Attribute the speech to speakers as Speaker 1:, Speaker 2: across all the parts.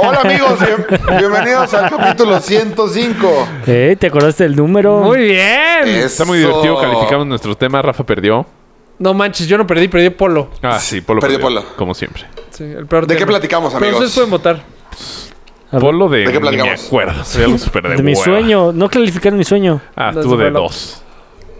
Speaker 1: Hola amigos, bien- bienvenidos al capítulo 105.
Speaker 2: Eh, ¿Te acordaste del número?
Speaker 3: Muy bien.
Speaker 1: Eso.
Speaker 4: Está muy divertido, calificamos nuestro tema. Rafa perdió.
Speaker 3: No manches, yo no perdí, perdí Polo.
Speaker 4: Ah, sí, Polo
Speaker 1: Perdió
Speaker 4: perdió.
Speaker 1: Polo.
Speaker 4: Como siempre.
Speaker 3: Sí, el peor
Speaker 1: ¿De qué
Speaker 3: tema.
Speaker 1: platicamos,
Speaker 3: Pero
Speaker 1: amigos?
Speaker 3: ustedes pueden votar.
Speaker 2: ver.
Speaker 4: Polo de...
Speaker 1: ¿De qué platicamos?
Speaker 4: Ni me acuerdo. Soy algo súper de
Speaker 2: De mi
Speaker 4: hueva.
Speaker 2: sueño. No calificaron mi sueño.
Speaker 4: Ah,
Speaker 3: No,
Speaker 4: estuvo
Speaker 3: ese fue
Speaker 4: de
Speaker 3: lo-
Speaker 4: dos.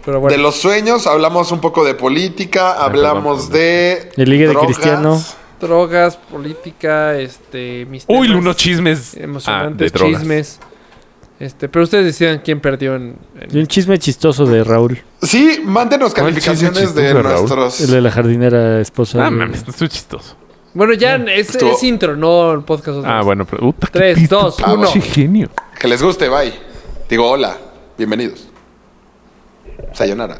Speaker 3: Pero
Speaker 1: De
Speaker 3: bueno.
Speaker 1: los sueños, hablamos un poco de política, hablamos de.
Speaker 2: El ligue de Cristiano.
Speaker 3: Drogas, política, este... mis
Speaker 4: Uy,
Speaker 3: temas
Speaker 4: unos chismes. ah, de
Speaker 3: Emocionantes,
Speaker 4: drogas.
Speaker 3: chismes. Este, pero ustedes decían quién perdió en... en-
Speaker 2: Y un chisme chistoso de Raúl.
Speaker 1: Sí, mándenos
Speaker 4: ¿Cuál
Speaker 1: calificaciones
Speaker 4: chisme
Speaker 1: de
Speaker 4: chistoso, Raúl?
Speaker 1: nuestros.
Speaker 2: El de la jardinera esposa.
Speaker 4: Ah,
Speaker 2: de-
Speaker 4: mames, estuvo chistoso.
Speaker 3: Bueno, ya es,
Speaker 1: Estuvo-
Speaker 3: es intro, no el podcast. otra
Speaker 4: Ah,
Speaker 3: vez.
Speaker 4: bueno, pero... puta, qué
Speaker 3: Tres,
Speaker 4: triste,
Speaker 3: dos,
Speaker 4: pinche
Speaker 1: uno.
Speaker 4: genio.
Speaker 1: Que les guste, bye. Digo, hola, bienvenidos. Sayonara.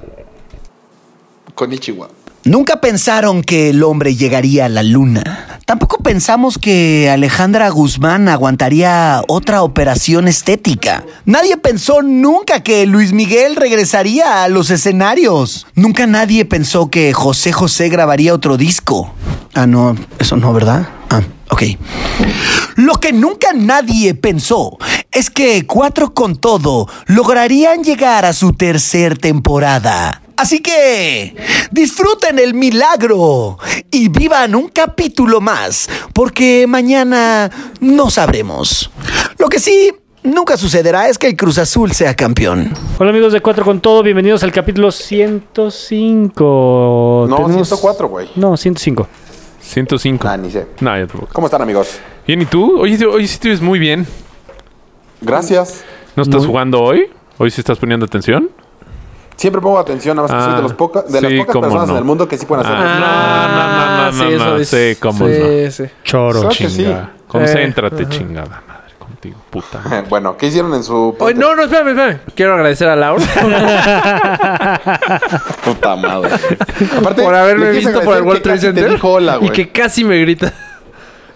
Speaker 1: Konichiwa.
Speaker 5: Nunca pensaron que el hombre llegaría a la luna. Tampoco pensamos que Alejandra Guzmán aguantaría otra operación estética. Nadie pensó nunca que Luis Miguel regresaría a los escenarios. Nunca nadie pensó que José José grabaría otro disco. Ah, no, eso no, ¿verdad? Ah, ok. Lo que nunca nadie pensó es que Cuatro con Todo lograrían llegar a su tercer temporada. Así que disfruten el milagro y vivan un capítulo más, porque mañana no sabremos. Lo que sí nunca sucederá es que el Cruz Azul sea campeón.
Speaker 2: Hola amigos de Cuatro con Todo. Bienvenidos al capítulo 105.
Speaker 1: No,
Speaker 2: Tenemos-
Speaker 1: 104, güey.
Speaker 2: No, 105.
Speaker 4: 105.
Speaker 1: Ah, ni sé.
Speaker 4: No, yo tampoco.
Speaker 1: ¿Cómo están, amigos?
Speaker 4: Bien, ¿y tú? Oye, hoy sí te ves muy bien.
Speaker 1: Gracias.
Speaker 4: ¿No estás
Speaker 2: Muy-
Speaker 4: jugando hoy? ¿Hoy sí estás poniendo atención?
Speaker 1: Siempre pongo atención, nada más que
Speaker 4: Ah,
Speaker 1: soy de, los poca- de las
Speaker 4: sí,
Speaker 1: pocas
Speaker 4: cómo
Speaker 1: personas
Speaker 4: no.
Speaker 1: en el mundo que sí pueden hacer.
Speaker 4: Ah,
Speaker 3: Ah,
Speaker 4: no, no, no, no,
Speaker 3: sí,
Speaker 4: no,
Speaker 3: eso
Speaker 4: no,
Speaker 3: es-
Speaker 4: sí, cómo
Speaker 3: sí, Eh,
Speaker 4: no.
Speaker 3: sí.
Speaker 2: Choro.
Speaker 1: Creo que sí.
Speaker 4: Chinga. Concéntrate, chingada madre, contigo, puta. madre.
Speaker 1: Bueno, ¿qué hicieron en su
Speaker 3: Oye, no, no, espérame, espérame. Quiero agradecer a Laura
Speaker 1: puta madre? Aparte,
Speaker 3: por haberme
Speaker 1: le quise
Speaker 3: visto por el
Speaker 1: agradecer
Speaker 3: World
Speaker 1: que
Speaker 3: Trade
Speaker 1: casi te
Speaker 3: Center.
Speaker 1: dijo hola,
Speaker 3: y
Speaker 1: güey.
Speaker 3: que casi me grita.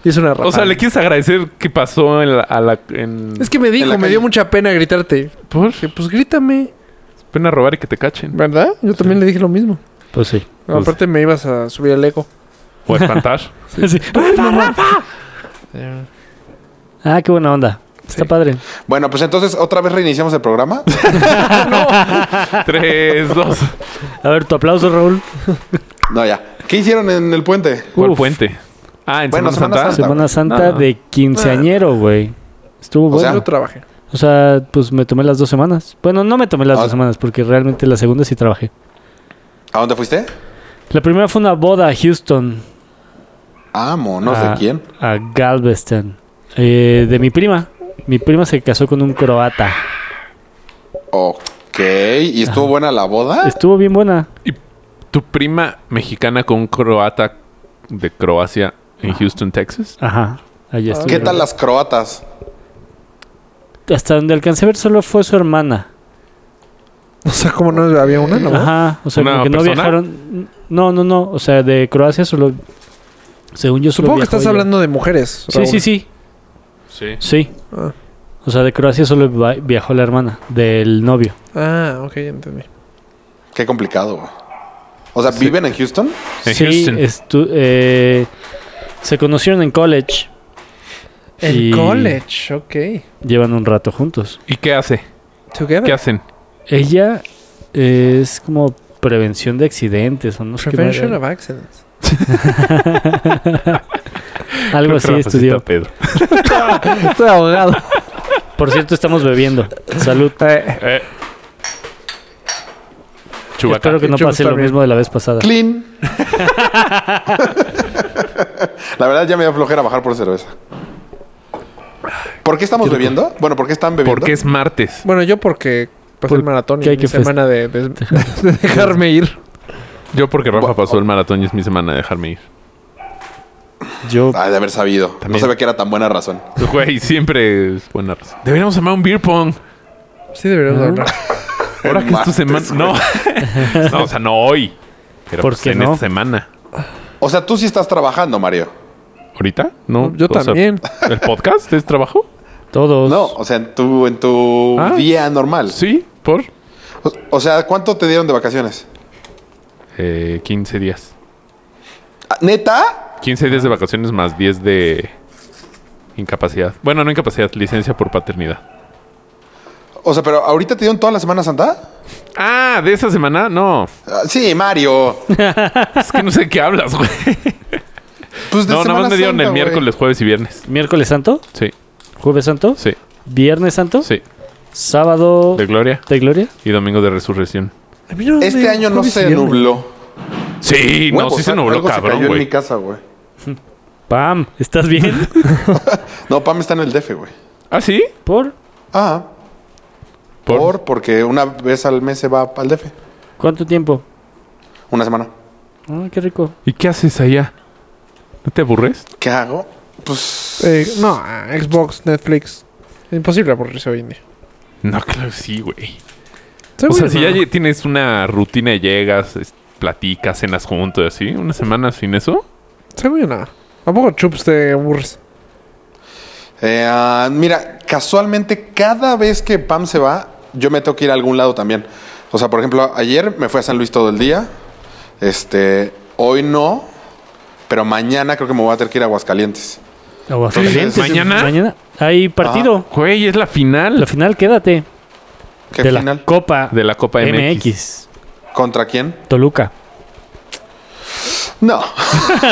Speaker 3: Y es una rata.
Speaker 4: O sea, ¿le quieres agradecer que pasó en la... A la en...
Speaker 3: Es que me dijo,
Speaker 1: la
Speaker 3: me dio
Speaker 1: calle.
Speaker 3: mucha pena gritarte.
Speaker 4: Por
Speaker 3: Que, pues grítame.
Speaker 4: pena robar y que te cachen.
Speaker 3: ¿Verdad? Yo también le dije lo mismo.
Speaker 2: Pues sí.
Speaker 4: Pues-
Speaker 3: Aparte me ibas a subir el ego.
Speaker 4: O espantar.
Speaker 2: Sí. Ah, qué buena onda. Está padre.
Speaker 1: Bueno, pues entonces, ¿otra vez reiniciamos el programa?
Speaker 4: Tres, dos.
Speaker 2: A ver, tu aplauso, Raúl.
Speaker 1: No, ya. ¿Qué hicieron en el puente?
Speaker 4: ¿Cuál
Speaker 2: Uf.
Speaker 4: puente? Ah, en
Speaker 1: Bueno,
Speaker 4: Semana
Speaker 1: Semana
Speaker 4: Santa.
Speaker 1: Santa.
Speaker 2: Semana Santa
Speaker 4: No.
Speaker 2: de quinceañero, güey. Estuvo
Speaker 1: O sea,
Speaker 2: bueno.
Speaker 3: Yo trabajé.
Speaker 2: O sea, pues me tomé las dos semanas. Bueno, no me tomé las
Speaker 1: Ah.
Speaker 2: dos semanas porque realmente la segunda sí trabajé.
Speaker 1: ¿A dónde fuiste?
Speaker 2: La primera fue una boda a Houston.
Speaker 1: Amo, Ah, no
Speaker 2: a,
Speaker 1: sé quién.
Speaker 2: A Galveston. Eh, de mi prima. Mi prima se casó con un croata.
Speaker 1: Ok. ¿Y estuvo buena la boda?
Speaker 2: Estuvo bien buena.
Speaker 4: ¿Y tu prima mexicana con un croata de Croacia en Houston, Texas?
Speaker 2: Ajá. Allá estuvo.
Speaker 1: ¿Qué tal las croatas?
Speaker 2: Hasta donde alcancé a ver solo fue su hermana.
Speaker 3: O sea, como no había una, ¿no?
Speaker 2: Ajá. O sea,
Speaker 4: ¿Una
Speaker 2: como que no
Speaker 4: persona?
Speaker 2: viajaron. No, no, no. O sea, de Croacia solo. Según yo, solo
Speaker 3: Supongo que
Speaker 2: viajó
Speaker 3: estás
Speaker 2: ella.
Speaker 3: hablando de mujeres.
Speaker 2: Sí,
Speaker 3: Raúl.
Speaker 2: sí, sí.
Speaker 4: Sí.
Speaker 2: Sí.
Speaker 3: Ah.
Speaker 2: O sea, de Croacia solo va- viajó la hermana del novio.
Speaker 3: Ah, ok, ya entendí.
Speaker 1: Qué complicado, güey. O sea, ¿viven en Houston?
Speaker 4: En
Speaker 2: sí,
Speaker 4: Houston.
Speaker 2: estu- eh, se conocieron en college.
Speaker 3: El
Speaker 2: Y
Speaker 3: college, ok.
Speaker 2: Llevan un rato juntos.
Speaker 4: ¿Y qué hace?
Speaker 3: Together.
Speaker 4: ¿Qué hacen?
Speaker 2: Ella es como prevención de accidentes o no sé qué
Speaker 3: Prevention
Speaker 2: madre.
Speaker 3: of accidents.
Speaker 2: Algo
Speaker 4: Creo que
Speaker 2: así
Speaker 4: Rafa sí
Speaker 2: estudió.
Speaker 4: está pedo.
Speaker 3: Estoy abogado.
Speaker 2: Por cierto, estamos bebiendo. Salud.
Speaker 4: Eh. Chewbacca.
Speaker 2: Espero que no
Speaker 3: Chubaca
Speaker 2: pase lo
Speaker 3: también.
Speaker 2: mismo de la vez pasada.
Speaker 1: Clean. la verdad ya me dio flojera bajar por cerveza. ¿Por qué estamos bebiendo? Bueno, ¿por qué están bebiendo?
Speaker 4: Porque es martes.
Speaker 3: Bueno, yo porque pasé el
Speaker 2: Porque
Speaker 3: maratón y
Speaker 2: hay
Speaker 3: hay
Speaker 2: que
Speaker 3: que semana de, de- de dejarme ir.
Speaker 4: Yo porque Rafa pasó el maratón y es mi semana de dejarme ir.
Speaker 2: Yo,
Speaker 1: Ah, de haber sabido. No
Speaker 4: También.
Speaker 1: sabía que era tan buena razón.
Speaker 4: Güey, siempre es buena razón. Deberíamos armar un beer pong.
Speaker 3: Sí, deberíamos
Speaker 2: Ajá.
Speaker 3: hablar.
Speaker 4: Ahora
Speaker 1: El
Speaker 4: que es tu
Speaker 1: martes,
Speaker 4: semana.
Speaker 1: güey.
Speaker 4: No. no, o sea, no hoy. Pero
Speaker 2: ¿Por
Speaker 4: pues,
Speaker 2: qué
Speaker 4: en
Speaker 2: no?
Speaker 4: esta semana.
Speaker 1: O sea, tú sí estás trabajando, Mario.
Speaker 4: ¿Ahorita? No.
Speaker 3: Yo
Speaker 4: o sea,
Speaker 3: también.
Speaker 4: ¿El podcast es trabajo?
Speaker 2: todos.
Speaker 1: No, o sea, en tu, en tu
Speaker 4: Ah.
Speaker 1: día normal.
Speaker 4: Sí, por
Speaker 1: O, o sea, ¿cuánto te dieron de vacaciones?
Speaker 4: eh, 15 días.
Speaker 1: Ah, ¿Neta?
Speaker 4: 15 días de vacaciones más 10 de, Incapacidad. Bueno, no incapacidad, licencia por paternidad.
Speaker 1: O sea, pero ahorita te dieron toda la Semana Santa.
Speaker 4: Ah, de esa semana, no.
Speaker 1: Ah, sí, Mario.
Speaker 4: Es que no sé qué hablas, güey.
Speaker 1: Pues de
Speaker 4: No, nada
Speaker 1: Semana
Speaker 4: más me dieron
Speaker 1: Santa,
Speaker 4: el
Speaker 1: güey.
Speaker 4: miércoles, jueves y viernes.
Speaker 2: ¿Miércoles santo?
Speaker 4: Sí,
Speaker 2: ¿Jueves santo?
Speaker 4: sí,
Speaker 2: ¿Viernes santo?
Speaker 4: sí.
Speaker 2: ¿Sábado
Speaker 4: De
Speaker 2: de,
Speaker 4: gloria
Speaker 2: gloria?
Speaker 4: y domingo de resurrección.
Speaker 3: A mí no me
Speaker 1: Este
Speaker 3: dio
Speaker 1: año no
Speaker 3: jueves y
Speaker 1: se
Speaker 3: viernes.
Speaker 1: nubló.
Speaker 4: Sí, no,
Speaker 1: Huevos,
Speaker 4: sí se
Speaker 1: algo
Speaker 4: nubló,
Speaker 1: cayó
Speaker 4: cabrón,
Speaker 1: en mi
Speaker 4: güey.
Speaker 1: casa, güey.
Speaker 2: Pam, ¿estás bien?
Speaker 1: No, Pam está en el DF, güey.
Speaker 4: ¿Ah, sí?
Speaker 2: ¿Por?
Speaker 1: Ah,
Speaker 4: ¿Por?
Speaker 1: ¿Por? porque una vez al mes se va al DF.
Speaker 2: ¿Cuánto tiempo?
Speaker 1: Una semana.
Speaker 2: Ah, qué rico.
Speaker 4: ¿Y qué haces allá? ¿No te aburres?
Speaker 1: ¿Qué hago? Pues
Speaker 3: Eh, no, ah, Xbox, Netflix. Imposible aburrirse hoy en día.
Speaker 4: No, claro, sí, güey. O
Speaker 3: Seguro
Speaker 4: sea, si
Speaker 3: no.
Speaker 4: ya lle- tienes una rutina, y llegas, es- platicas, cenas juntos, así, una semana sin eso.
Speaker 3: Seguro yo no. Tampoco chups te aburres.
Speaker 1: Eh, ah, mira, casualmente cada vez que Pam se va, yo me tengo que ir a algún lado también. O sea, por ejemplo, ayer me fui a San Luis todo el día. Este, hoy no, pero mañana creo que me voy a tener que ir a Aguascalientes.
Speaker 2: Aguascalientes.
Speaker 4: ¿Mañana?
Speaker 2: Mañana hay partido.
Speaker 4: Güey, es la final
Speaker 2: La final, quédate.
Speaker 1: Ah. ¿Qué
Speaker 2: de
Speaker 1: final?
Speaker 2: la Copa
Speaker 4: de la Copa MX.
Speaker 2: MX.
Speaker 1: ¿Contra quién?
Speaker 2: Toluca.
Speaker 1: No.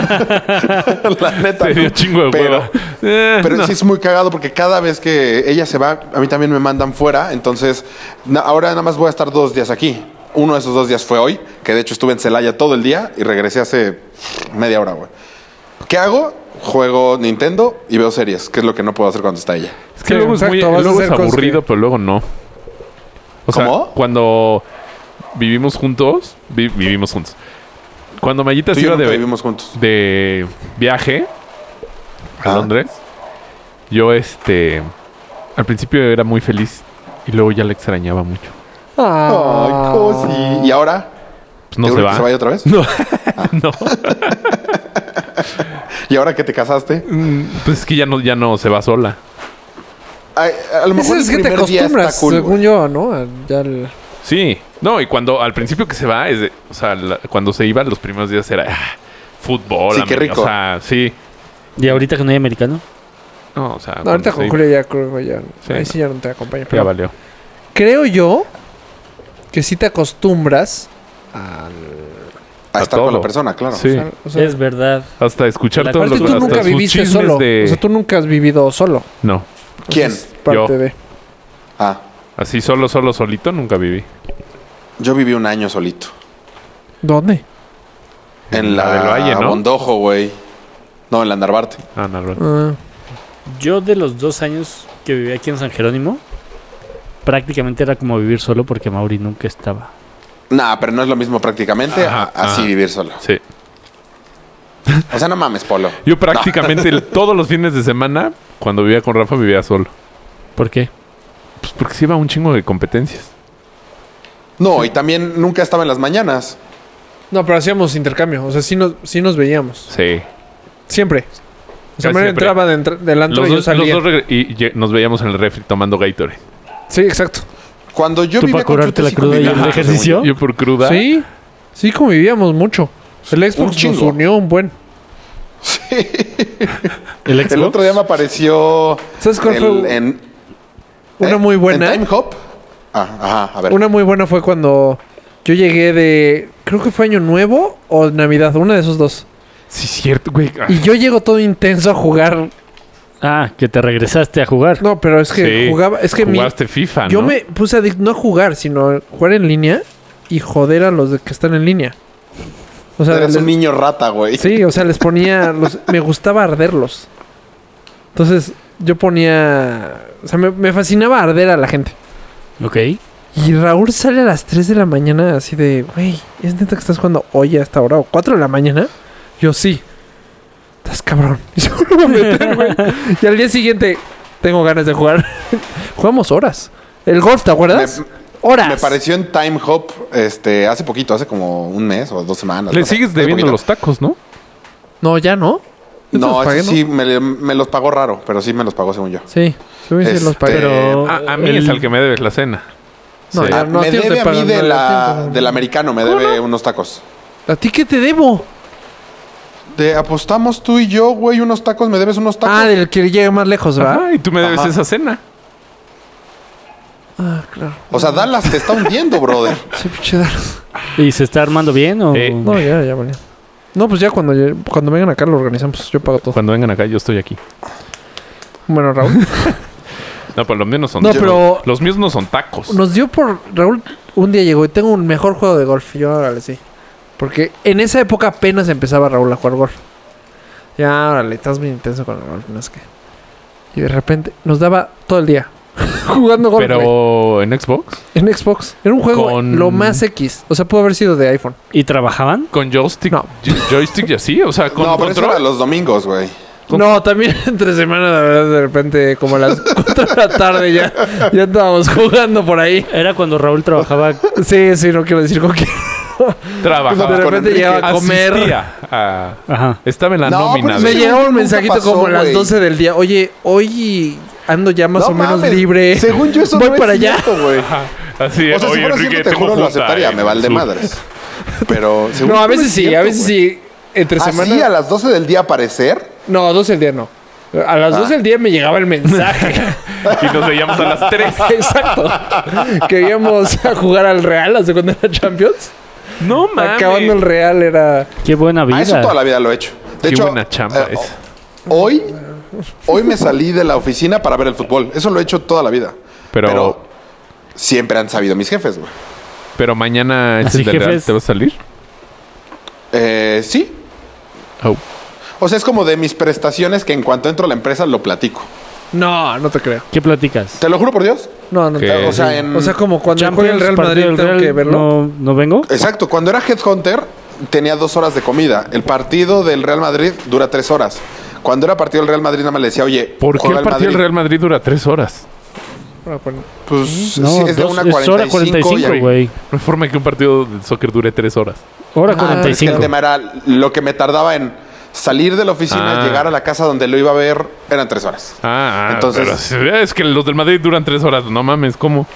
Speaker 1: La neta.
Speaker 4: Te dio
Speaker 1: no.
Speaker 4: chingo de
Speaker 1: pero,
Speaker 4: hueva. Eh,
Speaker 1: Pero
Speaker 4: no.
Speaker 1: sí es muy cagado porque cada vez que ella se va, a mí también me mandan fuera. Entonces, na- ahora nada más voy a estar dos días aquí. Uno de esos dos días fue hoy, que de hecho estuve en Celaya todo el día y regresé hace media hora, güey. ¿Qué hago? Juego Nintendo y veo series, que es lo que no puedo hacer cuando está ella.
Speaker 4: Es que luego es,
Speaker 3: Exacto,
Speaker 4: muy-
Speaker 3: vas a
Speaker 4: luego
Speaker 3: hacer
Speaker 4: es
Speaker 3: cosas
Speaker 4: aburrido,
Speaker 3: que-
Speaker 4: pero luego no. O sea,
Speaker 1: ¿Cómo?
Speaker 4: cuando vivimos juntos, vi- vivimos juntos. Cuando Mayita
Speaker 1: Tú
Speaker 4: se
Speaker 1: y yo
Speaker 4: iba
Speaker 1: nunca
Speaker 4: de,
Speaker 1: vivimos juntos.
Speaker 4: de viaje a
Speaker 1: Ah.
Speaker 4: Londres, yo este al principio era muy feliz y luego ya la extrañaba mucho.
Speaker 3: Ah,
Speaker 1: Ay, cosi. ¿Y ahora?
Speaker 4: Pues no
Speaker 1: ¿Te
Speaker 4: se
Speaker 1: juro que
Speaker 4: va.
Speaker 1: se vaya otra vez?
Speaker 4: No. no.
Speaker 1: ¿Y ahora que te casaste?
Speaker 4: Mm, Pues es que ya no, ya no se va sola.
Speaker 1: Ay, a lo
Speaker 3: Ese
Speaker 1: mejor
Speaker 3: es
Speaker 1: el
Speaker 3: que te
Speaker 1: primer día está
Speaker 3: acostumbras,
Speaker 1: cool,
Speaker 3: según
Speaker 1: güey.
Speaker 3: yo, ¿no? A-
Speaker 4: Ah,
Speaker 3: Ya el-
Speaker 4: Sí. No, y cuando al principio que se va, es de- o sea, la- cuando se iba los primeros días era ah, fútbol,
Speaker 1: Sí, qué
Speaker 4: amigo.
Speaker 1: rico.
Speaker 4: O sea, sí.
Speaker 2: Y ahorita que no hay americano.
Speaker 4: No, o sea,
Speaker 3: No, ahorita
Speaker 4: cuando
Speaker 3: con
Speaker 4: se-
Speaker 3: Julio ya creo que ya.
Speaker 4: Sí,
Speaker 3: ahí
Speaker 4: no.
Speaker 3: sí ya no te acompaña.
Speaker 4: ya
Speaker 3: Pero
Speaker 4: valió.
Speaker 3: creo yo que si te acostumbras al.
Speaker 1: A
Speaker 4: A
Speaker 1: estar con la
Speaker 4: todo.
Speaker 1: persona, claro.
Speaker 4: Sí.
Speaker 3: al- o sea,
Speaker 2: es verdad.
Speaker 4: Hasta escuchar
Speaker 2: La-
Speaker 4: todos
Speaker 3: aparte
Speaker 4: los
Speaker 3: tú
Speaker 4: hasta
Speaker 3: nunca
Speaker 4: sus
Speaker 3: viviste
Speaker 4: chismes
Speaker 3: solo.
Speaker 4: de-
Speaker 3: O sea, tú nunca has vivido solo.
Speaker 4: No,
Speaker 1: ¿Quién?
Speaker 3: Es parte
Speaker 4: Yo.
Speaker 3: de.
Speaker 1: Ah,
Speaker 4: así solo, solo, solito nunca viví.
Speaker 1: yo viví un año solito.
Speaker 3: ¿Dónde?
Speaker 1: En la,
Speaker 4: del Valle, ¿no?
Speaker 1: Bondojo, güey. No, en la Narvarte.
Speaker 4: Ah, no, no.
Speaker 3: Ah,
Speaker 2: Yo de los dos años que viví aquí en San Jerónimo, prácticamente era como vivir solo porque Mauri nunca estaba.
Speaker 1: Nah, pero no es lo mismo prácticamente a-
Speaker 4: Ajá,
Speaker 1: así
Speaker 4: ajá.
Speaker 1: vivir solo.
Speaker 4: Sí.
Speaker 1: O sea, no mames, Polo.
Speaker 4: Yo prácticamente el- todos los fines de semana, cuando vivía con Rafa, vivía solo.
Speaker 2: ¿Por qué?
Speaker 4: Pues porque se iba a un chingo de competencias.
Speaker 1: No, y también nunca estaba en las mañanas.
Speaker 3: No, pero hacíamos intercambio. O sea, sí nos, sí nos veíamos.
Speaker 4: Sí.
Speaker 3: Siempre. O sea,
Speaker 4: Casi
Speaker 3: Mario
Speaker 4: siempre.
Speaker 3: entraba de entra- del antro
Speaker 4: Los
Speaker 3: y yo
Speaker 4: dos, los
Speaker 3: salía.
Speaker 4: dos regre- y lle- nos veíamos en el refri tomando Gatorade.
Speaker 3: Sí, exacto.
Speaker 1: Cuando yo
Speaker 2: ¿Tú
Speaker 1: vivía
Speaker 2: para curarte
Speaker 1: Chute,
Speaker 2: la
Speaker 1: sí
Speaker 2: cruda y el
Speaker 1: convivíamos,
Speaker 2: ejercicio?
Speaker 1: según
Speaker 4: Yo por cruda.
Speaker 3: Sí. Sí, convivíamos mucho. El
Speaker 1: Un
Speaker 3: Xbox nos
Speaker 1: chingo.
Speaker 3: unió un buen.
Speaker 1: yo. Sí.
Speaker 2: El,
Speaker 1: El otro día me apareció.
Speaker 3: ¿Sabes cuál fue?
Speaker 1: en,
Speaker 3: Una
Speaker 1: eh,
Speaker 3: muy buena.
Speaker 1: ¿En Time Hop? Ah, ajá, a ver.
Speaker 3: Una muy buena fue cuando yo llegué de. Creo que fue Año Nuevo o Navidad, una de esos dos.
Speaker 4: Sí, cierto, güey. Ah,
Speaker 3: Y yo llego todo intenso a jugar.
Speaker 2: Ah, que te regresaste a jugar.
Speaker 3: No, pero es que
Speaker 4: Ah, sí.
Speaker 3: jugaba. Es que mi-
Speaker 4: Jugaste FIFA,
Speaker 3: yo
Speaker 4: ¿no?
Speaker 3: me puse adicto no a jugar, sino a jugar en línea y joder a los de que están en línea. O sea,
Speaker 1: Eres
Speaker 3: les-
Speaker 1: un niño rata, güey.
Speaker 3: sí, o sea, les ponía. Los, me gustaba arderlos. Entonces, yo ponía. O sea, me, me fascinaba arder a la gente.
Speaker 2: Ok.
Speaker 3: Y Raúl sale a las 3 de la mañana así de, güey, ¿es neta que estás jugando hoy a esta hora o 4 de la mañana? Yo sí. Estás cabrón. Y yo me voy a meter, güey. Y al día siguiente, tengo ganas de jugar. Jugamos horas. El golf, ¿te acuerdas?
Speaker 1: Me-
Speaker 3: horas.
Speaker 1: Me pareció en Time Hop este, hace poquito, hace como un mes o dos semanas.
Speaker 4: Le
Speaker 1: no sé,
Speaker 4: sigues
Speaker 1: hace
Speaker 4: debiendo
Speaker 1: poquito.
Speaker 4: los tacos, ¿no?
Speaker 3: No, ya no. ¿Ya te los
Speaker 1: No,
Speaker 3: pagué,
Speaker 1: eso sí, me, me los pagó raro, pero sí me los pagó según yo.
Speaker 3: Sí. Yo sí los
Speaker 1: Este,
Speaker 3: pagué.
Speaker 2: Pero
Speaker 4: A, a mí es
Speaker 2: el-
Speaker 4: al que me debes la cena.
Speaker 3: No,
Speaker 4: sí.
Speaker 3: ya
Speaker 1: Ah,
Speaker 3: no, a
Speaker 1: me
Speaker 3: ti no te
Speaker 1: debe a mí
Speaker 3: pagan, no,
Speaker 1: de
Speaker 3: a ti no te
Speaker 1: la,
Speaker 3: pagan.
Speaker 1: del americano, me debe unos tacos.
Speaker 3: ¿A ti qué te debo?
Speaker 1: Te apostamos tú y yo, güey, unos tacos, me debes unos tacos.
Speaker 3: Ah, del que llega más lejos, ¿verdad?
Speaker 4: Ajá, y tú me debes
Speaker 1: Ajá.
Speaker 4: esa cena.
Speaker 3: Ah, claro.
Speaker 1: O sea, Dallas te está hundiendo, brother.
Speaker 3: Sí, pinche Dallas.
Speaker 2: ¿Y se está armando bien o...?
Speaker 4: Eh,
Speaker 3: No, ya, ya valía. No, pues ya cuando, ya- cuando vengan acá lo organizamos. Yo pago todo.
Speaker 4: Cuando vengan acá, yo estoy aquí.
Speaker 3: Bueno, Raúl.
Speaker 4: No, pero los míos no son.
Speaker 3: No,
Speaker 4: Yo-
Speaker 3: pero-
Speaker 4: Los míos no son tacos.
Speaker 3: Nos dio por. Raúl un día llegó y tengo un mejor juego de golf. Y Yo, órale, sí. Porque en esa época apenas empezaba Raúl a jugar golf. Ya, órale, estás bien intenso con el golf, no es que. Y de repente nos daba todo el día jugando golf güey,
Speaker 4: pero en Xbox.
Speaker 3: en Xbox. Era un juego
Speaker 4: Con-
Speaker 3: lo más X. O sea, pudo haber sido de iPhone.
Speaker 2: ¿Y trabajaban?
Speaker 4: Con joystick.
Speaker 3: No.
Speaker 4: yo- Joystick y así. O sea, con
Speaker 1: no, pero eso era
Speaker 4: control.
Speaker 1: los domingos, güey.
Speaker 4: Con-
Speaker 3: No, también entre semana, la verdad, de repente, como a las 4 de la tarde ya, ya estábamos jugando por ahí.
Speaker 2: Era cuando Raúl trabajaba...
Speaker 3: Sí, sí, no quiero decir con quién. Ah,
Speaker 4: Trabajaba.
Speaker 3: De
Speaker 1: con
Speaker 3: repente
Speaker 1: Enrique.
Speaker 3: llegaba a comer.
Speaker 4: Asistía a-
Speaker 2: Ajá.
Speaker 4: estaba en la
Speaker 1: No, pues,
Speaker 4: nómina.
Speaker 1: pero
Speaker 4: de-
Speaker 3: Me
Speaker 1: Sí,
Speaker 3: llegaba un
Speaker 1: nunca
Speaker 3: mensajito
Speaker 1: pasó,
Speaker 3: como a las
Speaker 1: güey.
Speaker 3: 12 del día. Oye, hoy ando ya más
Speaker 1: No
Speaker 3: o menos
Speaker 1: mames,
Speaker 3: libre.
Speaker 1: Según yo, eso
Speaker 3: Voy
Speaker 1: no
Speaker 3: para
Speaker 1: es
Speaker 3: allá.
Speaker 1: cierto, güey.
Speaker 4: Ajá. Así
Speaker 1: O sea, si
Speaker 4: oye,
Speaker 1: fuera
Speaker 4: Enrique,
Speaker 1: cierto, te
Speaker 4: tengo
Speaker 1: juro, lo
Speaker 4: junta
Speaker 1: aceptaría,
Speaker 4: en
Speaker 1: me vale
Speaker 4: su-
Speaker 1: madres. Pero según
Speaker 3: No, a
Speaker 1: yo,
Speaker 3: veces
Speaker 1: es
Speaker 3: sí,
Speaker 1: cierto,
Speaker 3: a veces
Speaker 1: güey. ¿Ah,
Speaker 3: sí. Entre semana.
Speaker 1: ¿Así a las 12 del día aparecer?
Speaker 3: No, 12 del día no. A las
Speaker 1: Ah.
Speaker 3: 12 del día me llegaba el mensaje.
Speaker 4: Y nos veíamos a las 3.
Speaker 3: Exacto. que íbamos a jugar al Real, la segunda era Champions.
Speaker 4: No mames.
Speaker 3: Acabando el Real era.
Speaker 2: Qué buena vida.
Speaker 1: Ah, eso toda la vida lo he hecho. De
Speaker 4: Qué
Speaker 1: hecho,
Speaker 4: buena chamba
Speaker 1: eh,
Speaker 4: es.
Speaker 1: hoy, hoy me salí de la oficina para ver el fútbol. Eso lo he hecho toda la vida.
Speaker 4: Pero-
Speaker 1: siempre han sabido mis jefes, güey.
Speaker 4: Pero mañana es
Speaker 2: Así,
Speaker 4: el del Real,
Speaker 2: jefes.
Speaker 4: ¿Te vas a salir?
Speaker 1: Eh, sí.
Speaker 4: Oh.
Speaker 1: O sea, es como de mis prestaciones que en cuanto entro a la empresa lo platico.
Speaker 3: No, no te creo.
Speaker 2: ¿Qué platicas?
Speaker 1: Te lo juro por Dios.
Speaker 3: No, no te
Speaker 4: ¿Qué?
Speaker 3: creo.
Speaker 1: O sea, en-
Speaker 3: O sea, como cuando juega el Real
Speaker 2: partido
Speaker 3: Madrid
Speaker 2: del
Speaker 3: tengo
Speaker 2: Real,
Speaker 3: que verlo.
Speaker 2: No, ¿no vengo.
Speaker 1: Exacto, cuando era headhunter tenía dos horas de comida. El partido del Real Madrid dura tres horas. Cuando era partido del Real Madrid nada más le decía, oye,
Speaker 4: ¿Por qué
Speaker 1: juega
Speaker 4: el partido del Real Madrid dura 3 horas?
Speaker 1: Ah,
Speaker 3: Bueno, pues,
Speaker 1: Pues
Speaker 2: No,
Speaker 1: sí, es de
Speaker 2: dos-
Speaker 1: una
Speaker 2: es hora
Speaker 1: 45 y
Speaker 2: 45, güey.
Speaker 4: No hay forma que un partido de soccer dure 3 horas.
Speaker 2: Hora
Speaker 1: Ah, es que
Speaker 2: 45.
Speaker 1: el tema era lo que me tardaba en salir de la oficina,
Speaker 4: Ah.
Speaker 1: llegar a la casa donde lo iba a ver, eran tres horas.
Speaker 4: Ah, ah,
Speaker 1: Entonces-
Speaker 4: pero es que los del Madrid duran 3 horas. No mames, ¿cómo?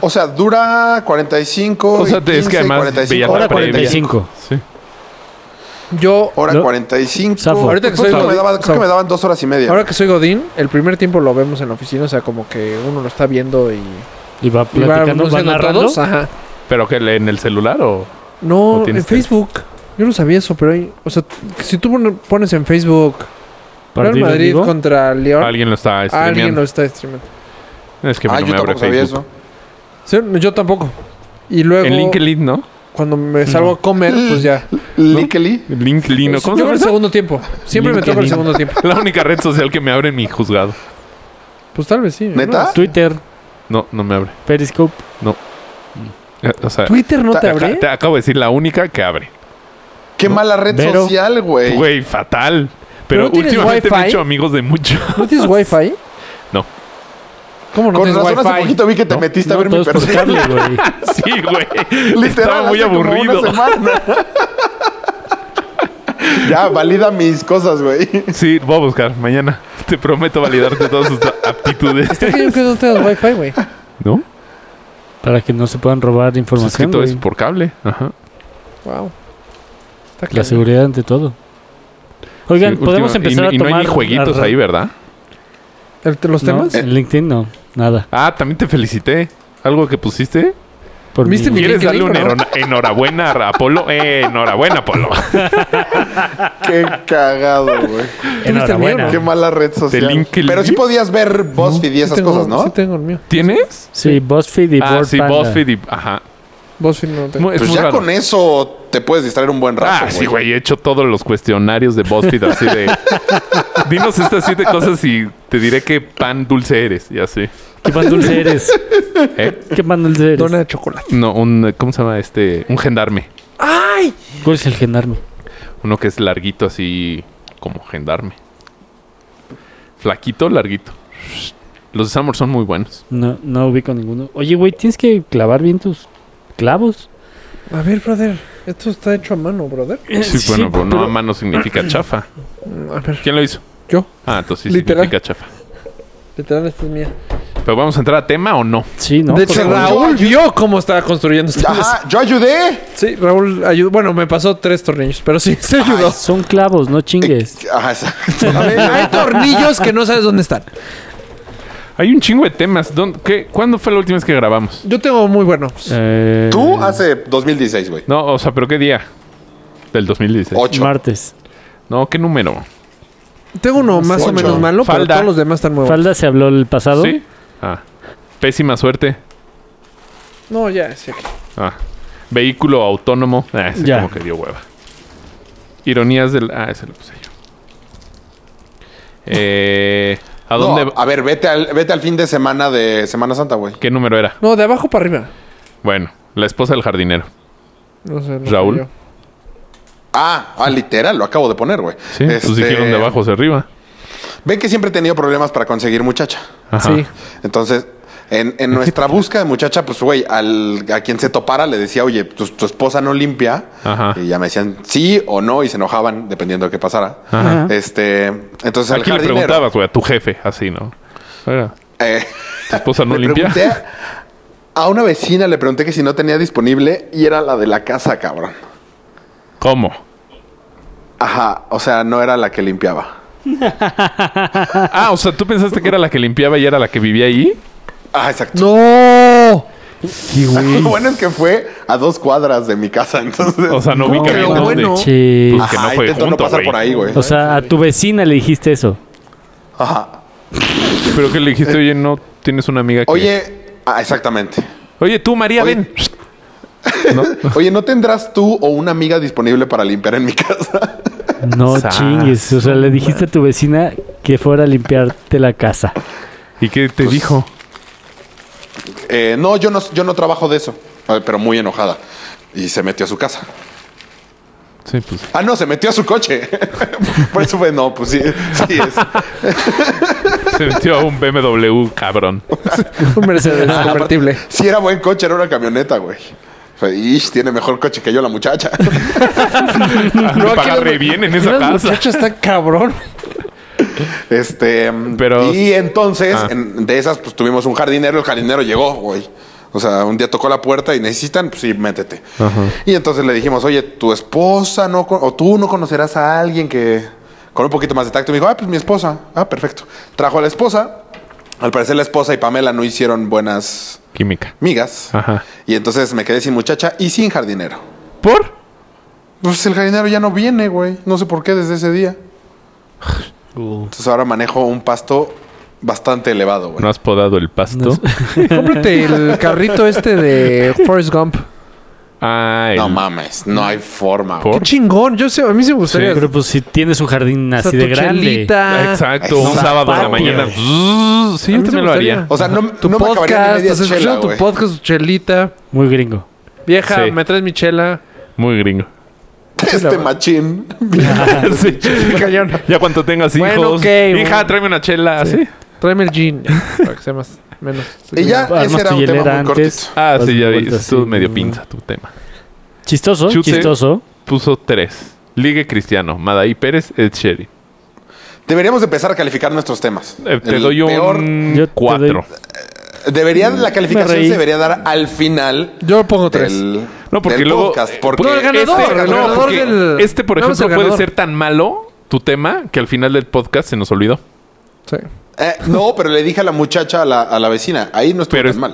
Speaker 1: O sea, dura 45.
Speaker 4: O sea,
Speaker 1: y
Speaker 4: te- es
Speaker 1: 15,
Speaker 4: que además
Speaker 1: 45,
Speaker 4: veías
Speaker 2: hora
Speaker 4: la previa.
Speaker 2: 45.
Speaker 4: Sí.
Speaker 3: Yo
Speaker 1: Hora
Speaker 2: No.
Speaker 1: 45.
Speaker 2: Zafo.
Speaker 3: Ahorita que
Speaker 1: Pues,
Speaker 3: soy-
Speaker 1: me daba- creo que
Speaker 3: Zafo.
Speaker 1: me daban dos horas y media.
Speaker 3: Ahora que soy Godín, el primer tiempo lo vemos en la oficina, o sea, como que uno lo está viendo y,
Speaker 2: Y va
Speaker 3: y va
Speaker 2: platicando, va
Speaker 3: anunciando
Speaker 2: narrando.
Speaker 3: todos. Ajá.
Speaker 4: ¿Pero que en el celular o...? ¿O
Speaker 3: No, en
Speaker 4: tienes que-
Speaker 3: Facebook. Yo no sabía eso, pero hay, o sea, si tú pon- pones en Facebook Real
Speaker 2: Partido en
Speaker 3: Madrid
Speaker 2: vivo.
Speaker 3: contra León, alguien,
Speaker 4: Alguien lo está
Speaker 3: lo
Speaker 4: streameando.
Speaker 3: está streamando.
Speaker 4: Es que a mí
Speaker 1: ah,
Speaker 4: no
Speaker 1: yo
Speaker 4: me abre
Speaker 1: tampoco sabía eso.
Speaker 4: Facebook.
Speaker 3: Sí, no, yo tampoco. Y luego
Speaker 4: En LinkedIn, ¿no?
Speaker 3: cuando me salgo a comer, pues ya.
Speaker 1: Likely.
Speaker 4: LinkedIn, ¿no? ¿cómo se
Speaker 3: yo veo
Speaker 4: llama
Speaker 3: el
Speaker 4: esa?
Speaker 3: segundo tiempo. Siempre me toca el
Speaker 4: LinkedIn.
Speaker 3: segundo tiempo.
Speaker 4: La única red social que me abre en mi juzgado.
Speaker 3: Pues tal vez sí. ¿no?
Speaker 1: ¿Neta?
Speaker 2: Twitter,
Speaker 4: No, no me abre.
Speaker 2: Periscope.
Speaker 4: Eh, O sea,
Speaker 3: Twitter no te
Speaker 4: te,
Speaker 3: abre.
Speaker 4: aca- te acabo de decir la única que abre.
Speaker 1: Qué mala red
Speaker 2: Pero-
Speaker 1: social, güey.
Speaker 4: Güey, fatal.
Speaker 3: ¿Pero
Speaker 4: Pero
Speaker 3: no tienes
Speaker 4: últimamente me he
Speaker 3: Wi-Fi?
Speaker 4: hecho amigos de mucho.
Speaker 3: ¿No tienes wifi?
Speaker 4: No.
Speaker 3: ¿Cómo no
Speaker 1: Con
Speaker 3: tienes
Speaker 1: razón hace
Speaker 3: wifi?
Speaker 1: poquito vi que te
Speaker 4: No,
Speaker 1: metiste a
Speaker 2: No,
Speaker 1: ver mi
Speaker 2: todos por
Speaker 1: perfil.
Speaker 2: cable, güey.
Speaker 4: Sí, güey.
Speaker 1: Literal,
Speaker 4: Estaba muy
Speaker 1: hace como una
Speaker 4: aburrido.
Speaker 1: semana. ya, valida mis cosas, güey.
Speaker 4: Sí, voy a buscar mañana. Te prometo validarte todas tus aptitudes.
Speaker 3: Está cañón que no tengas wifi, güey.
Speaker 4: ¿No?
Speaker 2: Para que no se puedan robar
Speaker 4: Pues es que
Speaker 2: información.
Speaker 4: todo es
Speaker 2: güey.
Speaker 4: por cable. Ajá.
Speaker 3: Wow. Está
Speaker 2: La
Speaker 3: cañón.
Speaker 2: seguridad ante todo. Oigan,
Speaker 4: Sí,
Speaker 2: podemos
Speaker 4: última- y
Speaker 2: empezar
Speaker 4: no-
Speaker 2: a tomar.
Speaker 4: Y no hay ni jueguitos
Speaker 2: a-
Speaker 4: ahí, ¿verdad?
Speaker 3: ¿El- ¿Los
Speaker 2: No,
Speaker 3: temas?
Speaker 2: en LinkedIn no, nada.
Speaker 4: Ah, también te felicité. ¿Algo que pusiste?
Speaker 2: Por
Speaker 3: ¿Viste
Speaker 2: mi-
Speaker 3: mi-
Speaker 4: ¿Quieres darle
Speaker 3: LinkedIn,
Speaker 4: una
Speaker 3: ¿no?
Speaker 4: enhora- enhorabuena a Apolo? Eh, enhorabuena, Apolo.
Speaker 1: Qué cagado, güey.
Speaker 2: Enhorabuena.
Speaker 3: mío,
Speaker 1: Qué mala red social.
Speaker 4: LinkedIn.
Speaker 1: Pero sí podías ver BuzzFeed y
Speaker 3: Sí
Speaker 1: esas
Speaker 3: tengo-
Speaker 1: cosas, ¿no?
Speaker 3: Sí tengo el mío.
Speaker 4: ¿Tienes?
Speaker 2: Sí, BuzzFeed y
Speaker 4: Ah,
Speaker 2: Board
Speaker 4: sí,
Speaker 2: Panda.
Speaker 4: BuzzFeed y... Ajá.
Speaker 3: BuzzFeed no lo tengo.
Speaker 4: Mu- es
Speaker 1: pues
Speaker 4: muy
Speaker 1: ya
Speaker 4: raro.
Speaker 1: con eso te puedes distraer un buen rato.
Speaker 4: Ah, sí, güey. He hecho todos los cuestionarios de BuzzFeed así de... Dinos estas siete cosas y te diré qué pan dulce eres. Y así.
Speaker 2: ¿Qué pan dulce eres?
Speaker 4: ¿Eh?
Speaker 2: ¿Qué pan dulce eres?
Speaker 3: Dona de chocolate.
Speaker 4: No, un... ¿Cómo se llama este? Un gendarme.
Speaker 3: ¡Ay!
Speaker 2: ¿Cuál es el gendarme?
Speaker 4: Uno que es larguito así como gendarme. Flaquito, larguito. Los de Samur son muy buenos.
Speaker 2: No, no ubico ninguno. Oye, güey, tienes que clavar bien tus clavos.
Speaker 3: A ver, brother. Esto está hecho a mano, brother.
Speaker 4: Sí, bueno, pero no, a mano significa chafa.
Speaker 3: Mm, A ver.
Speaker 4: ¿Quién lo hizo?
Speaker 3: Yo.
Speaker 4: Ah, entonces sí
Speaker 3: Literal.
Speaker 4: significa chafa.
Speaker 3: Literal, esta es mía.
Speaker 4: Pero vamos a entrar a tema o no.
Speaker 2: Sí, ¿no? pues,
Speaker 3: de hecho,
Speaker 2: Porque-
Speaker 3: Raúl vio cómo estaba construyendo esta mesa.
Speaker 1: Ajá, yo ayudé.
Speaker 3: Sí, Raúl ayudó. Bueno, me pasó tres tornillos, pero sí, se ayudó.
Speaker 2: Son clavos, no chingues.
Speaker 1: Ajá, exacto.
Speaker 3: A ver, hay tornillos que no sabes dónde están.
Speaker 4: Hay un chingo de temas. ¿Dónde- qué- ¿Cuándo fue la última vez que grabamos?
Speaker 3: Yo tengo muy buenos.
Speaker 2: Eh,
Speaker 1: Tú hace 2016, güey.
Speaker 4: No, o sea, ¿pero qué día? Del 2016.
Speaker 1: Ocho.
Speaker 2: Martes.
Speaker 4: No, ¿qué número?
Speaker 3: Tengo uno más o
Speaker 1: Ocho.
Speaker 3: menos malo, pero
Speaker 4: Falda.
Speaker 3: todos los demás están muy buenos.
Speaker 2: Falda se habló el pasado.
Speaker 4: ¿Sí? Ah. Pésima suerte.
Speaker 3: No, ya, sí.
Speaker 4: Ah. Vehículo autónomo. Ah, ese
Speaker 2: Ya.
Speaker 4: como que dio hueva. Ironías del... Ah, ese lo puse yo. Eh, ¿A
Speaker 1: No,
Speaker 4: dónde...?
Speaker 1: a ver, vete al, vete al fin de semana de Semana Santa, güey.
Speaker 4: ¿Qué número era?
Speaker 3: No, de abajo para arriba.
Speaker 4: Bueno, la esposa del jardinero.
Speaker 3: No sé, no sé
Speaker 4: Raúl.
Speaker 3: yo.
Speaker 1: Ah, ah, literal, lo acabo de poner, güey.
Speaker 4: Sí, pues
Speaker 1: Este,
Speaker 4: dijeron de abajo hacia arriba.
Speaker 1: Ven que siempre he tenido problemas para conseguir muchacha.
Speaker 4: Ajá.
Speaker 3: Sí.
Speaker 1: Entonces, en, en nuestra búsqueda de muchacha, pues, güey, al- a quien se topara le decía, oye, tu, tu esposa no limpia.
Speaker 4: Ajá.
Speaker 1: Y ya me decían sí o no y se enojaban, dependiendo de qué pasara.
Speaker 4: Ajá.
Speaker 1: Este, entonces al
Speaker 4: Aquí le
Speaker 1: jardinero...
Speaker 4: preguntabas, güey, a tu jefe, así, ¿no? Oiga,
Speaker 1: eh,
Speaker 4: tu esposa no
Speaker 1: le
Speaker 4: limpia.
Speaker 1: pregunté a- a una vecina le pregunté que si no tenía disponible y era la de la casa, cabrón.
Speaker 4: ¿Cómo?
Speaker 1: Ajá, o sea, no era la que limpiaba.
Speaker 4: Ah, o sea, tú pensaste que era la que limpiaba y era la que vivía ahí.
Speaker 1: Ah, exacto.
Speaker 3: ¡No!
Speaker 1: Lo bueno es que fue a dos cuadras de mi casa, entonces.
Speaker 4: O sea, no vi que
Speaker 3: Pero
Speaker 4: había
Speaker 3: bueno.
Speaker 4: dónde.
Speaker 2: Sí.
Speaker 4: Pues que no
Speaker 1: Ajá,
Speaker 4: fue
Speaker 1: intento no
Speaker 4: junto,
Speaker 1: pasar
Speaker 4: güey.
Speaker 1: por ahí, güey.
Speaker 2: O sea, a tu vecina le dijiste eso.
Speaker 1: Ajá.
Speaker 4: Pero que le dijiste, oye, no tienes una amiga que.
Speaker 1: Oye, ah, exactamente.
Speaker 4: Oye, tú, María,
Speaker 1: Oye.
Speaker 4: ven.
Speaker 1: Oye, ¿no tendrás tú o una amiga disponible para limpiar en mi casa?
Speaker 2: No
Speaker 4: Sas.
Speaker 2: chingues. O sea, le dijiste a tu vecina que fuera a limpiarte la casa.
Speaker 4: ¿Y qué
Speaker 1: Pues,
Speaker 4: te dijo?
Speaker 1: Eh, no, yo no, yo no trabajo de eso. Ay, Pero muy enojada. Y se metió a su casa.
Speaker 4: Sí, pues.
Speaker 1: Ah, no, se metió a su coche. Por eso fue, no, pues sí, sí es.
Speaker 4: Se metió a un BMW, cabrón.
Speaker 3: Un Mercedes
Speaker 4: Ah,
Speaker 3: convertible.
Speaker 1: Sí era buen coche, era una camioneta, güey. Fue, Ish, tiene mejor coche que yo la muchacha.
Speaker 4: Ah, No, paga re bien en esa
Speaker 3: El
Speaker 4: casa.
Speaker 3: muchacho está cabrón.
Speaker 1: Este, mm,
Speaker 4: Pero-
Speaker 1: y entonces,
Speaker 4: Ah.
Speaker 1: en- de esas, pues tuvimos un jardinero, el jardinero llegó, güey. O sea, un día tocó la puerta y necesitan, pues sí, métete. Y entonces le dijimos, oye, tu esposa no, con- o tú no conocerás a alguien que, con un poquito más de tacto. Y me dijo, ah, pues mi esposa. Ah, perfecto. Trajo a la esposa. Al parecer la esposa y Pamela no hicieron buenas
Speaker 4: Química.
Speaker 1: migas.
Speaker 4: Ajá.
Speaker 1: Y entonces me quedé sin muchacha y sin jardinero.
Speaker 4: ¿Por?
Speaker 1: Pues el jardinero ya no viene, güey. No sé por qué desde ese día. Entonces ahora manejo un pasto bastante elevado, güey.
Speaker 4: No has podado el pasto.
Speaker 3: Cómprate el carrito este de Forrest Gump.
Speaker 4: Ah, el-
Speaker 1: No mames, no hay forma.
Speaker 4: ¿Por?
Speaker 3: Qué chingón. Yo sé, a mí se me gustaría.
Speaker 2: Pero pues si tienes un jardín
Speaker 3: o sea,
Speaker 2: así
Speaker 3: tu
Speaker 2: de grande.
Speaker 3: chelita.
Speaker 4: Exacto, un
Speaker 1: Exacto.
Speaker 4: sábado a la mañana. Sí,
Speaker 3: A
Speaker 4: yo
Speaker 3: mí se me
Speaker 4: también lo
Speaker 3: gustaría.
Speaker 4: haría.
Speaker 1: O sea, no,
Speaker 3: Tu
Speaker 1: no me acabaría ni
Speaker 3: podcast.
Speaker 1: media
Speaker 3: Estás
Speaker 1: chela,
Speaker 3: escuchando tu
Speaker 1: güey.
Speaker 3: podcast, tu chelita.
Speaker 2: Muy gringo.
Speaker 3: Vieja,
Speaker 4: Sí.
Speaker 3: me traes mi chela.
Speaker 4: Muy gringo.
Speaker 1: Este machín.
Speaker 4: Sí.
Speaker 3: Cañón.
Speaker 4: Ya cuando tengas hijos.
Speaker 3: Bueno, ok,
Speaker 4: Hija,
Speaker 3: bueno.
Speaker 4: tráeme una chela. ¿sí?
Speaker 3: Tráeme el gin. Para que sea más, menos.
Speaker 1: Y ya,
Speaker 2: Armas
Speaker 1: ese era
Speaker 2: tu
Speaker 1: un tema muy
Speaker 2: hielera
Speaker 1: cortito.
Speaker 2: antes.
Speaker 4: Ah,
Speaker 2: Vas
Speaker 4: sí, ya
Speaker 2: de
Speaker 4: vi.
Speaker 2: vuelta,
Speaker 4: Estuvo
Speaker 2: sí.
Speaker 4: medio pinza tu tema.
Speaker 2: Chistoso,
Speaker 4: Chute.
Speaker 2: chistoso.
Speaker 4: Puso tres. Ligue Cristiano, Madaí Pérez, Ed Sherry.
Speaker 1: Deberíamos empezar a calificar nuestros temas.
Speaker 4: Eh, te
Speaker 1: El
Speaker 4: doy un
Speaker 1: peor-
Speaker 2: Yo te
Speaker 4: cuatro.
Speaker 1: Debería, la calificación
Speaker 2: reí.
Speaker 1: se debería dar al final
Speaker 3: Yo pongo tres.
Speaker 1: del,
Speaker 4: No, porque
Speaker 1: del
Speaker 4: luego-
Speaker 1: podcast.
Speaker 4: eh,
Speaker 1: Porque
Speaker 3: no, el ganador,
Speaker 4: Este,
Speaker 3: el
Speaker 4: no,
Speaker 3: ganador
Speaker 4: porque
Speaker 3: del-
Speaker 4: este, por
Speaker 3: Vamos
Speaker 4: ejemplo,
Speaker 3: al
Speaker 4: puede
Speaker 3: ganador.
Speaker 4: ser tan malo tu tema que al final del podcast se nos olvidó.
Speaker 3: Sí.
Speaker 1: eh, no, pero le dije a la muchacha, a la, a la vecina, ahí no estuvo
Speaker 4: Pero
Speaker 1: tan
Speaker 4: es-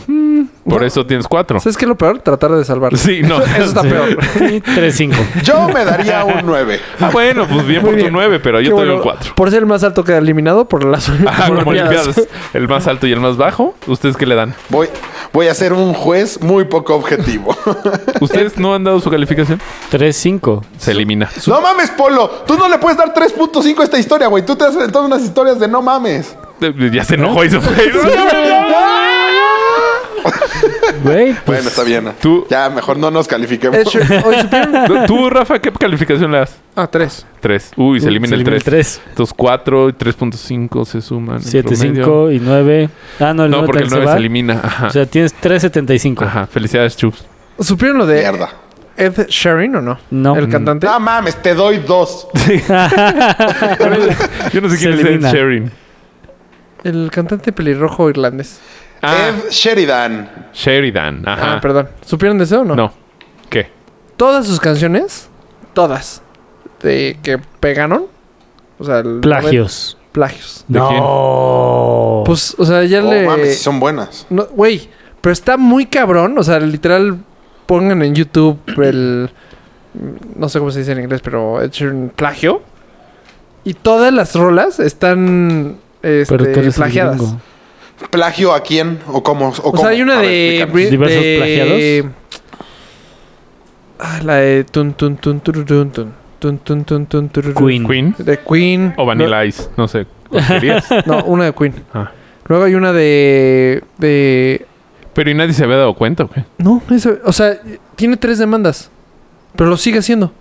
Speaker 1: mal.
Speaker 4: Por eso tienes cuatro.
Speaker 3: ¿Sabes qué es lo peor? Tratar de salvar.
Speaker 4: Sí, no.
Speaker 3: Eso está
Speaker 4: Sí.
Speaker 3: peor.
Speaker 2: Y 3-5.
Speaker 1: Yo me daría un 9.
Speaker 4: Ah, bueno, pues bien por tu
Speaker 3: bien.
Speaker 4: nueve, pero yo
Speaker 3: Qué
Speaker 4: te doy
Speaker 3: bueno,
Speaker 4: un cuatro.
Speaker 3: Por ser el más alto queda eliminado por las
Speaker 4: Ajá, como Olimpiadas. El más alto y el más bajo. ¿Ustedes qué le dan?
Speaker 1: Voy, voy a ser un juez muy poco objetivo.
Speaker 4: ¿Ustedes no han dado su calificación?
Speaker 2: 3-5.
Speaker 4: Se elimina.
Speaker 1: No mames, Polo. Tú no le puedes dar 3.5 a esta historia, güey. Tú te has inventado unas historias de no mames.
Speaker 3: Pues,
Speaker 4: Ya se enojó y se fue.
Speaker 2: Güey, pues
Speaker 1: Bueno, está bien.
Speaker 4: tú-
Speaker 1: Ya, mejor no nos califiquemos.
Speaker 3: De hecho, hoy supieron.
Speaker 4: Tú, Rafa, ¿qué calificación le das?
Speaker 3: Ah, tres.
Speaker 4: Tres. Uy, se elimina
Speaker 2: se
Speaker 4: el
Speaker 2: elimina el
Speaker 4: 3.
Speaker 2: tres.
Speaker 4: Entonces 4 y 3.5 se suman. en
Speaker 2: 7,
Speaker 4: promedio.
Speaker 2: 5 y 9. Ah, no, el
Speaker 4: No,
Speaker 2: 9
Speaker 4: porque el 9 se
Speaker 2: va.
Speaker 4: elimina. Ajá.
Speaker 2: O sea, tienes 3.75.
Speaker 4: Ajá. Felicidades, Chups.
Speaker 3: ¿Supieron lo de
Speaker 1: Mierda. Ah.
Speaker 3: Ed Sheeran o no?
Speaker 2: No. Mm.
Speaker 3: El cantante.
Speaker 1: No mames, te doy dos.
Speaker 4: Yo no sé
Speaker 2: Se
Speaker 4: quién es Ed
Speaker 2: elimina.
Speaker 4: Sheeran.
Speaker 3: El cantante pelirrojo irlandés.
Speaker 4: Ah,
Speaker 1: Ed Sheridan.
Speaker 4: Sheridan. Ajá.
Speaker 3: Ah, perdón. ¿Supieron de eso o no?
Speaker 4: No. ¿Qué?
Speaker 3: Todas sus canciones, todas, de que pegaron, o sea, el-
Speaker 2: Plagios.
Speaker 3: plagios.
Speaker 4: ¿De quién?
Speaker 2: no.
Speaker 3: Pues, o sea, ya
Speaker 1: Oh,
Speaker 3: le...
Speaker 1: mames, sí son buenas.
Speaker 3: No, güey, pero está muy cabrón. O sea, literal, pongan en YouTube el. No sé cómo se dice en inglés, pero Ed Sheeran plagio. Y todas las rolas están este,
Speaker 2: Pero tú eres el
Speaker 3: plagiadas.
Speaker 2: gringo.
Speaker 1: ¿Plagio a quién? ¿O cómo? ¿O
Speaker 3: O sea, hay una de. Bri-
Speaker 2: ¿Diversos
Speaker 3: de-
Speaker 2: plagiados?
Speaker 3: Ah, la de. Tun, tun, tun, tururun, tun, tun, tun, tun, tun, tururun.
Speaker 2: Queen.
Speaker 4: ¿Queen?
Speaker 3: De Queen.
Speaker 4: O Vanilla Ice. No sé. porquerías.
Speaker 3: No, una de Queen.
Speaker 4: Ah.
Speaker 3: Luego hay una de. de
Speaker 4: Pero y nadie se había dado cuenta, ¿o qué?
Speaker 3: No, eso- o sea, tiene tres demandas, pero lo sigue haciendo.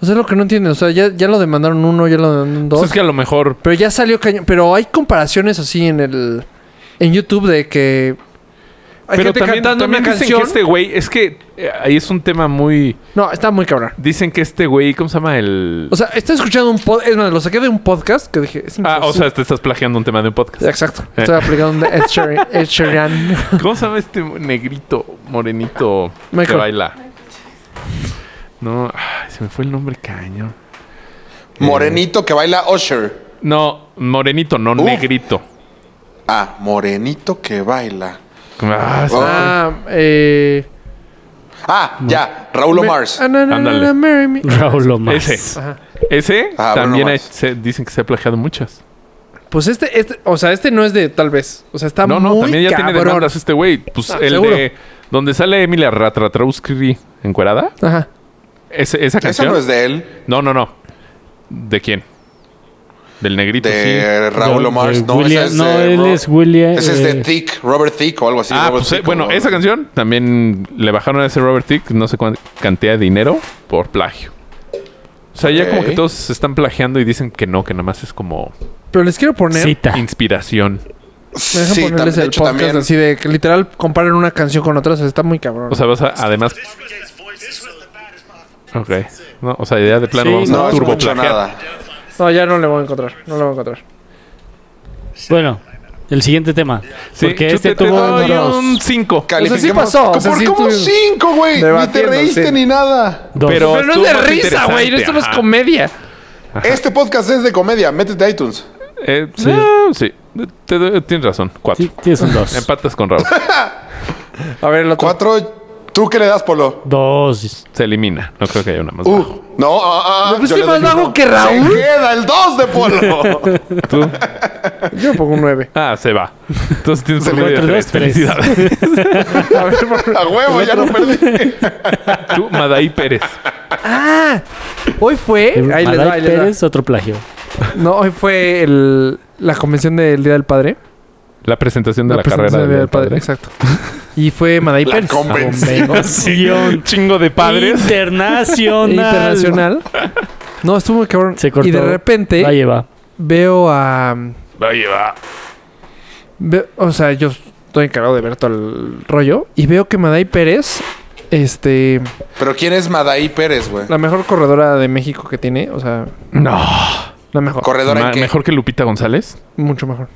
Speaker 3: O sea, es lo que no entienden. O sea, ya, ya lo demandaron uno, ya lo demandaron dos.
Speaker 4: Pues es que a lo mejor.
Speaker 3: Pero ya salió cañón. Pero hay comparaciones así en el. En YouTube de que. Hay
Speaker 4: pero
Speaker 3: gente
Speaker 4: también,
Speaker 3: cantando
Speaker 4: también
Speaker 3: una
Speaker 4: dicen
Speaker 3: canción.
Speaker 4: que este güey. Es que eh, ahí es un tema muy.
Speaker 3: No, está muy cabrón.
Speaker 4: Dicen que este güey. ¿Cómo se llama el.?
Speaker 3: O sea, está escuchando un podcast. Es más, lo saqué de un podcast que dije. es
Speaker 4: ah, o eh.
Speaker 3: imposible.
Speaker 4: sea, te estás plagiando un tema de un podcast.
Speaker 3: Exacto. Estoy aplicando un de Ed Sheeran- Ed Sheeran.
Speaker 4: ¿Cómo se llama este negrito, morenito que
Speaker 3: Michael.
Speaker 4: baila? No, ay, se me fue el nombre caño.
Speaker 1: Morenito que baila Usher.
Speaker 4: No, morenito, no
Speaker 1: Uf.
Speaker 4: negrito.
Speaker 1: Ah, Morenito que baila.
Speaker 4: Ah,
Speaker 1: Oh.
Speaker 4: se-
Speaker 3: Ah, eh.
Speaker 1: Ah, ya. Raúl Omar.
Speaker 3: Ah, na, na, na, na,
Speaker 4: Ándale.
Speaker 3: marry me.
Speaker 2: Raúl Omar.
Speaker 4: Ese.
Speaker 3: Ajá.
Speaker 4: Ese
Speaker 1: Ah, Bruno
Speaker 4: también hay-
Speaker 1: Mars.
Speaker 4: se- dicen que se ha plagiado muchas.
Speaker 3: Pues este, este, o sea, este no es de tal vez. O sea, está
Speaker 4: no, no,
Speaker 3: Ah, muy
Speaker 4: también ya tiene
Speaker 3: cabrón.
Speaker 4: demandas este güey. Pues
Speaker 3: Ah,
Speaker 4: el
Speaker 3: seguro.
Speaker 4: de donde sale Emilia Ratratrauskri encuerada.
Speaker 3: Ajá.
Speaker 4: Ese- esa
Speaker 1: Esa
Speaker 4: canción.
Speaker 1: no es de él.
Speaker 4: no, no, no. ¿De quién? Del negrito, sí.
Speaker 1: De Raúl
Speaker 2: De-
Speaker 1: Omar.
Speaker 2: de
Speaker 1: No, esa
Speaker 2: William-
Speaker 1: es
Speaker 2: no,
Speaker 1: de
Speaker 2: él
Speaker 1: Ro-
Speaker 2: es William,
Speaker 1: Ese es
Speaker 2: eh,
Speaker 1: de Thick, Robert Thick o algo así.
Speaker 4: ah,
Speaker 1: Robert
Speaker 4: pues eh,
Speaker 1: Thicke,
Speaker 4: bueno,
Speaker 1: o-
Speaker 4: esa canción también le bajaron a ese Robert Tick no sé cuánta cantidad de dinero por plagio. O sea, ya como
Speaker 1: Ok.
Speaker 4: que todos se están plagiando y dicen que no, que nada más es como
Speaker 3: Pero les quiero poner.
Speaker 2: Cita.
Speaker 4: inspiración.
Speaker 3: Me dejan
Speaker 1: Sí,
Speaker 3: ponerles
Speaker 1: tam- de
Speaker 3: el
Speaker 1: hecho
Speaker 3: podcast
Speaker 1: también.
Speaker 3: así de que literal comparan una canción con otra. O sea, está muy cabrón.
Speaker 4: O sea, vas a, además. Ok. No, o sea, ya de plano
Speaker 2: Sí,
Speaker 4: vamos
Speaker 1: No
Speaker 4: a
Speaker 1: escucho
Speaker 4: turboplagiar.
Speaker 1: nada.
Speaker 3: no, ya no le voy a encontrar. No le voy a encontrar.
Speaker 2: Bueno, el siguiente tema.
Speaker 4: Sí,
Speaker 2: porque
Speaker 4: yo
Speaker 2: este
Speaker 4: te, te
Speaker 2: tuvo
Speaker 4: doy
Speaker 2: unos
Speaker 4: un 5.
Speaker 1: Califiquemos-
Speaker 3: pasó, o sea,
Speaker 1: ¿Por
Speaker 3: sí
Speaker 1: cómo
Speaker 3: estuve
Speaker 1: cinco, güey? Ni te
Speaker 3: debatiendo,
Speaker 1: reíste
Speaker 3: sí.
Speaker 1: ni nada.
Speaker 2: dos.
Speaker 4: Pero-
Speaker 3: Pero no
Speaker 4: estuvo
Speaker 3: es de
Speaker 4: más
Speaker 3: risa, güey.
Speaker 4: interesante,
Speaker 3: Esto no es
Speaker 4: ajá.
Speaker 3: comedia.
Speaker 1: Este podcast es de comedia. Métete a iTunes.
Speaker 4: Eh,
Speaker 2: Sí.
Speaker 4: no, sí. Te doy- tienes razón. 4.
Speaker 2: Sí, tienes un dos.
Speaker 4: Empatas con Raúl.
Speaker 3: A ver, el otro.
Speaker 1: Cuatro. ¿Tú qué le das, Polo?
Speaker 2: dos.
Speaker 4: Se elimina. No creo que haya una más.
Speaker 1: Uh,
Speaker 4: baja.
Speaker 1: no, ah, ah,
Speaker 3: ¿Le
Speaker 1: ah,
Speaker 3: pusiste
Speaker 1: yo le doy
Speaker 3: más
Speaker 1: uno.
Speaker 3: bajo que Raúl?
Speaker 1: Se queda el dos de Polo.
Speaker 4: ¿Tú?
Speaker 3: Yo le pongo un 9.
Speaker 4: Ah, se va. Entonces tienes
Speaker 1: Se
Speaker 4: un
Speaker 1: le
Speaker 4: medio de
Speaker 2: encuentro
Speaker 4: tres.
Speaker 2: dos, tres.
Speaker 4: Felicidades.
Speaker 3: A ver, por-
Speaker 1: a huevo, ya no perdí.
Speaker 4: Tú, Madaí Pérez.
Speaker 3: Ah, hoy fue. Ahí les va,
Speaker 2: Maday
Speaker 3: ahí les va.
Speaker 2: Pérez, otro plagio.
Speaker 3: No, hoy fue el- la convención del Día del Padre.
Speaker 4: La presentación de la,
Speaker 3: presentación
Speaker 4: carrera
Speaker 3: del Día del Padre. Exacto. Y fue Maday
Speaker 1: La
Speaker 3: Pérez.
Speaker 1: convención.
Speaker 4: Un chingo de Ah, padres.
Speaker 2: Internacional.
Speaker 3: E Internacional. No, estuvo muy cabrón.
Speaker 2: Se cortó.
Speaker 3: Y de repente
Speaker 2: La lleva.
Speaker 3: veo a.
Speaker 4: Oye, va.
Speaker 3: Ve- o sea, yo estoy encargado de ver todo el rollo y veo que Maday Pérez, este,
Speaker 1: Pero ¿quién es Madaí Pérez, güey?
Speaker 3: la mejor corredora de México que tiene, o sea,
Speaker 4: No.
Speaker 3: la mejor,
Speaker 1: Corredora en
Speaker 4: Ma-
Speaker 1: qué?
Speaker 4: Mejor que Lupita González.
Speaker 3: mucho mejor.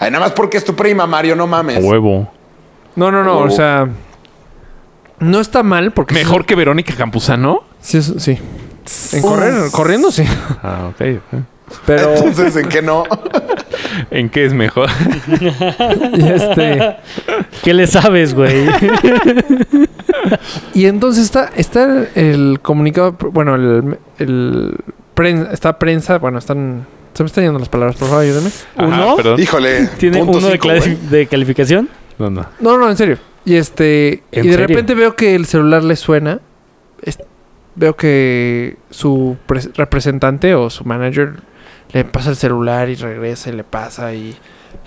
Speaker 1: Ay, nada más porque es tu prima, Mario, no mames.
Speaker 4: Huevo.
Speaker 3: No, no, no,
Speaker 1: Oh.
Speaker 3: o sea, no está mal porque
Speaker 4: Mejor que Verónica Campuzano.
Speaker 3: sí, es- sí. En correr, corriendo sí,
Speaker 4: Ah, ok.
Speaker 3: pero
Speaker 1: Entonces, ¿en qué no?
Speaker 4: ¿En qué es mejor?
Speaker 3: y este
Speaker 2: ¿Qué le sabes, güey?
Speaker 3: y entonces está está el comunicado, bueno, el, el prensa, está prensa, bueno, están se me están yendo las palabras, por favor, ayúdame.
Speaker 2: ¿Uno?
Speaker 4: perdón.
Speaker 1: Híjole.
Speaker 2: ¿Tiene
Speaker 1: punto
Speaker 2: uno de,
Speaker 1: cinco,
Speaker 2: clasi-
Speaker 1: güey.
Speaker 2: de calificación?
Speaker 4: No, no.
Speaker 3: No, no, en serio. Y este.
Speaker 2: ¿En
Speaker 3: y de
Speaker 2: serio?
Speaker 3: repente veo que el celular le suena. Es- veo que su pres- representante o su manager le pasa el celular y regresa y le pasa. Y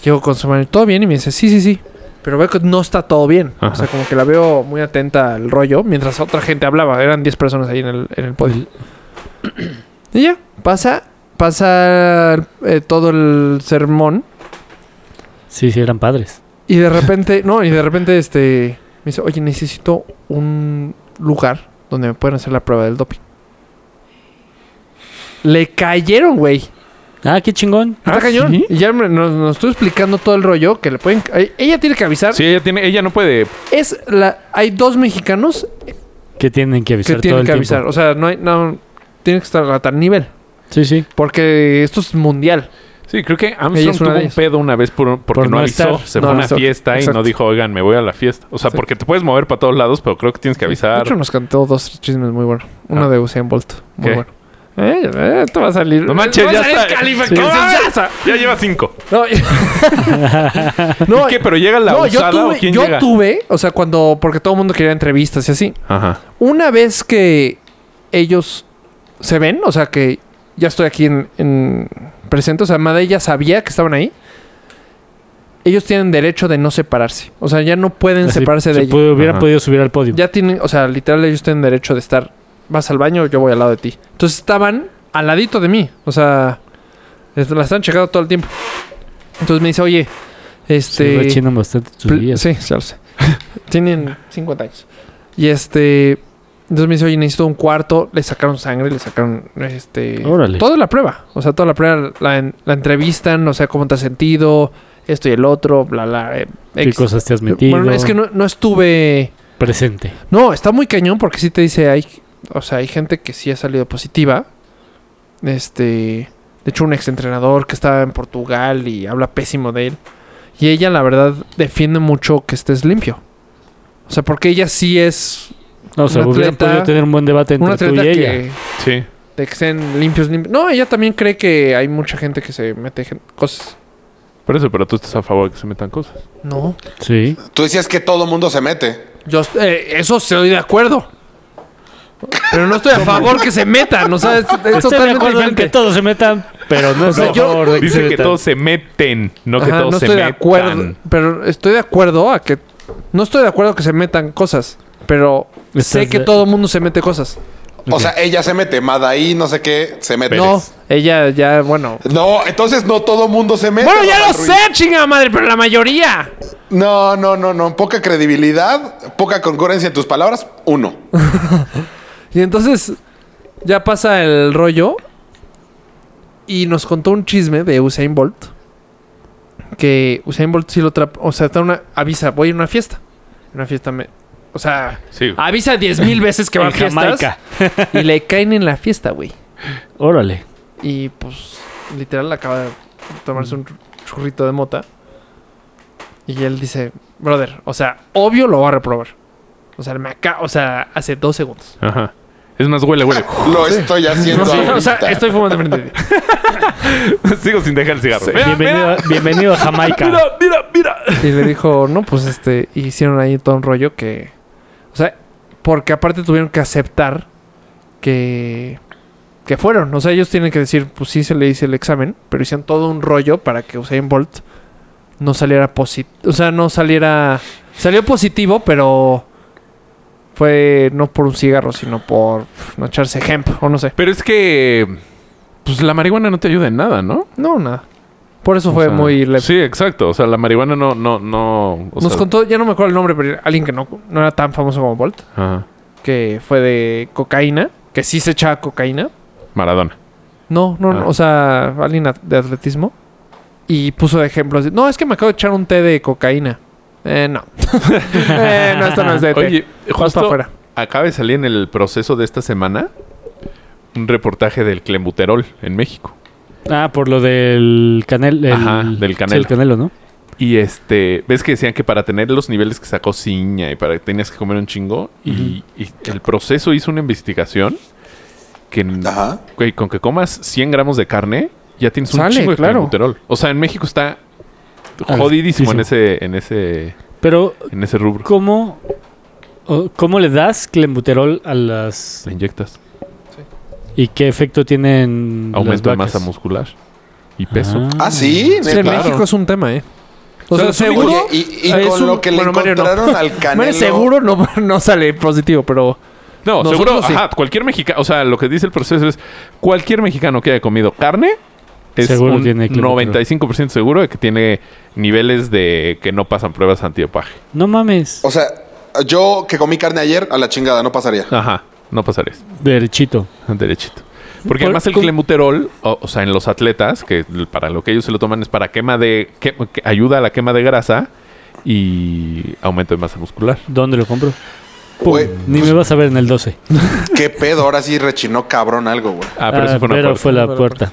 Speaker 3: llego con su manager. Todo bien. Y me dice, sí, sí, sí. Pero veo que no está todo bien. O
Speaker 4: Ajá.
Speaker 3: sea, como que la veo muy atenta al rollo. Mientras otra gente hablaba. Eran 10 personas ahí en el, en el podio. y ya. Pasa. Pasa eh, todo el sermón.
Speaker 2: Sí, sí, eran padres.
Speaker 3: Y de repente, no, y de repente este me dice, oye, necesito un lugar donde me puedan hacer la prueba del doping. Le cayeron, güey.
Speaker 2: Ah, qué chingón.
Speaker 3: Está
Speaker 4: ¿Ah,
Speaker 3: cañón.
Speaker 4: sí?
Speaker 3: Y ya me- nos, nos estuvo explicando todo el rollo que le pueden. ay, Ella tiene que avisar.
Speaker 4: Sí, ella tiene, ella no puede.
Speaker 3: Es la. Hay dos mexicanos
Speaker 2: Que tienen que
Speaker 3: que
Speaker 2: avisar todo
Speaker 3: tienen
Speaker 2: el
Speaker 3: que avisar.
Speaker 2: tiempo.
Speaker 3: O sea, no hay. No, tiene que estar a tal nivel.
Speaker 2: Sí, sí.
Speaker 3: Porque esto es mundial.
Speaker 4: Sí, creo que
Speaker 3: Ella
Speaker 4: Armstrong
Speaker 3: es una
Speaker 4: tuvo
Speaker 3: de
Speaker 4: un
Speaker 3: ellas.
Speaker 4: pedo una vez por, porque
Speaker 2: Por
Speaker 4: no
Speaker 2: no
Speaker 4: avisó.
Speaker 2: estar.
Speaker 4: Se
Speaker 3: No
Speaker 4: fue a una
Speaker 3: avisó.
Speaker 4: fiesta y
Speaker 3: Exacto.
Speaker 4: no dijo, oigan, me voy a la fiesta. O sea,
Speaker 3: Exacto.
Speaker 4: porque te puedes mover para todos lados, pero creo que tienes que
Speaker 3: De hecho,
Speaker 4: avisar.
Speaker 3: nos cantó dos chismes muy buenos. Uno
Speaker 4: Ah.
Speaker 3: de Usain Bolt. Muy
Speaker 4: ¿Qué?
Speaker 3: bueno. Eh, eh, esto va a salir.
Speaker 4: No manches,
Speaker 3: Va a
Speaker 4: ya
Speaker 3: salir
Speaker 4: está.
Speaker 3: Califa,
Speaker 4: Sí.
Speaker 3: que
Speaker 4: No
Speaker 3: se
Speaker 4: mames.
Speaker 3: asa.
Speaker 4: Ya lleva cinco.
Speaker 3: No, no,
Speaker 4: ¿Y qué? ¿Pero llega la
Speaker 3: no, yo
Speaker 4: usada
Speaker 3: tuve,
Speaker 4: o quién
Speaker 3: yo
Speaker 4: llega?
Speaker 3: tuve, o sea, cuando, porque todo el mundo quería entrevistas y así.
Speaker 4: Ajá.
Speaker 3: Una vez que ellos se ven, o sea, que ya estoy aquí en, en presente, o sea, Madea ya sabía que estaban ahí. Ellos tienen derecho de no separarse. O sea, ya no pueden
Speaker 2: Así,
Speaker 3: separarse de
Speaker 2: se
Speaker 3: ella.
Speaker 2: pudo- hubiera
Speaker 4: Ajá.
Speaker 2: podido subir al podio.
Speaker 3: Ya tienen, o sea, literal ellos tienen derecho de estar. Vas al baño, yo voy al lado de ti. Entonces estaban al ladito de mí. O sea, es- la están checando todo el tiempo. Entonces me dice, oye,
Speaker 2: Se
Speaker 3: este.
Speaker 2: rechinan bastante tus
Speaker 3: pl-
Speaker 2: días.
Speaker 3: sí, ya lo sé. Tienen 50 años. Y este. Entonces me dice, oye, necesito un cuarto. Le sacaron sangre, le sacaron. Este.
Speaker 2: Órale.
Speaker 3: Toda la prueba. O sea, toda la prueba la, en- la entrevistan, o sea, cómo te has sentido, esto y el otro, bla, bla. eh,
Speaker 2: ¿Qué
Speaker 3: ex.
Speaker 2: cosas te has metido?
Speaker 3: Bueno, es que no, no estuve.
Speaker 2: Presente.
Speaker 3: No, está muy cañón porque sí te dice, hay, o sea, hay gente que sí ha salido positiva. Este, de hecho, un exentrenador que estaba en Portugal y habla pésimo de él. Y ella, la verdad, defiende mucho que estés limpio. O sea, porque ella sí es
Speaker 2: No, o sea,
Speaker 3: Un
Speaker 2: hubieran
Speaker 3: atleta-
Speaker 2: podido tener un buen debate
Speaker 3: una
Speaker 2: entre tú y
Speaker 3: atleta
Speaker 2: ella.
Speaker 3: que,
Speaker 4: Sí.
Speaker 3: de que estén limpios, limpios. No, ella también cree que hay mucha gente que se mete gen- cosas.
Speaker 4: Por eso, pero tú estás a favor de que se metan cosas.
Speaker 3: No,
Speaker 2: Sí.
Speaker 1: Tú decías que todo mundo se mete.
Speaker 3: yo eh, eso estoy de acuerdo. Pero no estoy a favor que se metan, o sea, es, es
Speaker 2: Estoy de
Speaker 3: totalmente
Speaker 2: acuerdo en
Speaker 3: diferente.
Speaker 2: que todos se metan, pero no
Speaker 3: O
Speaker 2: es
Speaker 3: sea,
Speaker 2: a
Speaker 3: yo-
Speaker 2: favor de que se
Speaker 4: Dice que
Speaker 2: metan.
Speaker 4: todos se meten, no que
Speaker 3: Ajá,
Speaker 4: todos
Speaker 3: no
Speaker 4: se
Speaker 3: estoy de
Speaker 4: metan.
Speaker 3: acuerdo, pero estoy de acuerdo a que no estoy de acuerdo que se metan cosas, pero sé
Speaker 2: Estás
Speaker 3: que
Speaker 2: de-
Speaker 3: todo el mundo se mete cosas.
Speaker 1: O sea, ella se mete, Madaí, no sé qué, se mete.
Speaker 3: No, ella ya, bueno.
Speaker 1: No, entonces no todo mundo se mete.
Speaker 3: Bueno, ya lo
Speaker 1: Donald
Speaker 3: sé,
Speaker 1: Ruiz.
Speaker 3: chingada madre, pero la mayoría.
Speaker 1: No, no, no, no. Poca credibilidad, poca concurrencia en tus palabras. Uno.
Speaker 3: Y entonces ya pasa el rollo y nos contó un chisme de Usain Bolt que Usain Bolt sí lo tra- o sea, está una avisa, voy a una fiesta. Una fiesta me o sea,
Speaker 4: Sí.
Speaker 3: avisa 10 mil veces que va a
Speaker 2: En Jamaica.
Speaker 3: fiestas y le caen en la fiesta, güey.
Speaker 2: Órale.
Speaker 3: Y pues, literal, acaba de tomarse un churrito de mota. Y él dice, brother, o sea, obvio lo va a reprobar. O sea, me acá, o sea, hace dos segundos.
Speaker 4: Ajá. Es más, huele, huele.
Speaker 1: Lo estoy haciendo.
Speaker 3: Sí, o sea,
Speaker 1: ahorita.
Speaker 3: estoy fumando frente de ti.
Speaker 4: Sigo sin dejar el cigarro. Mira,
Speaker 2: Bienvenido, a- bienvenido a Jamaica.
Speaker 4: mira, mira, mira.
Speaker 3: Y le dijo, no, pues este, hicieron ahí todo un rollo que. O sea, porque aparte tuvieron que aceptar que. que fueron. O sea, ellos tienen que decir, pues sí se le hizo el examen, pero hicieron todo un rollo para que Usain Bolt no saliera positivo. O sea, no saliera. Salió positivo, pero. Fue no por un cigarro, sino por pf, no echarse hemp, o no sé.
Speaker 4: Pero es que. Pues la marihuana no te ayuda en nada, ¿no?
Speaker 3: No, nada. Por eso fue
Speaker 4: O sea,
Speaker 3: muy leve.
Speaker 4: Sí, exacto. O sea, la marihuana no, no, no. o
Speaker 3: Nos
Speaker 4: sea,
Speaker 3: contó, ya no me acuerdo el nombre, pero alguien que no, no era tan famoso como Bolt.
Speaker 4: Ajá.
Speaker 3: que fue de cocaína, que sí se echaba cocaína.
Speaker 4: Maradona.
Speaker 3: No, no, no,
Speaker 4: Ah.
Speaker 3: o sea, alguien at- de atletismo. Y puso de ejemplo así, no, es que me acabo de echar un té de cocaína. Eh, no. eh, no, esto no es de té.
Speaker 4: Oye,
Speaker 3: Vas
Speaker 4: justo
Speaker 3: pa' afuera.
Speaker 4: acaba de salir en el proceso de esta semana un reportaje del clembuterol en México.
Speaker 2: Ah, por lo del canel. el-
Speaker 4: Ajá, del
Speaker 2: Sí,
Speaker 4: canelo.
Speaker 2: el canelo, ¿no?
Speaker 4: Y este, ves que decían que para tener los niveles que sacó Ciña y para que tenías que comer un chingo, y, y el proceso hizo una investigación que n-
Speaker 1: Ajá.
Speaker 4: güey, con que comas 100 gramos de carne, ya tienes un
Speaker 3: Sale,
Speaker 4: chingo de
Speaker 3: claro.
Speaker 4: clenbuterol. O sea, en México está
Speaker 2: Ah,
Speaker 4: jodidísimo en
Speaker 2: sí,
Speaker 4: ese, en ese,
Speaker 2: Pero,
Speaker 4: en ese rubro.
Speaker 2: ¿cómo, o- ¿cómo le das clenbuterol a las.
Speaker 4: Le inyectas.
Speaker 2: ¿Y qué efecto tienen.
Speaker 4: Aumento de
Speaker 2: las
Speaker 4: masa
Speaker 2: vacas?
Speaker 4: muscular y peso.
Speaker 1: Ah, sí.
Speaker 3: Mm. Sí, en
Speaker 1: Claro.
Speaker 3: México es un tema, ¿eh? O
Speaker 4: Son
Speaker 3: sea,
Speaker 4: los
Speaker 3: seguro.
Speaker 1: Oye, y, y
Speaker 3: es
Speaker 1: con
Speaker 3: un-
Speaker 1: lo que le
Speaker 3: bueno, Mario no.
Speaker 1: encontraron al canelo.
Speaker 3: Bueno, seguro no, no sale positivo, pero.
Speaker 4: No,
Speaker 3: Nosotros
Speaker 4: seguro,
Speaker 3: sí.
Speaker 4: ajá, cualquier mexicano, o sea, lo que dice el proceso es, cualquier mexicano que haya comido carne es
Speaker 2: Seguro
Speaker 4: un
Speaker 2: tiene clenbuterol.
Speaker 4: 95% seguro de que tiene niveles de que no pasan pruebas antidopaje.
Speaker 2: No mames.
Speaker 1: O sea, yo que comí carne ayer, a la chingada, no pasaría.
Speaker 4: Ajá, no pasarías.
Speaker 2: Derechito.
Speaker 4: Derechito. Porque
Speaker 2: Por-
Speaker 4: además el
Speaker 2: con-
Speaker 4: clemuterol, o, o sea, en los atletas, que l- para lo que ellos se lo toman es para quema de. que- que ayuda a la quema de grasa y aumento de masa muscular.
Speaker 2: ¿Dónde lo compro?
Speaker 1: Güey,
Speaker 2: Ni me vas a ver en el 12.
Speaker 1: ¿Qué pedo? Ahora sí rechinó cabrón algo, güey.
Speaker 4: Ah, pero eso fue una puerta.
Speaker 2: la
Speaker 3: Fue la
Speaker 2: puerta.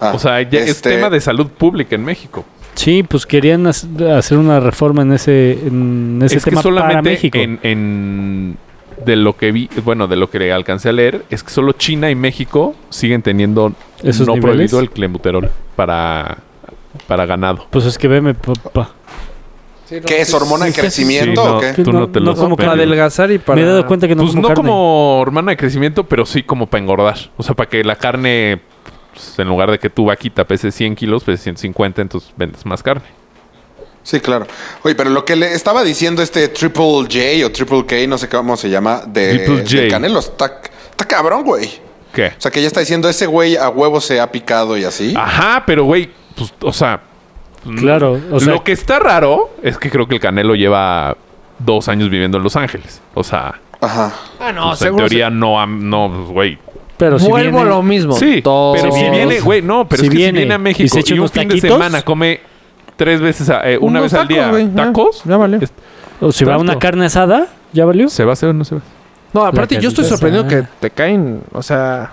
Speaker 1: Ah,
Speaker 4: O sea, ya es
Speaker 1: este,
Speaker 4: tema de salud pública en México.
Speaker 2: Sí, pues querían hac- hacer una reforma en ese, en ese
Speaker 4: es que
Speaker 2: tema para
Speaker 4: solamente
Speaker 2: México.
Speaker 4: en, en- de lo que vi, bueno, de lo que alcancé a leer, es que solo China y México siguen teniendo
Speaker 2: ¿Esos
Speaker 4: no
Speaker 2: niveles?
Speaker 4: prohibido el clemuterol para, para ganado.
Speaker 2: Pues es que veme, papá.
Speaker 1: ¿Qué es hormona de
Speaker 2: Sí, sí,
Speaker 1: crecimiento
Speaker 4: sí, no.
Speaker 1: o qué?
Speaker 2: Que
Speaker 4: Tú no te los
Speaker 2: como
Speaker 3: Para
Speaker 4: Pero-
Speaker 2: carne.
Speaker 3: adelgazar y para...
Speaker 2: Me he dado cuenta que no
Speaker 4: pues
Speaker 2: como
Speaker 4: no
Speaker 2: carne.
Speaker 4: como hormona de crecimiento, pero sí como para engordar. O sea, para que la carne, pues, en lugar de que tu vaquita pese 100 kilos, pese 150, entonces vendes más carne.
Speaker 1: Sí, claro. Oye, pero lo que le estaba diciendo este Triple J o Triple K, no sé cómo se llama, de,
Speaker 4: Triple J.
Speaker 1: de Canelo, está, está cabrón, güey.
Speaker 4: ¿Qué?
Speaker 1: O sea, que ya está diciendo, ese güey a huevo se ha picado y así.
Speaker 4: Ajá, pero güey, pues, o sea... mm,
Speaker 2: Claro, o sea-
Speaker 4: lo que está raro es que creo que el Canelo lleva dos años viviendo en Los Ángeles. O sea...
Speaker 1: Ajá.
Speaker 3: Ah, no,
Speaker 4: O sea, Pues, en teoría no, am- no, pues, güey.
Speaker 2: Pero si
Speaker 3: Vuelvo a
Speaker 2: viene-
Speaker 3: lo mismo.
Speaker 4: Sí,
Speaker 3: Todos-
Speaker 4: pero si viene, güey, no, pero
Speaker 2: Si
Speaker 4: es que
Speaker 2: viene
Speaker 4: si viene a
Speaker 2: y
Speaker 4: México y,
Speaker 2: se echa
Speaker 4: un
Speaker 2: unos
Speaker 4: fin de
Speaker 2: taquitos.
Speaker 4: semana come tres veces, a- eh, una
Speaker 3: Unos
Speaker 4: vez al
Speaker 3: tacos,
Speaker 4: día,
Speaker 3: güey, ya.
Speaker 4: tacos,
Speaker 3: Ya valió.
Speaker 4: es-
Speaker 2: O si va
Speaker 4: Tanto.
Speaker 2: una carne asada, ¿ya valió?
Speaker 4: ¿se va a hacer o no se va?
Speaker 3: No, aparte yo estoy
Speaker 2: carnita
Speaker 3: sorprendido que
Speaker 2: asada.
Speaker 3: te caen, o sea,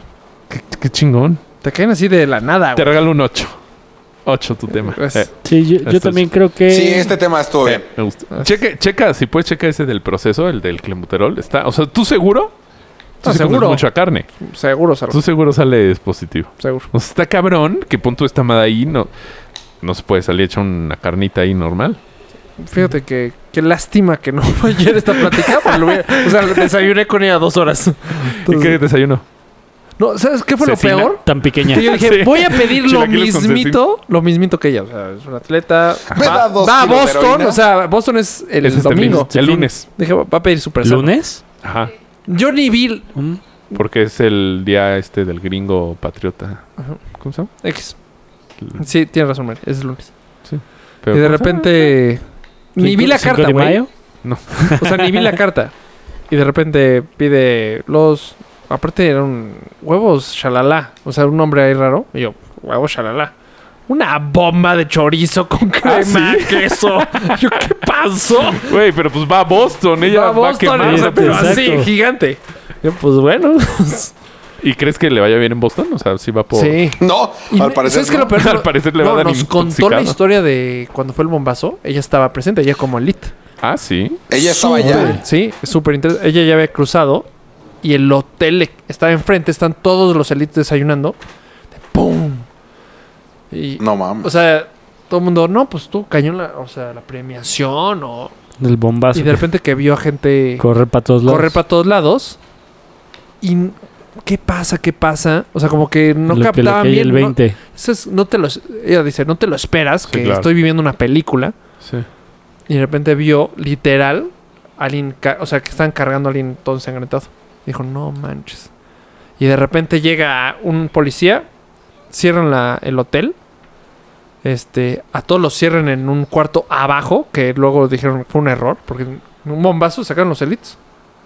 Speaker 4: Qué, qué chingón.
Speaker 3: te caen así de la nada,
Speaker 4: Te
Speaker 3: güey.
Speaker 4: regalo un 8. 8 tu tema.
Speaker 3: Pues,
Speaker 4: Eh,
Speaker 2: Sí, yo,
Speaker 4: Esto
Speaker 2: yo
Speaker 4: es-
Speaker 2: también creo que...
Speaker 1: Sí, este tema estuvo bien.
Speaker 4: me gusta. Cheque, checa, si puedes checa ese del proceso, el del clemuterol. Está, o sea, tú seguro. Tú
Speaker 3: Ah,
Speaker 4: sí comes
Speaker 3: seguro.
Speaker 4: mucha carne.
Speaker 3: Seguro, seguro.
Speaker 4: Tú seguro sales positivo.
Speaker 3: seguro.
Speaker 4: O sea, está cabrón que punto esta madre ahí no, no se puede salir hecha una carnita ahí normal.
Speaker 3: Fíjate que qué lástima que no fue ayer esta plática. porque lo hubiera- o sea, desayuné con ella dos horas.
Speaker 4: ¿Y qué
Speaker 3: Entonces-
Speaker 4: desayuno?
Speaker 3: no, ¿sabes qué fue
Speaker 4: ¿Cecina?
Speaker 3: lo peor?
Speaker 2: Tan pequeña.
Speaker 3: Que yo dije,
Speaker 4: Sí.
Speaker 3: voy a pedir lo
Speaker 4: Chilaquiles con
Speaker 3: mismito, lo mismito que ella. O sea, es un atleta.
Speaker 1: Me da
Speaker 3: Va,
Speaker 1: dos
Speaker 3: va a
Speaker 1: kilos de
Speaker 3: Boston,
Speaker 1: heroína.
Speaker 3: o sea, Boston es el
Speaker 4: Ese es este
Speaker 3: domingo.
Speaker 4: fin, el lunes.
Speaker 3: Dije, va a pedir su presa.
Speaker 2: ¿Lunes?
Speaker 4: Ajá.
Speaker 3: Yo ni vi
Speaker 2: Mm.
Speaker 4: Porque es el día este del gringo patriota. ¿Cómo se llama?
Speaker 3: X. Sí, tienes razón, Mari, Es el lunes.
Speaker 4: Pero-
Speaker 3: y de repente. Ni vi la
Speaker 2: ¿Cinco
Speaker 3: carta,
Speaker 2: de
Speaker 3: güey.
Speaker 2: mayo?
Speaker 3: O sea, ni vi la carta. Y de repente pide los. Aparte eran huevos shalala. O sea, un nombre ahí raro. Y yo, huevos shalala. Una bomba de chorizo con
Speaker 4: Ah,
Speaker 3: crema, queso. Yo, ¿qué pasó?
Speaker 4: Güey, pero pues va a Boston. Ella
Speaker 3: Va a
Speaker 4: va a
Speaker 3: Boston,
Speaker 4: quemar.
Speaker 3: o sea, pero
Speaker 2: Exacto.
Speaker 3: así, gigante. Yo, pues bueno.
Speaker 4: ¿Y crees que le vaya bien en Boston? O sea, sí va por...
Speaker 1: No,
Speaker 3: Y
Speaker 1: al
Speaker 3: me-
Speaker 1: parecer.
Speaker 3: ¿sabes qué
Speaker 1: no.
Speaker 3: lo peor?
Speaker 4: Al parecer le va a dar
Speaker 3: Nos contó
Speaker 4: intoxicado.
Speaker 3: la historia de cuando fue el bombazo. Ella estaba presente, ella como elite.
Speaker 4: Ah, sí.
Speaker 1: Ella estaba allá.
Speaker 3: Sí, es súper interesante. Ella ya había cruzado y el hotel le- estaba enfrente, están todos los elites desayunando. De ¡Pum! Y,
Speaker 1: No mames.
Speaker 3: o sea, todo el mundo, no, pues tú cañón, la, o sea, la premiación o...
Speaker 2: El bombazo.
Speaker 3: Y de repente que vio a gente
Speaker 2: Correr para todos lados.
Speaker 3: correr para todos lados y... n- ¿Qué pasa? ¿Qué pasa? O sea, como que
Speaker 2: Lo
Speaker 3: no
Speaker 2: que le
Speaker 3: captaban
Speaker 2: cae
Speaker 3: bien.
Speaker 2: el
Speaker 3: ¿no?
Speaker 2: 20.
Speaker 3: Eso es- no te lo, ella dice, no te lo esperas, que
Speaker 4: claro.
Speaker 3: estoy viviendo una película.
Speaker 4: Sí.
Speaker 3: Y de repente vio, literal, a alguien, ca- o sea, que están cargando a alguien todo ensangrentado. Dijo, no manches. Y de repente llega un policía, cierran la- el hotel. Este, a todos los cierran en un cuarto abajo, que luego dijeron que fue un error, porque en un bombazo sacaron los elites.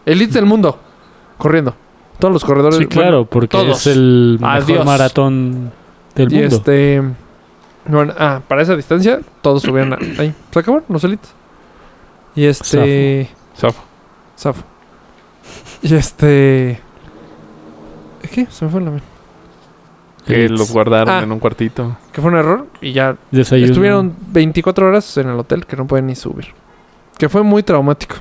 Speaker 3: Elites del mundo, corriendo. Todos los corredores.
Speaker 2: Sí, claro,
Speaker 3: bueno,
Speaker 2: porque es
Speaker 3: todos.
Speaker 2: el mejor
Speaker 3: Adiós.
Speaker 2: maratón del
Speaker 3: Y
Speaker 2: mundo.
Speaker 3: este. Bueno, ah, para esa distancia, todos subieron a- ahí. Se acabaron los elites. Y este.
Speaker 4: Zafo.
Speaker 3: Zafo. Y este. ¿Qué? Se me fue la mente.
Speaker 4: Que los guardaron
Speaker 3: Ah.
Speaker 4: en un cuartito.
Speaker 3: Que fue un error y ya
Speaker 2: Desayuno.
Speaker 3: estuvieron 24 horas en el hotel que no pueden ni subir. Que fue muy traumático.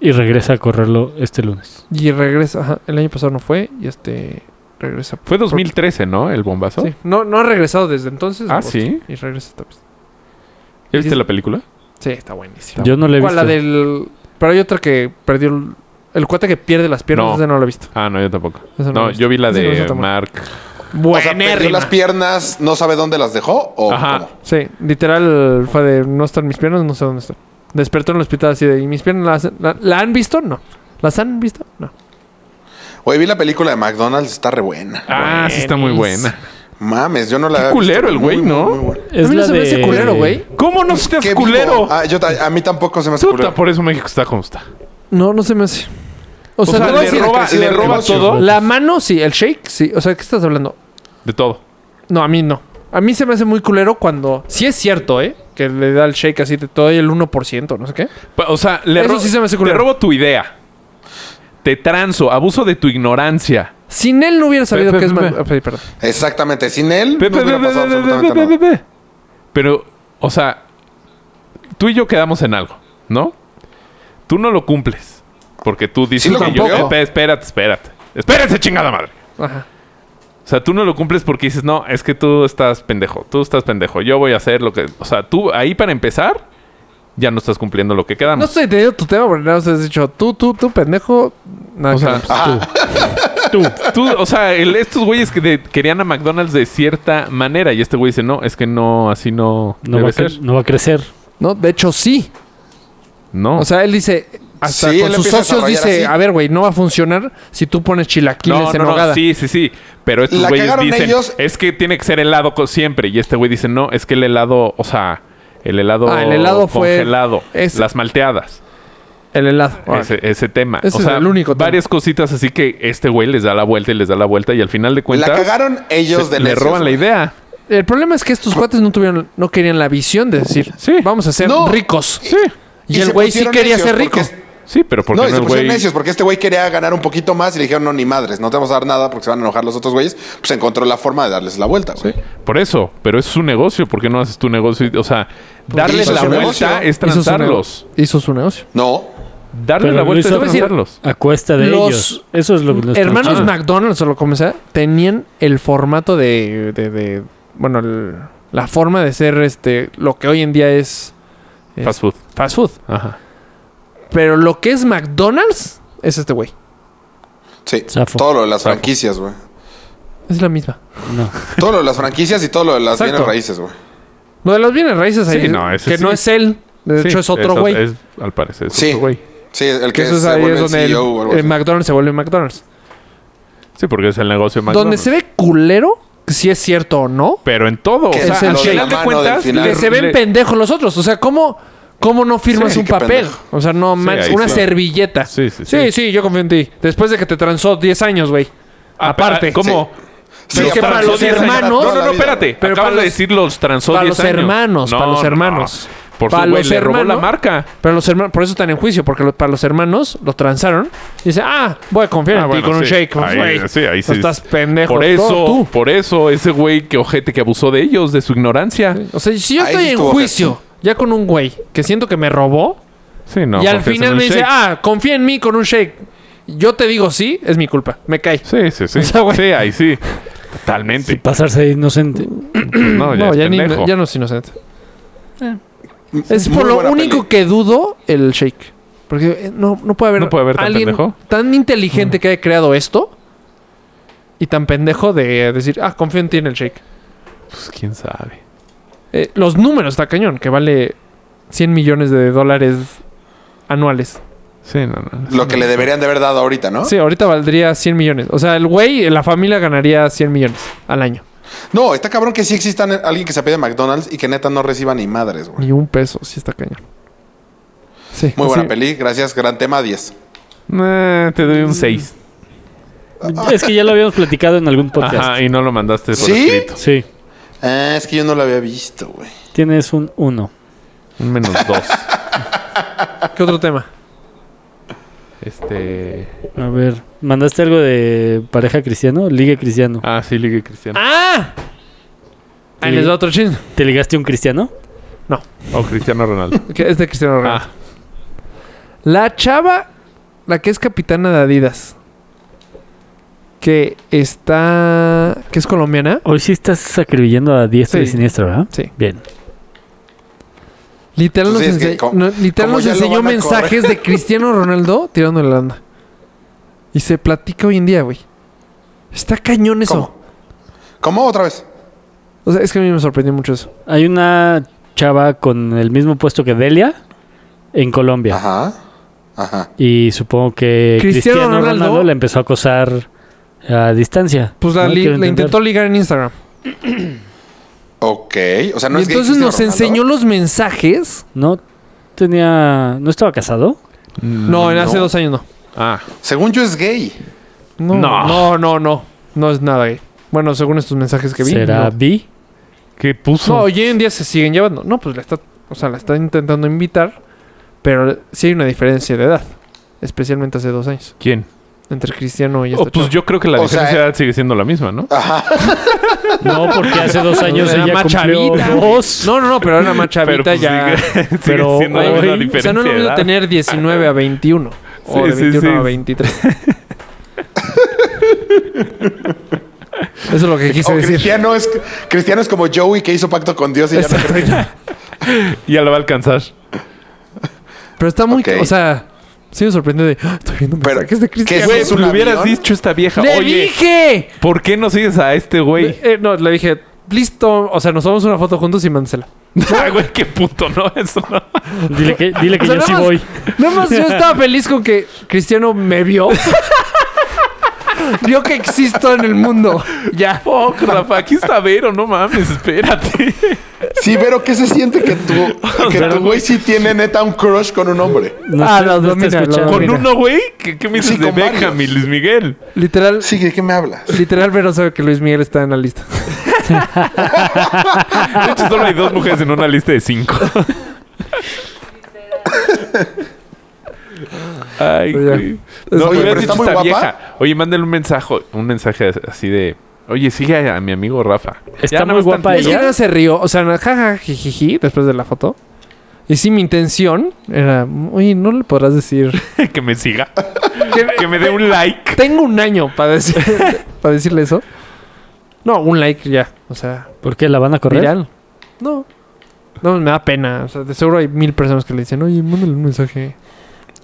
Speaker 2: Y regresa a correrlo este lunes.
Speaker 3: Y regresa. Ajá, el año pasado no fue y este. Regresa.
Speaker 4: Fue 2013, ¿no? El bombazo.
Speaker 3: Sí. No, no ha regresado desde entonces.
Speaker 4: Ah,
Speaker 3: Boston.
Speaker 4: sí.
Speaker 3: Y regresa esta vez.
Speaker 4: ¿Ya viste
Speaker 3: Sí.
Speaker 4: la película?
Speaker 3: Sí, está buenísimo.
Speaker 2: Yo no le he visto.
Speaker 3: ¿Cuál? La del. Pero hay otra que perdió. El, el cuate que pierde las piernas.
Speaker 4: No.
Speaker 3: Esa no la he visto.
Speaker 4: Ah, no, yo tampoco.
Speaker 3: Esa
Speaker 4: No,
Speaker 3: la he visto.
Speaker 4: yo vi la
Speaker 3: Esa no
Speaker 4: de
Speaker 3: está tan buena.
Speaker 4: Mark.
Speaker 1: O sea, perdió
Speaker 3: Buenérrima.
Speaker 1: las piernas, no sabe dónde las dejó o
Speaker 4: Ajá.
Speaker 1: cómo.
Speaker 3: Sí, literal fue de no están mis piernas, no sé dónde están. Despertó en el hospital así de. ¿Y mis piernas las la, la han visto? No. ¿Las han visto? No.
Speaker 1: Oye, vi la película de McDonald's, está re buena.
Speaker 4: Ah, sí está muy buena.
Speaker 1: Mames, yo no la.
Speaker 4: Qué
Speaker 1: había
Speaker 4: culero
Speaker 1: visto.
Speaker 4: el güey,
Speaker 1: Muy,
Speaker 4: ¿no?
Speaker 1: muy, muy buena.
Speaker 2: Es
Speaker 3: a mí no
Speaker 2: la
Speaker 3: se me hace
Speaker 2: de-
Speaker 3: culero, güey.
Speaker 4: ¿Cómo no estás
Speaker 1: Qué vivo.
Speaker 4: culero?
Speaker 1: Ah, yo ta- a mí tampoco se me hace
Speaker 4: Puta,
Speaker 1: culero.
Speaker 4: por eso México está como está.
Speaker 3: No, no se me hace. O sea,
Speaker 4: O sea,
Speaker 3: te voy a
Speaker 4: le
Speaker 3: decir-
Speaker 4: roba,
Speaker 1: crecido
Speaker 4: le
Speaker 1: el
Speaker 4: roba
Speaker 1: negocio.
Speaker 4: todo.
Speaker 3: la mano sí, el shake sí. O sea, ¿qué estás hablando?
Speaker 4: De todo.
Speaker 3: No, a mí no. A mí se me hace muy culero cuando... Sí es cierto, ¿eh? Que le da el shake así, te doy el 1%, no sé qué.
Speaker 4: Pa- O sea, le,
Speaker 3: Eso
Speaker 4: ro-
Speaker 3: sí se me hace
Speaker 4: le
Speaker 3: culero.
Speaker 4: robo tu idea. Te transo, abuso de tu ignorancia.
Speaker 3: Sin él no hubiera sabido
Speaker 4: Pe- pe-
Speaker 3: que es...
Speaker 4: pe-
Speaker 3: man-
Speaker 4: pe-
Speaker 3: Ah, sí, perdón.
Speaker 1: Exactamente. Sin él
Speaker 4: Pe-
Speaker 1: no
Speaker 4: pe-
Speaker 1: hubiera
Speaker 4: pe-
Speaker 1: pasado
Speaker 4: pe-
Speaker 1: absolutamente
Speaker 4: pe-
Speaker 1: nada.
Speaker 4: pe- pe- Pero, o sea, tú y yo quedamos en algo, ¿no? Tú no lo cumples. Porque tú dices
Speaker 1: lo
Speaker 4: que yo.
Speaker 1: cumplió.
Speaker 4: "Espe- Espérate, espérate. Espérense, chingada madre.
Speaker 3: Ajá.
Speaker 4: O sea, tú no lo cumples porque dices, no, es que tú estás pendejo, tú estás pendejo, yo voy a hacer lo que. O sea, tú ahí para empezar, ya no estás cumpliendo lo que quedamos.
Speaker 3: No estoy entendiendo tu tema, porque nada más has dicho tú, tú, tú, pendejo. Nada,
Speaker 4: O sea,
Speaker 3: que- pues,
Speaker 4: tú. Tú, o sea, el- estos güeyes que de- querían a McDonald's de cierta manera y este güey dice, no, es que no, así no,
Speaker 2: No va,
Speaker 4: debe
Speaker 2: a cre-
Speaker 4: ser.
Speaker 2: no va a crecer.
Speaker 3: No, de hecho sí.
Speaker 4: No.
Speaker 3: O sea, él dice, hasta
Speaker 1: Sí,
Speaker 3: con
Speaker 1: él
Speaker 3: sus
Speaker 1: empieza a
Speaker 3: socios
Speaker 1: desarrollar
Speaker 3: dice,
Speaker 1: así.
Speaker 3: a ver, güey, no va a funcionar si tú pones chilaquiles
Speaker 4: no,
Speaker 3: en
Speaker 4: no,
Speaker 3: hogada.
Speaker 4: no, sí, sí, sí. Pero estos
Speaker 1: La
Speaker 4: güeyes
Speaker 1: cagaron
Speaker 4: dicen,
Speaker 1: ellos.
Speaker 4: es que tiene que ser helado co- siempre. Y este güey dice, no, es que el helado, o sea, el helado,
Speaker 3: Ah, el helado fue-
Speaker 4: congelado,
Speaker 3: es-
Speaker 4: las malteadas.
Speaker 3: El helado.
Speaker 4: Ese, ese tema.
Speaker 3: Ese
Speaker 4: o
Speaker 3: es
Speaker 4: sea,
Speaker 3: el único tema.
Speaker 4: varias cositas así que este güey les da la vuelta y les da la vuelta y al final de cuentas...
Speaker 1: La cagaron ellos
Speaker 4: se-
Speaker 1: de
Speaker 4: Le
Speaker 1: necios,
Speaker 4: roban la
Speaker 1: güey.
Speaker 4: idea.
Speaker 3: El problema es que estos cuates no tuvieron, no querían la visión de decir,
Speaker 4: Sí.
Speaker 3: vamos a ser
Speaker 1: No.
Speaker 3: ricos.
Speaker 4: Sí,
Speaker 3: Y,
Speaker 1: Y
Speaker 3: el
Speaker 1: se
Speaker 3: güey sí
Speaker 1: pusieron
Speaker 3: quería
Speaker 1: necios
Speaker 3: ser rico.
Speaker 1: porque-
Speaker 4: sí, pero ¿por
Speaker 1: No,
Speaker 4: qué no,
Speaker 1: y se
Speaker 4: el
Speaker 1: pusieron
Speaker 4: güey...
Speaker 1: necios porque este güey quería ganar un poquito más y le dijeron, no, ni madres, no te vamos a dar nada porque se van a enojar los otros güeyes. Pues encontró la forma de darles la vuelta, güey.
Speaker 4: Por eso, pero es su negocio, ¿por qué no haces tu negocio? O sea, darles
Speaker 1: hizo
Speaker 4: la
Speaker 1: su
Speaker 4: vuelta
Speaker 1: negocio.
Speaker 4: es
Speaker 3: Hizo su, nego-
Speaker 4: transarlos.
Speaker 3: hizo su negocio.
Speaker 1: No.
Speaker 4: Darle la
Speaker 2: lo
Speaker 4: vuelta
Speaker 2: hizo
Speaker 4: es transarlos.
Speaker 2: A cuesta de
Speaker 3: Los
Speaker 2: ellos. Eso es lo
Speaker 4: Pues
Speaker 2: que nos
Speaker 3: Hermanos
Speaker 2: preocupa.
Speaker 3: McDonald's o lo como sea, tenían el formato de, de- de- bueno, el- la forma de ser este, lo que hoy en día es, es
Speaker 4: Fast food.
Speaker 3: fast food.
Speaker 4: Ajá.
Speaker 3: Pero lo que es McDonald's es este güey.
Speaker 1: Sí.
Speaker 2: Zafo.
Speaker 1: Todo lo de las franquicias, güey.
Speaker 3: Es la misma.
Speaker 2: No.
Speaker 1: Todo lo de las franquicias y todo lo de las
Speaker 3: Exacto.
Speaker 1: bienes raíces, güey.
Speaker 3: Lo de los bienes raíces
Speaker 4: Sí,
Speaker 3: ahí.
Speaker 4: no, ese
Speaker 3: que
Speaker 4: sí.
Speaker 3: no es él. De
Speaker 4: Sí,
Speaker 3: hecho, es otro güey.
Speaker 4: es- al parecer, es
Speaker 1: Sí.
Speaker 4: otro güey.
Speaker 1: Sí, el
Speaker 3: que
Speaker 1: que
Speaker 3: eso es
Speaker 1: se
Speaker 3: ahí
Speaker 1: vuelve
Speaker 3: es donde el,
Speaker 1: CEO o algo
Speaker 3: el
Speaker 1: así.
Speaker 3: McDonald's se vuelve McDonald's.
Speaker 4: Sí, porque es el negocio más
Speaker 3: Donde se ve culero, si es cierto o no,
Speaker 4: Pero en todo.
Speaker 1: Que
Speaker 4: o sea,
Speaker 3: es el
Speaker 4: al
Speaker 3: shake.
Speaker 4: final de
Speaker 1: La mano
Speaker 4: cuentas,
Speaker 1: del final.
Speaker 4: le-
Speaker 3: que se ven
Speaker 4: le-
Speaker 3: pendejos los otros. O sea, ¿cómo, cómo no firmas
Speaker 1: Sí,
Speaker 3: un
Speaker 1: qué
Speaker 3: papel?
Speaker 1: pendejo.
Speaker 3: O sea, no manches,
Speaker 4: ahí
Speaker 3: una
Speaker 4: sí.
Speaker 3: servilleta.
Speaker 4: Sí, sí,
Speaker 3: sí,
Speaker 4: sí.
Speaker 3: yo confío en ti. Después de que te transó 10 años, güey.
Speaker 4: Ah,
Speaker 3: Aparte.
Speaker 4: ah, ¿Cómo?
Speaker 1: Sí,
Speaker 3: Es que para
Speaker 4: transó
Speaker 3: los
Speaker 4: 10 años.
Speaker 3: hermanos-
Speaker 4: No, no,
Speaker 1: Toda
Speaker 4: no,
Speaker 1: la vida.
Speaker 4: espérate.
Speaker 3: Pero para
Speaker 4: Pero Acabas de
Speaker 3: los-
Speaker 4: decir los transó
Speaker 3: para
Speaker 4: 10
Speaker 3: los
Speaker 4: años.
Speaker 3: hermanos, para los
Speaker 4: no.
Speaker 3: hermanos.
Speaker 4: Por
Speaker 3: Para
Speaker 4: su güey,
Speaker 3: los
Speaker 4: le robó la
Speaker 3: hermanos-
Speaker 4: marca.
Speaker 3: Pero los hermanos, por eso están en juicio, porque lo- para los hermanos lo transaron. Y dice, ah, voy a confiar
Speaker 4: Ah,
Speaker 3: en ti
Speaker 4: bueno,
Speaker 3: con un
Speaker 4: sí.
Speaker 3: shake. pues,
Speaker 4: Ahí-
Speaker 3: güey.
Speaker 4: sí, ahí
Speaker 3: No
Speaker 4: sí.
Speaker 3: Estás pendejo.
Speaker 4: Por
Speaker 3: Todo
Speaker 4: eso,
Speaker 3: tú.
Speaker 4: por eso, ese güey que ojete que abusó de ellos, de su ignorancia.
Speaker 3: O sea, si yo
Speaker 1: Ahí
Speaker 3: estoy
Speaker 1: sí
Speaker 3: en
Speaker 1: estuvo
Speaker 3: juicio ya con un güey que siento que me robó
Speaker 4: Sí, no.
Speaker 3: y al
Speaker 4: confías en
Speaker 3: final
Speaker 4: un
Speaker 3: me dice,
Speaker 4: shake.
Speaker 3: ah, confía en mí con un shake. Yo te digo sí, es mi culpa. Me cae.
Speaker 4: Sí, sí, sí.
Speaker 3: O sea, güey.
Speaker 4: sí, ahí sí. Totalmente.
Speaker 2: Y pasarse de inocente.
Speaker 4: no, ya,
Speaker 3: no,
Speaker 4: es
Speaker 3: ya, ni-
Speaker 4: pendejo.
Speaker 3: ya no es inocente. Es
Speaker 1: Muy
Speaker 3: por lo
Speaker 1: buena
Speaker 3: único
Speaker 1: peli.
Speaker 3: que dudo el shake. Porque eh, no, no puede haber,
Speaker 4: No puede haber tan
Speaker 3: alguien
Speaker 4: pendejo.
Speaker 3: tan inteligente que haya creado esto y tan pendejo de decir, ah, confío en ti en el shake.
Speaker 4: Pues, quién sabe.
Speaker 3: Eh, los números está cañón, que vale 100 millones de dólares anuales.
Speaker 4: Sí, no, no.
Speaker 1: Lo que le deberían de haber dado ahorita, ¿no?
Speaker 3: Sí, ahorita valdría 100 millones. O sea, el güey, la familia ganaría 100 millones al año.
Speaker 1: No, está cabrón que sí existan alguien que se pide McDonald's y que neta no reciba ni madres, güey.
Speaker 3: Ni un peso, sí está cañón. Sí.
Speaker 1: Muy buena
Speaker 3: sí.
Speaker 1: peli, gracias, gran tema 10.
Speaker 4: Eh, te
Speaker 3: Mm,
Speaker 4: doy un 6.
Speaker 2: Es que ya lo habíamos platicado en algún podcast.
Speaker 4: Ajá, y no lo mandaste por
Speaker 1: ¿Sí?
Speaker 4: escrito.
Speaker 2: Sí.
Speaker 1: Ah, es que yo no lo había visto, güey.
Speaker 2: Tienes un 1.
Speaker 4: Un menos 2.
Speaker 3: ¿Qué otro tema?
Speaker 4: este.
Speaker 2: A ver. ¿Mandaste algo de pareja cristiano? Ligue cristiano.
Speaker 4: Ah, sí, Ligue Cristiano.
Speaker 3: ¡Ah! Ahí les va otro chisme.
Speaker 2: ¿Te ligaste a un cristiano?
Speaker 4: O Cristiano Ronaldo.
Speaker 3: Que es de Cristiano Ronaldo.
Speaker 4: ah,
Speaker 3: La chava, la que es capitana de Adidas, que está. que es colombiana,
Speaker 2: Hoy sí estás acribillando a diestra
Speaker 3: Sí.
Speaker 2: y siniestra, ¿verdad?
Speaker 3: Sí.
Speaker 2: Bien.
Speaker 3: literal nos,
Speaker 1: Pues sí, es que
Speaker 3: ense-
Speaker 1: como-
Speaker 3: no, literal
Speaker 1: como
Speaker 3: nos
Speaker 1: ya lo
Speaker 3: enseñó
Speaker 1: van a
Speaker 3: mensajes de Cristiano Ronaldo tirándole la onda. Y se platica hoy en día, güey. Está cañón eso.
Speaker 1: ¿Cómo? ¿Cómo otra vez?
Speaker 3: O sea, es que a mí me sorprendió mucho eso.
Speaker 2: Hay una chava con el mismo puesto que Delia en Colombia.
Speaker 1: Ajá. Ajá.
Speaker 2: Y supongo que
Speaker 3: Cristiano
Speaker 2: Cristiano,
Speaker 3: Ronaldo-
Speaker 2: Ronaldo, la empezó a acosar a distancia.
Speaker 3: Pues la,
Speaker 2: ¿no?
Speaker 3: li-
Speaker 2: Quiero
Speaker 3: la
Speaker 2: entender.
Speaker 3: intentó ligar en Instagram.
Speaker 1: Ok. O sea, Ah, no
Speaker 3: y
Speaker 1: es gay
Speaker 3: entonces
Speaker 1: Cristiano
Speaker 3: nos
Speaker 1: Ronaldo.
Speaker 3: enseñó los mensajes.
Speaker 2: No tenía. ¿No estaba casado?
Speaker 3: No, en hace
Speaker 1: no.
Speaker 3: dos años no.
Speaker 4: Ah.
Speaker 1: Según yo es gay.
Speaker 3: No,
Speaker 4: No.
Speaker 3: no, no, no. No es nada gay. Bueno, según estos mensajes que vi.
Speaker 2: ¿Será
Speaker 3: No,
Speaker 2: bi?
Speaker 4: ¿Qué puso?
Speaker 3: No, hoy en día se siguen llevando. No, pues la está, o sea, la está intentando invitar, pero sí hay una diferencia de edad, especialmente hace dos años,
Speaker 4: ¿Quién?
Speaker 3: entre Cristiano y este esta
Speaker 4: Oh, pues
Speaker 3: chava.
Speaker 4: yo creo que la
Speaker 1: O
Speaker 4: diferencia
Speaker 1: sea, eh,
Speaker 4: de edad sigue siendo la misma, ¿no?
Speaker 2: No, porque hace dos años
Speaker 3: Era
Speaker 2: ella
Speaker 3: más
Speaker 2: cumplió
Speaker 3: chavita.
Speaker 2: dos.
Speaker 3: No, no, no, pero era más chavita
Speaker 4: pues
Speaker 3: ya.
Speaker 4: sigue- sigue
Speaker 2: pero
Speaker 4: siendo la
Speaker 2: hoy-
Speaker 4: misma
Speaker 2: o sea,
Speaker 3: o
Speaker 4: diferencia
Speaker 3: sea, no es lo
Speaker 4: de
Speaker 3: mismo
Speaker 4: edad.
Speaker 3: tener 19 a 21 o
Speaker 4: Sí,
Speaker 3: de
Speaker 4: sí,
Speaker 3: 21
Speaker 4: sí.
Speaker 3: a 23. Eso es lo que quise
Speaker 1: O
Speaker 3: decir.
Speaker 1: cristiano es, cristiano es como Joey que hizo pacto con Dios y ya no
Speaker 3: Exacto.
Speaker 4: Ya la va a alcanzar.
Speaker 3: Pero está muy,
Speaker 1: Ok.
Speaker 3: o sea, sí me sorprende de, "Ah, estoy viendo
Speaker 1: Pero,
Speaker 3: mensajes de
Speaker 1: ¿qué es
Speaker 3: Cristiano.
Speaker 1: eso?
Speaker 4: Güey,
Speaker 1: ¿Es
Speaker 4: tú
Speaker 1: un
Speaker 4: le hubieras
Speaker 1: avión?
Speaker 4: dicho a esta vieja,
Speaker 3: ¡Le
Speaker 4: oye,
Speaker 3: dije!
Speaker 4: ¿por qué no sigues a este güey?
Speaker 3: Eh, no, le dije, listo, o sea, nos tomamos una foto juntos y mándasela.
Speaker 4: Ah, güey, qué puto, ¿no? Eso no.
Speaker 2: Dile que, dile que
Speaker 3: O sea,
Speaker 2: yo sí
Speaker 3: nada
Speaker 2: voy.
Speaker 3: más- Nada más yo estaba feliz con que Cristiano me vio. vio que existo en el mundo.
Speaker 4: Ya. Fuck, Rafa, aquí está Vero, no mames, espérate.
Speaker 1: Sí, pero ¿qué se siente que tu, que tu güey sí tiene neta un crush con un hombre?
Speaker 2: No
Speaker 3: Ah,
Speaker 2: está-
Speaker 3: los
Speaker 2: no está
Speaker 3: domina, los
Speaker 2: escuchando.
Speaker 4: Con
Speaker 3: domina. Mira.
Speaker 4: uno, güey, ¿qué, qué me dices
Speaker 1: Sí,
Speaker 4: de
Speaker 1: con varios.
Speaker 4: Beckham y Luis Miguel?
Speaker 3: Literal,
Speaker 1: Sí, ¿de qué me hablas?
Speaker 3: literal, pero sabe que Luis Miguel está en la lista.
Speaker 4: De hecho, solo hay dos mujeres en una lista de cinco. Ay,
Speaker 3: Oye,
Speaker 4: güey.
Speaker 3: es-
Speaker 4: No,
Speaker 1: Oye,
Speaker 4: hubieras
Speaker 1: pero
Speaker 4: dicho
Speaker 1: está muy
Speaker 4: esta
Speaker 1: guapa.
Speaker 4: vieja. Oye, mándale un mensaje, un mensaje así de. Oye, sigue a, a mi amigo Rafa.
Speaker 2: Está
Speaker 4: Ya nada
Speaker 2: muy
Speaker 4: más
Speaker 2: guapa
Speaker 3: Es
Speaker 4: tantito.
Speaker 3: que
Speaker 2: ella.
Speaker 3: nada se rió, o sea, jaja, jijiji, después de la foto. Y sí, mi intención era, oye, no le podrás decir.
Speaker 4: que me siga. que, que me dé un like.
Speaker 3: Tengo un año para decir, para decirle eso. No, un like ya, o sea,
Speaker 2: ¿Por qué la van a correr?
Speaker 3: viral. No. No, me da pena. O sea, de seguro hay mil personas que le dicen, oye, mándale un mensaje.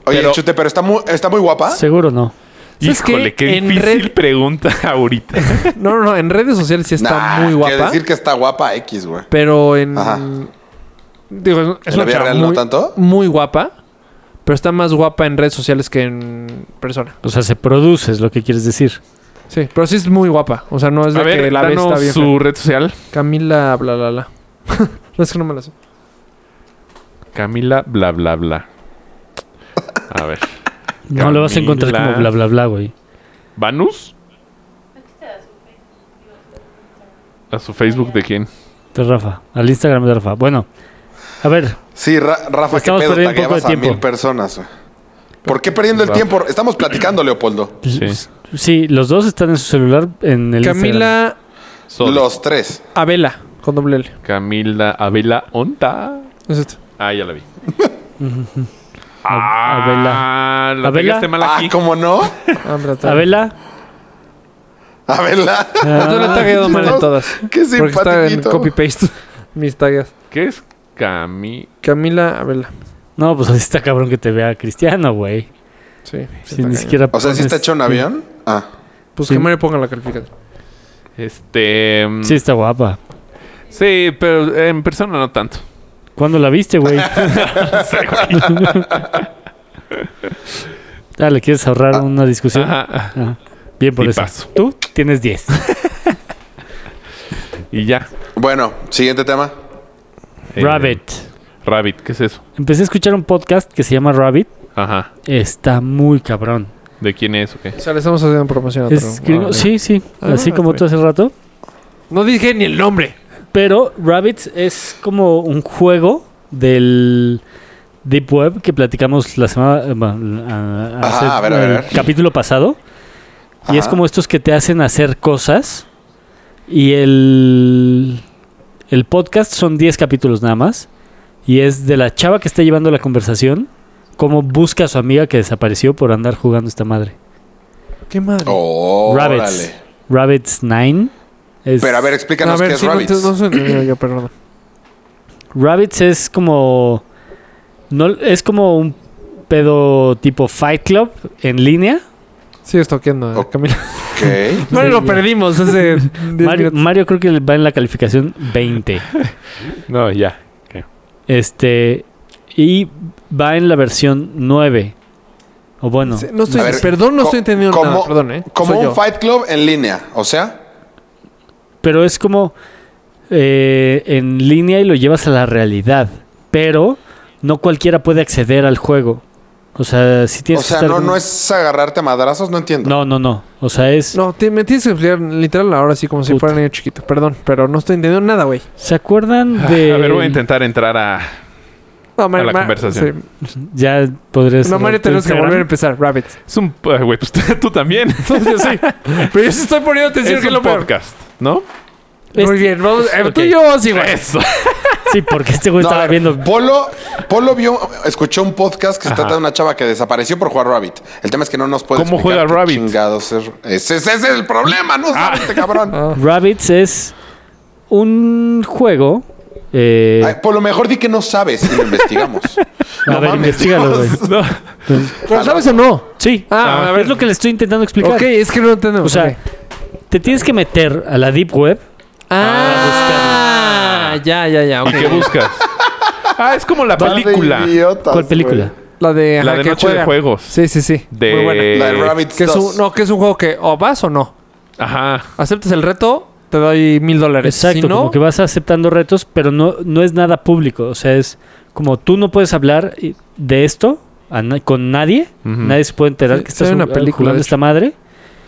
Speaker 1: Oye,
Speaker 4: Pero-
Speaker 1: chute, pero está muy, está muy guapa.
Speaker 2: Seguro no.
Speaker 3: ¿Sabes qué?
Speaker 4: Híjole, qué
Speaker 3: En
Speaker 4: difícil
Speaker 3: red- Pues
Speaker 4: pregunta ahorita.
Speaker 3: No, no, no, en redes sociales sí está
Speaker 1: Nah,
Speaker 3: muy
Speaker 1: Que
Speaker 3: guapa.
Speaker 1: decir que está guapa X, güey.
Speaker 3: Pero en.
Speaker 1: Ajá.
Speaker 3: Digo,
Speaker 1: ¿En
Speaker 3: es
Speaker 1: la
Speaker 3: una
Speaker 1: vida
Speaker 3: chava
Speaker 1: real no
Speaker 3: muy,
Speaker 1: tanto?
Speaker 3: muy guapa. Pero está más guapa en redes sociales que en persona.
Speaker 2: O sea, se produce, es lo que quieres decir.
Speaker 3: Sí, pero sí es muy guapa. O sea, no es de
Speaker 4: a ver,
Speaker 3: que la ves está
Speaker 4: danos
Speaker 3: bien.
Speaker 4: su
Speaker 3: fea.
Speaker 4: red social.
Speaker 3: Camila, bla, bla, bla. no es que no me la sé.
Speaker 4: Camila, bla, bla, bla. A ver.
Speaker 2: No lo vas a encontrar
Speaker 4: Camila.
Speaker 2: como bla bla bla, güey.
Speaker 4: ¿Vanus? ¿A su Facebook de quién?
Speaker 2: De Rafa. Al Instagram de Rafa. Bueno, a ver,
Speaker 1: Sí, Ra- Rafa,
Speaker 2: Estamos
Speaker 1: qué pedo,
Speaker 2: perdiendo un poco de
Speaker 1: tagueabas a mil
Speaker 2: tiempo.
Speaker 1: personas, güey. ¿Por qué perdiendo el
Speaker 4: Rafa.
Speaker 1: tiempo? Estamos platicando, Leopoldo.
Speaker 4: Sí.
Speaker 2: sí. los dos están en su celular en el Instagram.
Speaker 3: Camila
Speaker 4: Sol.
Speaker 1: Los tres.
Speaker 3: Abela, con doble L.
Speaker 4: Camila Abela Onta.
Speaker 3: Es este. esto.
Speaker 4: Ah, ya la vi.
Speaker 2: Ah,
Speaker 4: Ah, la
Speaker 2: Abela.
Speaker 4: pegaste mal
Speaker 1: Ah,
Speaker 4: aquí.
Speaker 1: ¿cómo no?
Speaker 3: Ah, mira, está bien.
Speaker 2: Abela.
Speaker 1: A verla.
Speaker 3: Yo le he tagueado mal en todas.
Speaker 1: Qué
Speaker 3: Porque está en
Speaker 1: simpático.
Speaker 3: copy-paste mis tagas.
Speaker 4: ¿Qué es Cami?
Speaker 3: Camila, Abela.
Speaker 2: No, pues así está cabrón que te vea Cristiano, güey.
Speaker 3: Sí.
Speaker 2: Si
Speaker 3: sí está
Speaker 2: ni
Speaker 3: cañón.
Speaker 2: siquiera.
Speaker 1: O sea, si
Speaker 2: pones-
Speaker 1: está hecho un avión. Ah.
Speaker 3: Pues
Speaker 2: Sí.
Speaker 3: que Mario ponga la calificación.
Speaker 4: Este. mm,
Speaker 2: Sí, está guapa.
Speaker 4: sí, pero en persona no tanto.
Speaker 2: ¿Cuándo la viste, güey? ah, le quieres ahorrar una discusión.
Speaker 4: Ajá.
Speaker 2: Ah, Bien por eso.
Speaker 4: Tipazo.
Speaker 2: Tú tienes 10.
Speaker 4: Y ya.
Speaker 1: Bueno, siguiente tema.
Speaker 4: Eh,
Speaker 2: Rabbit.
Speaker 4: Rabbit, ¿qué es eso?
Speaker 2: Empecé a escuchar un podcast que se llama Rabbit.
Speaker 4: Ajá.
Speaker 2: Está muy cabrón.
Speaker 4: ¿De quién es o qué?
Speaker 3: O sea, le estamos haciendo promoción a otro.
Speaker 2: Es gringo-
Speaker 3: Órale.
Speaker 2: sí, sí.
Speaker 3: Ah,
Speaker 2: así como
Speaker 3: está
Speaker 2: tú hace rato.
Speaker 3: No dije ni el nombre.
Speaker 2: Pero Rabbits es como un juego del Deep Web que platicamos la semana. eh, bueno, a- a-
Speaker 1: Ajá,
Speaker 2: hace-
Speaker 1: a ver, a ver, a
Speaker 2: el
Speaker 1: ver.
Speaker 2: capítulo pasado. Y es
Speaker 1: Ajá.
Speaker 2: como estos que te hacen hacer cosas. Y el, el podcast son 10 capítulos nada más. Y es de la chava que está llevando la conversación. Cómo busca a su amiga que desapareció por andar jugando esta madre.
Speaker 3: ¿Qué madre?
Speaker 1: Oh,
Speaker 2: Rabbits.
Speaker 1: órale.
Speaker 2: Rabbits 9. es-
Speaker 1: Pero a ver,
Speaker 3: a
Speaker 1: explícanos qué
Speaker 3: ver,
Speaker 1: es
Speaker 3: sí, no,
Speaker 1: Rabbits.
Speaker 3: te- no se entendió yo, perdón.
Speaker 2: Rabbits es como. No, es como un pedo tipo Fight Club en línea.
Speaker 3: Sigue estoqueando, eh,
Speaker 1: Ok.
Speaker 3: Camila.
Speaker 1: Ok.
Speaker 3: Mario lo perdimos hace 10
Speaker 2: Mario,
Speaker 3: minutos.
Speaker 2: Mario creo que va en la calificación 20.
Speaker 4: No, ya.
Speaker 2: Este. Y va en la versión 9. O bueno.
Speaker 3: Sí, No estoy,
Speaker 1: A ver,
Speaker 3: perdón, no
Speaker 1: co-
Speaker 3: estoy entendiendo
Speaker 1: como-
Speaker 3: nada. Perdón, ¿eh?
Speaker 1: Como
Speaker 3: Soy
Speaker 1: un
Speaker 3: yo.
Speaker 1: Fight Club en línea. O sea,
Speaker 2: Pero es como. eh, en línea y lo llevas a la realidad. Pero no cualquiera puede acceder al juego. O sea, si
Speaker 1: O
Speaker 2: tienes que
Speaker 1: sea,
Speaker 2: estar
Speaker 1: no,
Speaker 2: como-
Speaker 1: no es agarrarte a madrazos, no entiendo.
Speaker 2: No, no, no. O sea, es...
Speaker 3: No, te- me tienes que explicar literal ahora sí, como si
Speaker 2: Puta.
Speaker 3: fuera niño chiquito. Perdón, pero no estoy entendiendo nada, güey.
Speaker 2: ¿Se acuerdan de...?
Speaker 4: Ah, A ver, voy a intentar entrar a...
Speaker 3: No, Mario,
Speaker 4: la conversación.
Speaker 3: sí.
Speaker 2: Ya podrías...
Speaker 3: No, Mario, tenemos que volver a empezar. Rabbit.
Speaker 4: Es un... ah, Güey, pues tú también.
Speaker 3: yo sí. Pero yo sí estoy poniendo atención
Speaker 4: es
Speaker 3: que
Speaker 4: un
Speaker 3: lo peor.
Speaker 4: podcast, ¿no?
Speaker 3: Muy bien, vamos. eh, Tú y yo vamos igual.
Speaker 4: Eso.
Speaker 2: Sí, porque este güey
Speaker 1: No, a
Speaker 2: estaba
Speaker 1: ver,
Speaker 2: viendo...
Speaker 1: Polo, Polo vio, escuchó un podcast que se
Speaker 4: Ajá.
Speaker 1: trata de una chava que desapareció por jugar Rabbit. El tema es que no nos puede
Speaker 4: ¿Cómo
Speaker 1: explicar
Speaker 4: juega
Speaker 1: qué
Speaker 4: Rabbit?
Speaker 1: chingados es- ese, ese es el problema, no
Speaker 4: Ah.
Speaker 1: sabes, este cabrón.
Speaker 2: Rabbits es un juego... eh,
Speaker 1: Ay, Polo, mejor di que no sabes y lo investigamos.
Speaker 2: a
Speaker 1: no
Speaker 2: ver,
Speaker 1: mames,
Speaker 2: investigalo, güey.
Speaker 1: Dios.
Speaker 4: No.
Speaker 3: ¿Pero sabes o no?
Speaker 2: Sí.
Speaker 3: Ah, a ver.
Speaker 2: Es lo que le estoy intentando explicar.
Speaker 3: Ok, es que no entendemos.
Speaker 2: O sea,
Speaker 3: ok.
Speaker 2: te tienes que meter a la Deep Web.
Speaker 3: Ah, ya, ya, ya.
Speaker 4: ¿Y
Speaker 3: ok.
Speaker 4: qué buscas? Ah, es como la
Speaker 1: Par de
Speaker 4: película.
Speaker 1: idiotas,
Speaker 2: ¿Cuál película?
Speaker 1: güey.
Speaker 3: La de,
Speaker 4: La
Speaker 3: ajá,
Speaker 4: de
Speaker 3: que
Speaker 4: Noche de
Speaker 3: juegan.
Speaker 4: Juegos.
Speaker 3: Sí, sí, sí.
Speaker 4: De...
Speaker 3: Muy buena.
Speaker 1: La de
Speaker 4: Eh,
Speaker 1: Rabbit
Speaker 3: Que es un,
Speaker 1: 2.
Speaker 3: no, que es un juego que o vas o no.
Speaker 4: Ajá.
Speaker 3: Aceptas el reto, te doy mil dólares.
Speaker 2: Exacto,
Speaker 3: Si no,
Speaker 2: como que vas aceptando retos, pero no, no es nada público. O sea, es como tú no puedes hablar eh, de esto a na- con nadie.
Speaker 4: Ujú.
Speaker 2: Nadie se puede enterar
Speaker 3: Sí,
Speaker 2: que estás
Speaker 3: hay una
Speaker 2: jug-
Speaker 3: película,
Speaker 2: jugando
Speaker 3: de
Speaker 2: esta madre.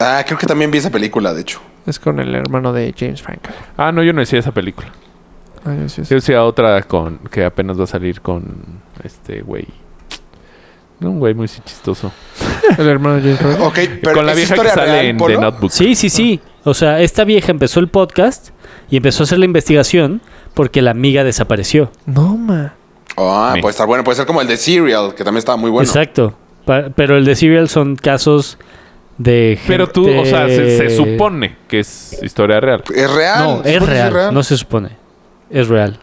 Speaker 1: Ah, creo que también vi esa película, de hecho.
Speaker 3: es con el hermano de James Franco.
Speaker 4: Ah, no, yo no decía esa película.
Speaker 3: Ay, Dios, Dios.
Speaker 4: Yo decía otra con... Que apenas va a salir con... Este güey. Un güey muy chistoso.
Speaker 3: El hermano de James Franco.
Speaker 1: Ok, pero
Speaker 4: con la
Speaker 1: ¿es
Speaker 4: vieja que
Speaker 1: historia
Speaker 4: sale
Speaker 1: real,
Speaker 4: en The
Speaker 1: Polo?
Speaker 4: Notebook.
Speaker 2: Sí, sí, sí. O sea, esta vieja empezó el podcast y empezó a hacer la investigación porque la amiga desapareció.
Speaker 3: No, ma.
Speaker 1: Ah,
Speaker 4: Sí.
Speaker 1: puede estar bueno. Puede ser como el de Serial, que también estaba muy bueno.
Speaker 2: Exacto. Pa- pero el de Serial son casos de
Speaker 4: Pero tú, o sea, se, se
Speaker 2: gente-
Speaker 4: supone que es historia real.
Speaker 1: Es real.
Speaker 2: No,
Speaker 1: Ah, ¿Se
Speaker 2: es
Speaker 1: supone que
Speaker 2: real, No se supone. Es real.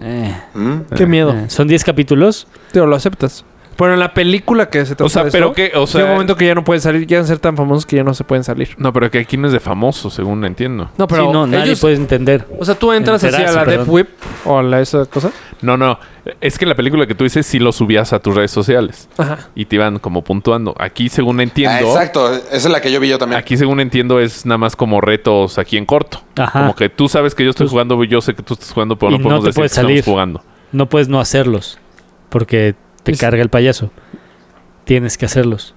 Speaker 2: Eh,
Speaker 1: Mm.
Speaker 3: Qué miedo.
Speaker 2: eh, Son 10 capítulos.
Speaker 3: Tío, lo aceptas. Pero en la película que se te
Speaker 4: O sea, pero que... O
Speaker 3: Llega un
Speaker 4: sea...
Speaker 3: momento que ya no pueden salir, quieren ser tan famosos que ya no se pueden salir.
Speaker 4: No, pero que aquí no es de famoso, según entiendo.
Speaker 3: No, pero
Speaker 2: Sí, no, nadie
Speaker 3: ellos-
Speaker 2: puede entender.
Speaker 3: O sea, tú entras así a
Speaker 2: Enterarse,
Speaker 3: la Deep
Speaker 2: perdón.
Speaker 3: Web o a la esa cosa.
Speaker 4: No, no. Es que la película que tú dices sí lo subías a tus redes sociales.
Speaker 3: Ajá.
Speaker 4: Y te iban como puntuando. Aquí, según
Speaker 1: Ah,
Speaker 4: entiendo...
Speaker 1: exacto. Esa es la que yo vi yo también.
Speaker 4: Aquí, según entiendo, es nada más como retos aquí en corto.
Speaker 2: Ajá.
Speaker 4: Como que tú sabes que yo estoy
Speaker 2: Pues-
Speaker 4: jugando, yo sé que tú estás jugando,
Speaker 2: Y
Speaker 4: pero no
Speaker 2: no
Speaker 4: podemos
Speaker 2: te
Speaker 4: decir que
Speaker 2: puedes salir. Eh.
Speaker 4: estamos jugando.
Speaker 2: No puedes no hacerlos. Porque te
Speaker 3: Es-
Speaker 2: carga el payaso. Tienes que hacerlos.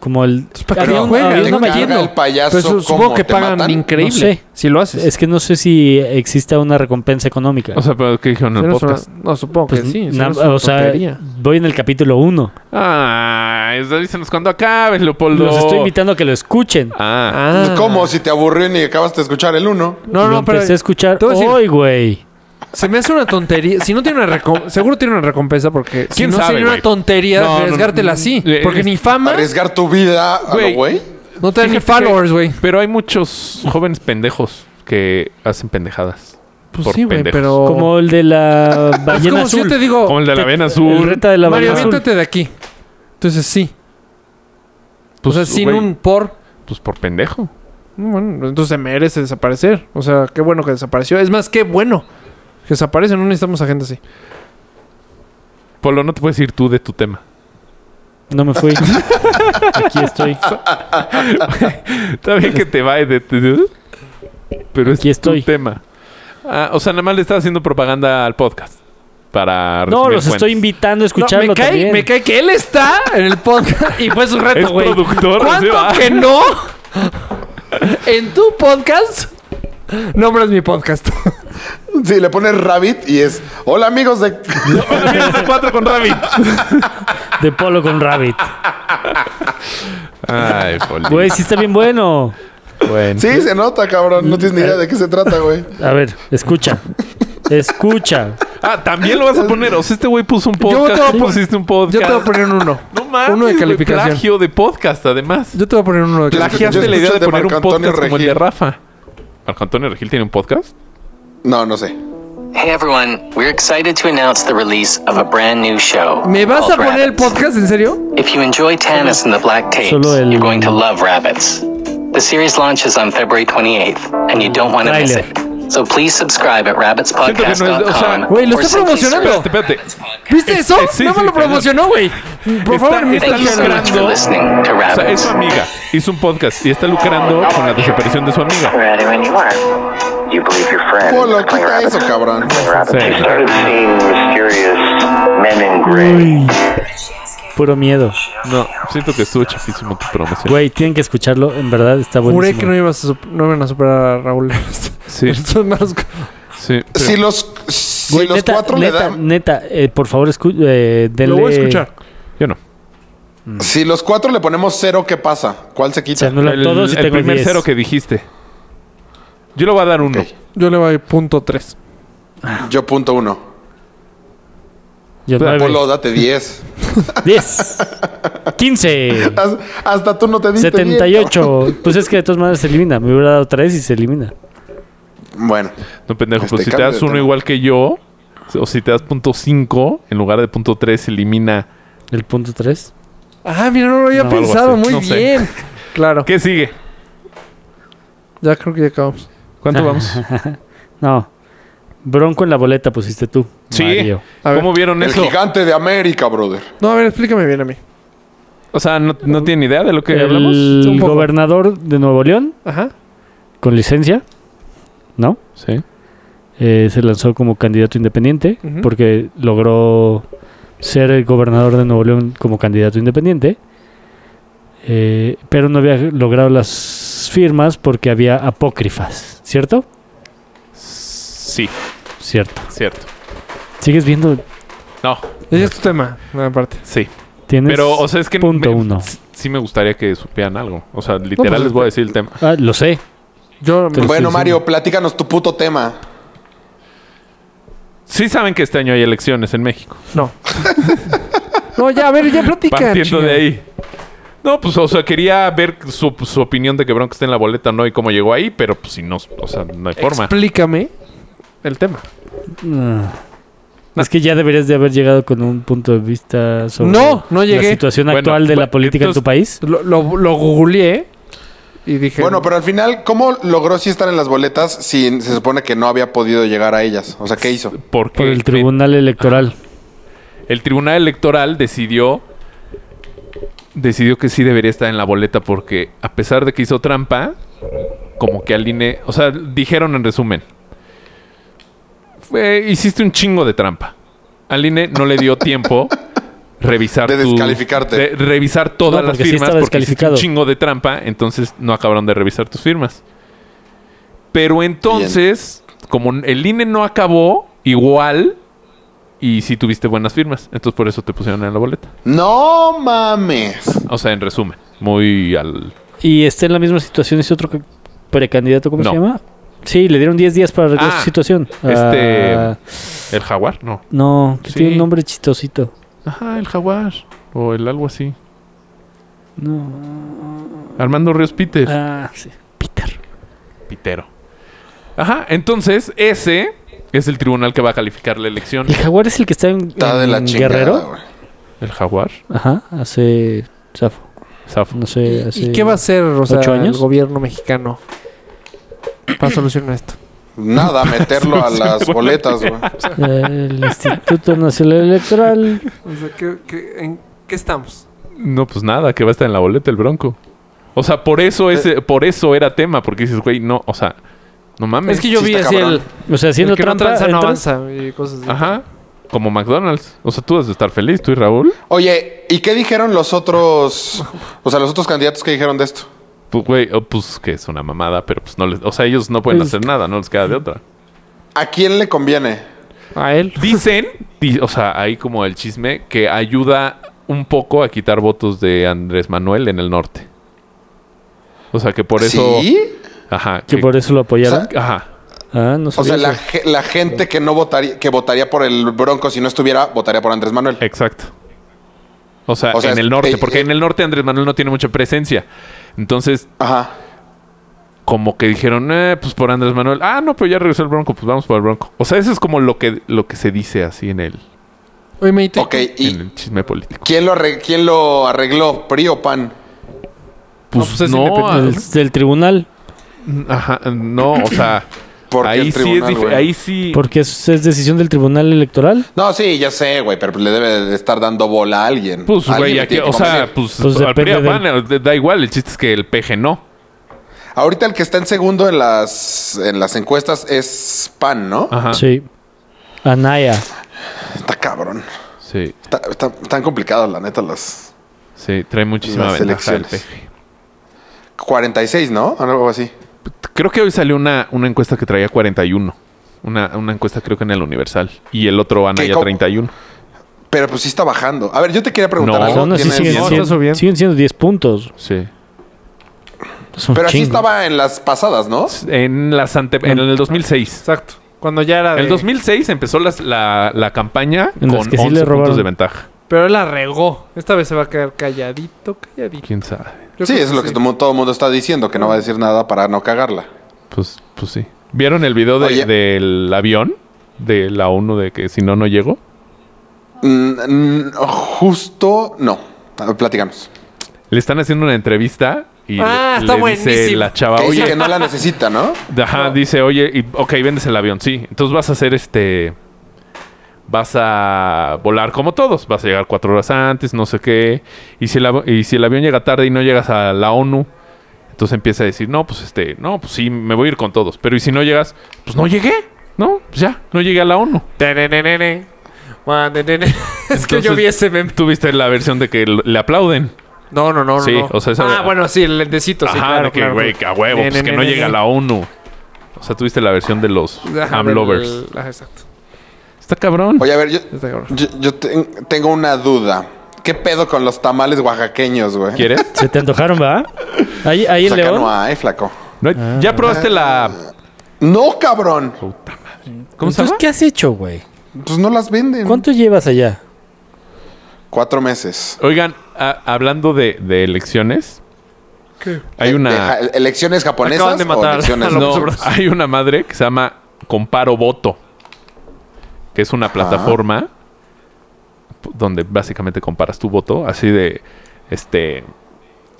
Speaker 2: Como el.
Speaker 3: ¿para qué
Speaker 2: había un-
Speaker 3: juegas?
Speaker 2: había
Speaker 1: te
Speaker 2: una
Speaker 3: No me
Speaker 1: carga
Speaker 2: mañana-
Speaker 3: entiendo.
Speaker 1: el payaso
Speaker 3: Pero eso
Speaker 1: ¿cómo?
Speaker 3: supongo que
Speaker 1: ¿Te
Speaker 3: pagan
Speaker 1: matan?
Speaker 3: increíble.
Speaker 2: No sé.
Speaker 3: Si lo haces.
Speaker 2: Es que no sé si exista una recompensa económica.
Speaker 4: O sea, pero ¿qué dijeron en el
Speaker 3: Suena- suena-
Speaker 4: podcast?
Speaker 3: no, supongo
Speaker 2: Pues,
Speaker 3: que sí.
Speaker 2: na-
Speaker 3: suena una
Speaker 2: o sea,
Speaker 3: tontería.
Speaker 2: voy en el capítulo 1.
Speaker 4: Ah, eso dícenos cuando acabes, Leopoldo.
Speaker 2: Los estoy invitando a que lo escuchen.
Speaker 4: Ah,
Speaker 3: Ah.
Speaker 1: ¿Cómo? Si te aburrió y acabaste de escuchar el uno.
Speaker 3: No,
Speaker 2: lo
Speaker 3: no, pero
Speaker 2: empecé a escuchar
Speaker 3: te voy a decir-
Speaker 2: hoy, güey.
Speaker 3: se me hace una tontería. Si no tiene una recompensa, seguro tiene una recompensa porque si
Speaker 4: ¿Quién
Speaker 3: no
Speaker 4: sabe,
Speaker 3: sería
Speaker 4: güey?
Speaker 3: una tontería
Speaker 4: No, no,
Speaker 3: arriesgártela
Speaker 4: no,
Speaker 3: así,
Speaker 4: eh,
Speaker 3: porque
Speaker 4: es-
Speaker 3: ni fama,
Speaker 1: Arriesgar tu vida a
Speaker 4: Güey.
Speaker 1: lo güey.
Speaker 3: no te dan ni
Speaker 4: Fíjate que-
Speaker 3: followers, güey.
Speaker 4: pero hay muchos jóvenes pendejos que hacen pendejadas.
Speaker 3: Pues
Speaker 4: por
Speaker 3: sí, güey,
Speaker 4: pendejos.
Speaker 3: pero
Speaker 2: Como el de la
Speaker 3: es
Speaker 2: ballena
Speaker 3: como si yo
Speaker 2: azul.
Speaker 3: te digo,
Speaker 4: Como el de la
Speaker 2: te-
Speaker 4: vena
Speaker 2: Oh, El
Speaker 4: azul.
Speaker 2: reta de la
Speaker 3: Mario,
Speaker 2: ballena azul.
Speaker 3: aviéntate de aquí. Entonces sí,
Speaker 4: Pues,
Speaker 3: o sea, sin
Speaker 4: güey,
Speaker 3: un por
Speaker 4: pues por pendejo.
Speaker 3: bueno, entonces merece desaparecer. O sea, qué bueno que desapareció. Es más, qué bueno que desaparece. No necesitamos a gente así.
Speaker 4: Polo, no te puedes ir tú de tu tema.
Speaker 2: No me fui. Aquí estoy.
Speaker 4: Está bien que te vayas de tu... Pero
Speaker 2: Aquí
Speaker 4: es tu
Speaker 2: estoy.
Speaker 4: tema. Ah, o sea, nada más le estás haciendo propaganda al podcast. Para
Speaker 2: No,
Speaker 4: recibir
Speaker 2: los
Speaker 4: fuentes.
Speaker 2: estoy invitando a
Speaker 3: No,
Speaker 2: escucharlo
Speaker 3: me, cae,
Speaker 2: también.
Speaker 3: me cae que él está en el podcast y fue su
Speaker 4: Es
Speaker 3: reto, güey.
Speaker 4: productor. así
Speaker 3: ¿Cuánto
Speaker 4: va.
Speaker 3: que no? En tu podcast nombras mi podcast.
Speaker 1: Sí, le pones Rabbit y es. Hola amigos de.
Speaker 4: Amigos de cuatro con Rabbit.
Speaker 2: De Polo con Rabbit.
Speaker 4: Ay, Poli.
Speaker 2: Güey, sí está bien bueno.
Speaker 4: Bueno.
Speaker 1: Sí, se nota, cabrón. No tienes ni idea de qué se trata, güey.
Speaker 2: A ver, escucha. Escucha.
Speaker 4: Ah, también lo vas a poner. O sea, este güey puso un
Speaker 3: voy a
Speaker 4: podcast.
Speaker 3: poner-
Speaker 4: tú pusiste un podcast.
Speaker 3: Yo te voy a poner un uno.
Speaker 4: No mames.
Speaker 3: uno de
Speaker 4: güey,
Speaker 3: calificación.
Speaker 4: Plagio de podcast, además.
Speaker 3: Yo te voy a poner uno de
Speaker 1: Plagias.
Speaker 3: calificación.
Speaker 4: Plagiaste
Speaker 1: yo
Speaker 4: la idea
Speaker 1: escucho
Speaker 4: de
Speaker 1: el de
Speaker 4: poner un
Speaker 1: Marco Antonio
Speaker 4: podcast como el de
Speaker 1: Regil.
Speaker 4: Rafa. ¿Marco Antonio Regil tiene un podcast?
Speaker 1: No, no sé.
Speaker 6: Hey everyone, we're excited to announce the release of a brand new show.
Speaker 3: ¿Me vas a
Speaker 6: called
Speaker 3: poner el
Speaker 6: Rabbits.
Speaker 3: podcast? ¿En serio?
Speaker 6: If you enjoy Tannis and the Black Tapes,
Speaker 2: Solo el-
Speaker 6: you're going to love Rabbits. The series launches on February 28th, and you don't want to miss
Speaker 2: Trailer.
Speaker 6: it. So please subscribe
Speaker 4: que
Speaker 6: at
Speaker 4: no es- o sea,
Speaker 6: rabbitspodcast.com.
Speaker 3: güey, lo
Speaker 6: or
Speaker 3: está
Speaker 6: simply
Speaker 3: promocionando.
Speaker 6: search
Speaker 4: Espérate, espérate.
Speaker 6: Rabbits Podcast.
Speaker 3: ¿Viste eso?
Speaker 4: eh, sí,
Speaker 3: no
Speaker 4: sí,
Speaker 3: me lo
Speaker 4: perdón.
Speaker 3: promocionó, güey. Por
Speaker 4: Está-
Speaker 3: favor,
Speaker 4: está
Speaker 6: Thank you so much for
Speaker 4: logrando-
Speaker 6: listening to
Speaker 4: O sea, es
Speaker 6: Rabbits.
Speaker 4: su amiga. Hizo un podcast y está lucrando con la desaparición de su amiga.
Speaker 7: Ready when you are. You believe your friend
Speaker 1: Polo,
Speaker 7: playing
Speaker 1: quita
Speaker 7: rabbit.
Speaker 1: eso, cabrón.
Speaker 7: Playing rabbit.
Speaker 4: Sí.
Speaker 7: You started seeing mysterious Men in Gray.
Speaker 2: Uy. Puro miedo.
Speaker 4: No, siento que estuvo chafísimo tu promoción.
Speaker 2: Güey, tienen que escucharlo. En verdad está
Speaker 3: Juré que no,
Speaker 2: buenísimo.
Speaker 3: ibas a sup- no iban a superar a Raúl.
Speaker 4: Sí,
Speaker 3: Estos malos-
Speaker 4: sí. pero-
Speaker 1: Si los, si
Speaker 2: Güey,
Speaker 1: los
Speaker 2: neta,
Speaker 1: cuatro le
Speaker 2: neta,
Speaker 1: dan.
Speaker 2: neta, eh, por favor, escu- eh, denle.
Speaker 3: Lo voy a escuchar.
Speaker 4: Yo no.
Speaker 1: Si los cuatro le ponemos cero, ¿qué pasa? ¿Cuál se
Speaker 2: O sea,
Speaker 1: quita?
Speaker 2: anula
Speaker 4: el,
Speaker 2: todos y
Speaker 4: el
Speaker 2: tengo
Speaker 4: primer
Speaker 2: 10.
Speaker 4: cero que dijiste. Yo le voy a dar uno.
Speaker 1: Ok.
Speaker 3: Yo le voy punto 3.
Speaker 1: Yo punto uno.
Speaker 2: Yo
Speaker 4: Pero
Speaker 2: nueve.
Speaker 1: Polo, date 10.
Speaker 2: 10. 15.
Speaker 1: Hasta, hasta tú no te diste bien,
Speaker 2: 78. Pues es que de todas maneras se elimina. Me hubiera dado 3 y se elimina.
Speaker 1: cabrón. Bueno,
Speaker 4: No, pendejo,
Speaker 1: Este,
Speaker 4: pues si te
Speaker 1: cambia
Speaker 4: das
Speaker 1: de
Speaker 4: uno
Speaker 1: tema.
Speaker 4: igual que yo, o si te das punto cinco, en lugar de punto tres, elimina.
Speaker 2: El punto 3.
Speaker 3: Ah, mira, no lo había
Speaker 2: No, algo
Speaker 3: pensado.
Speaker 4: así.
Speaker 3: Muy
Speaker 4: No sé.
Speaker 3: bien. Claro.
Speaker 4: ¿Qué sigue?
Speaker 3: Ya creo que ya acabamos.
Speaker 2: Ah,
Speaker 4: ¿Cuánto vamos?
Speaker 2: No. Bronco en la boleta pusiste tú.
Speaker 4: Sí.
Speaker 2: Mario.
Speaker 3: A ver.
Speaker 4: ¿Cómo vieron
Speaker 1: el
Speaker 4: eso?
Speaker 1: gigante de América, brother.
Speaker 3: No, a ver, explícame bien a mí.
Speaker 4: O sea, ¿no, no tienen idea de lo que hablamos?
Speaker 2: El
Speaker 3: Un poco.
Speaker 2: gobernador de Nuevo León,
Speaker 3: Ajá.
Speaker 2: con licencia, ¿no?
Speaker 4: Sí.
Speaker 2: Eh, se lanzó como candidato independiente
Speaker 3: Ujú.
Speaker 2: porque logró ser el gobernador de Nuevo León como candidato independiente. Eh, pero no había logrado las firmas porque había apócrifas, ¿cierto?
Speaker 4: Sí,
Speaker 2: Cierto.
Speaker 4: cierto.
Speaker 2: Sigues viendo,
Speaker 4: No,
Speaker 3: Ese es tu tema, aparte.
Speaker 4: sí.
Speaker 2: tienes
Speaker 4: Pero, o sea, es que
Speaker 2: punto
Speaker 4: me-
Speaker 2: uno.
Speaker 4: sí me gustaría que supieran algo. O sea, literal
Speaker 3: pues,
Speaker 4: les voy a decir el tema.
Speaker 2: Ah, lo sé.
Speaker 3: Yo
Speaker 2: Pero
Speaker 1: bueno,
Speaker 2: sí,
Speaker 1: Mario, platícanos tu puto tema.
Speaker 4: Sí saben que este año hay elecciones en México.
Speaker 3: no. no, ya, a ver, ya platica.
Speaker 4: Partiendo
Speaker 3: chinga.
Speaker 4: de ahí. No, pues, o sea, quería ver su, su opinión de que Bronco está en la boleta, ¿no? Y cómo llegó ahí, pero pues si no, o sea, no hay forma.
Speaker 3: Explícame el tema.
Speaker 2: Ah. Es que ya deberías de haber llegado con un punto de vista sobre
Speaker 3: No, no llegué.
Speaker 2: la situación
Speaker 4: Bueno,
Speaker 2: actual de la
Speaker 4: bueno,
Speaker 2: política
Speaker 4: entonces-
Speaker 2: en tu país.
Speaker 3: Lo, lo, lo googleé y dije.
Speaker 1: Bueno, pero al final, ¿cómo logró sí estar en las boletas si se supone que no había podido llegar a ellas? O sea, ¿qué hizo?
Speaker 4: Porque
Speaker 2: Por el tribunal electoral.
Speaker 4: el Tribunal Electoral decidió decidió que sí debería estar en la boleta porque a pesar de que hizo trampa, como que al INE, o sea, dijeron en resumen, fue- hiciste un chingo de trampa. Al INE no le dio tiempo revisar
Speaker 1: De
Speaker 4: tu-
Speaker 1: descalificarte.
Speaker 4: de revisar todas
Speaker 2: No,
Speaker 4: las
Speaker 2: porque sí
Speaker 4: firmas
Speaker 2: estaba
Speaker 4: porque hiciste un
Speaker 2: descalificado.
Speaker 4: chingo de trampa, entonces no acabaron de revisar tus firmas. Pero entonces, como el INE no acabó, igual y sí tuviste buenas firmas. Entonces por eso te pusieron en la boleta.
Speaker 1: No mames.
Speaker 4: O sea, en resumen, muy al...
Speaker 2: Y está en la misma situación ese otro que- precandidato, ¿cómo
Speaker 4: No.
Speaker 2: se llama? Sí, le dieron 10 días para arreglar
Speaker 4: Ah,
Speaker 2: su situación.
Speaker 4: este-
Speaker 2: Ah,
Speaker 4: ¿El jaguar? No.
Speaker 2: no, que
Speaker 4: Sí.
Speaker 2: tiene un nombre chistosito.
Speaker 4: Ajá, el jaguar. O el algo así.
Speaker 2: No.
Speaker 4: Armando Ríos Peter.
Speaker 2: Ah, sí. Peter.
Speaker 4: Pitero. Ajá, entonces ese es el tribunal que va a calificar la elección.
Speaker 2: El jaguar es el que está en,
Speaker 1: Está de la
Speaker 2: en
Speaker 1: chingada.
Speaker 2: Guerrero.
Speaker 1: güey.
Speaker 4: El jaguar.
Speaker 2: Ajá, hace. Zafo.
Speaker 4: Zafo.
Speaker 2: No sé, hace.
Speaker 3: ¿Y qué va a hacer o sea,
Speaker 2: ¿Ocho
Speaker 3: el
Speaker 2: años?
Speaker 3: gobierno mexicano para solucionar esto?
Speaker 1: Nada, meterlo a las boletas, güey.
Speaker 2: El Instituto Nacional Electoral.
Speaker 3: O sea, ¿qué, qué, en qué estamos?
Speaker 4: No, pues nada, que va a estar en la boleta el bronco. O sea, por eso
Speaker 2: Eh.
Speaker 4: ese, por eso era tema, porque dices, güey, no, o sea, no mames.
Speaker 3: Es que yo
Speaker 1: sí
Speaker 3: vi
Speaker 1: está
Speaker 3: así
Speaker 1: cabrón.
Speaker 3: el,
Speaker 2: O sea, haciendo
Speaker 3: el que no
Speaker 2: trampa,
Speaker 3: tranza no
Speaker 2: entras-
Speaker 3: avanza y cosas así.
Speaker 4: Ajá. Como McDonald's. O sea, tú has de estar feliz, tú y Raúl.
Speaker 1: Oye, ¿y qué dijeron los otros? O sea, los otros candidatos que dijeron de esto.
Speaker 4: Pues, güey, oh, pues que es una mamada, pero pues no les. O sea, ellos no pueden
Speaker 2: Pues-
Speaker 4: hacer nada, no les queda de otra.
Speaker 1: ¿A quién le conviene?
Speaker 3: A él.
Speaker 4: Dicen, di- o sea, hay como el chisme que ayuda un poco a quitar votos de Andrés Manuel en el norte. O sea, que por eso.
Speaker 1: ¿Sí?
Speaker 4: Ajá.
Speaker 2: Que por eso lo apoyaron.
Speaker 1: O
Speaker 4: Ajá.
Speaker 2: ah, no sé.
Speaker 1: O sea, la, ge- la gente que no votaría, que votaría por el Bronco si no estuviera, votaría por Andrés Manuel.
Speaker 4: Exacto. O sea,
Speaker 1: O sea,
Speaker 4: en el
Speaker 1: es-
Speaker 4: norte,
Speaker 1: eh,
Speaker 4: porque
Speaker 1: eh.
Speaker 4: en el norte Andrés Manuel no tiene mucha presencia. Entonces,
Speaker 1: Ajá.
Speaker 4: como que dijeron, eh, pues por Andrés Manuel. Ah, no, pero ya regresó el Bronco, pues vamos por el Bronco. O sea, eso es como lo que, lo que se dice así en el,
Speaker 3: Oye, Meite,
Speaker 1: Ok,
Speaker 4: en
Speaker 1: ¿y
Speaker 4: el chisme político.
Speaker 1: quién lo, arre- quién lo arregló? ¿PRI o PAN?
Speaker 4: Pues
Speaker 3: pues es
Speaker 4: no,
Speaker 3: independiente.
Speaker 2: Del- del tribunal.
Speaker 4: ajá, no, o sea,
Speaker 1: Porque
Speaker 4: ahí,
Speaker 1: el
Speaker 4: sí es
Speaker 1: tribunal,
Speaker 4: dif-
Speaker 1: güey.
Speaker 4: ahí sí
Speaker 2: Porque es, es decisión del tribunal electoral.
Speaker 1: No, sí, ya sé, güey, pero le debe de estar dando bola a alguien.
Speaker 4: Pues,
Speaker 1: Alguien
Speaker 4: güey,
Speaker 1: le
Speaker 4: aquí,
Speaker 1: tiene que
Speaker 4: o sea,
Speaker 1: convenir.
Speaker 4: pues,
Speaker 2: Pues
Speaker 4: al PRI
Speaker 2: depende
Speaker 4: van, eh, da igual, el chiste es que el PG no.
Speaker 1: Ahorita el que está en segundo en
Speaker 4: Ah.
Speaker 1: las, en las encuestas es PAN, ¿no?
Speaker 4: Ajá.
Speaker 2: Sí. Anaya.
Speaker 1: Está cabrón.
Speaker 4: Sí,
Speaker 1: Está, está- están complicadas, la neta, las
Speaker 4: sí, trae muchísima
Speaker 1: Las
Speaker 4: ventaja el
Speaker 1: elecciones.
Speaker 4: PG.
Speaker 1: 46, ¿no? Algo así.
Speaker 4: Creo que hoy salió una, una encuesta que traía 41. Una, una encuesta creo que en el Universal. Y el otro van
Speaker 1: ¿Qué,
Speaker 4: allá
Speaker 1: cómo?
Speaker 4: 31.
Speaker 1: Pero pues sí está bajando. A ver, yo te quería preguntar
Speaker 4: No,
Speaker 1: algo.
Speaker 2: Aún así
Speaker 1: ¿Tienes-
Speaker 2: siguen,
Speaker 3: No, está
Speaker 2: siendo-
Speaker 3: subiendo.
Speaker 2: siguen siendo 10 puntos.
Speaker 4: Sí.
Speaker 2: Es un
Speaker 1: Pero así
Speaker 2: chingo.
Speaker 1: estaba en las pasadas, ¿no?
Speaker 4: En, las ante- en el 2006.
Speaker 3: Exacto. Cuando ya era.
Speaker 4: En
Speaker 3: Ah,
Speaker 4: el
Speaker 3: de-
Speaker 4: 2006 empezó las- la, la campaña
Speaker 2: En
Speaker 4: con
Speaker 2: las que sí
Speaker 4: 11
Speaker 2: le robaron.
Speaker 4: puntos de ventaja.
Speaker 3: Pero él la regó. Esta vez se va a quedar calladito, calladito.
Speaker 4: ¿Quién sabe?
Speaker 3: Yo
Speaker 1: sí,
Speaker 3: creo
Speaker 1: es
Speaker 3: que
Speaker 1: lo
Speaker 3: sí.
Speaker 1: que tomo- todo el mundo está diciendo, que no va a decir nada para no cagarla.
Speaker 4: Pues, pues sí. ¿Vieron el video de-
Speaker 1: Oye.
Speaker 4: del avión? De la ONU de que si no, no llegó.
Speaker 1: Mm, mm, justo no. A ver, platícanos.
Speaker 4: Le están haciendo una entrevista y le-
Speaker 3: Ah,
Speaker 4: le,
Speaker 3: está
Speaker 4: dice
Speaker 3: buenísimo.
Speaker 4: la chava,
Speaker 1: Que dice
Speaker 4: Ah, oye,
Speaker 1: que no la necesita, ¿no?
Speaker 4: Ajá, dice, oye, y- ok, vendes el avión, sí. Entonces vas a hacer este. Vas a volar como todos. Vas a llegar cuatro horas antes, no sé qué. Y si el, av- y si el avión llega tarde y no llegas a la ONU, entonces empieza a decir, no, pues este, no, pues sí, me voy a ir con todos. Pero y si no llegas, pues no llegué, ¿no? Pues ya, no llegué a la ONU.
Speaker 3: Tenenenene. Mandenene. Es que yo
Speaker 4: Entonces,
Speaker 3: vi ese meme.
Speaker 4: Tú viste la versión de que l- le aplauden.
Speaker 3: No, no, no, no,
Speaker 4: Sí,
Speaker 3: no.
Speaker 4: o sea, esa-
Speaker 3: Ah, bueno, sí, el lentecito, sí,
Speaker 4: Ajá,
Speaker 3: claro,
Speaker 4: de que,
Speaker 3: claro,
Speaker 4: güey, que a huevo, pues que no llega a la ONU. O sea, tuviste la versión de los
Speaker 3: Ajá,
Speaker 4: ham
Speaker 3: del-
Speaker 4: lovers.
Speaker 3: Ajá, exacto.
Speaker 4: Está cabrón.
Speaker 1: Oye, a ver, yo,
Speaker 3: Está cabrón.
Speaker 1: yo- yo ten- tengo una duda. ¿Qué pedo con los tamales oaxaqueños, güey?
Speaker 4: ¿Quieres?
Speaker 2: Se te antojaron, ¿va? Ahí, ahí
Speaker 1: Pues
Speaker 2: el
Speaker 1: acá
Speaker 2: león.
Speaker 1: no hay, flaco.
Speaker 4: No hay- ya probaste la.
Speaker 1: No, cabrón.
Speaker 4: ¿Cómo se
Speaker 2: Entonces,
Speaker 4: llama?
Speaker 2: ¿qué has hecho, güey?
Speaker 1: Pues no las venden.
Speaker 2: ¿Cuánto llevas allá?
Speaker 1: Cuatro meses.
Speaker 4: Oigan, a- hablando de, de elecciones, hay
Speaker 1: Eh, de ja-
Speaker 4: una.
Speaker 1: ¿Elecciones japonesas
Speaker 3: Acaban de matar
Speaker 1: o elecciones
Speaker 3: a López
Speaker 4: No,
Speaker 3: Obrador.
Speaker 4: hay una madre que se llama Comparo Voto, que es una plataforma donde básicamente comparas tu voto, así de este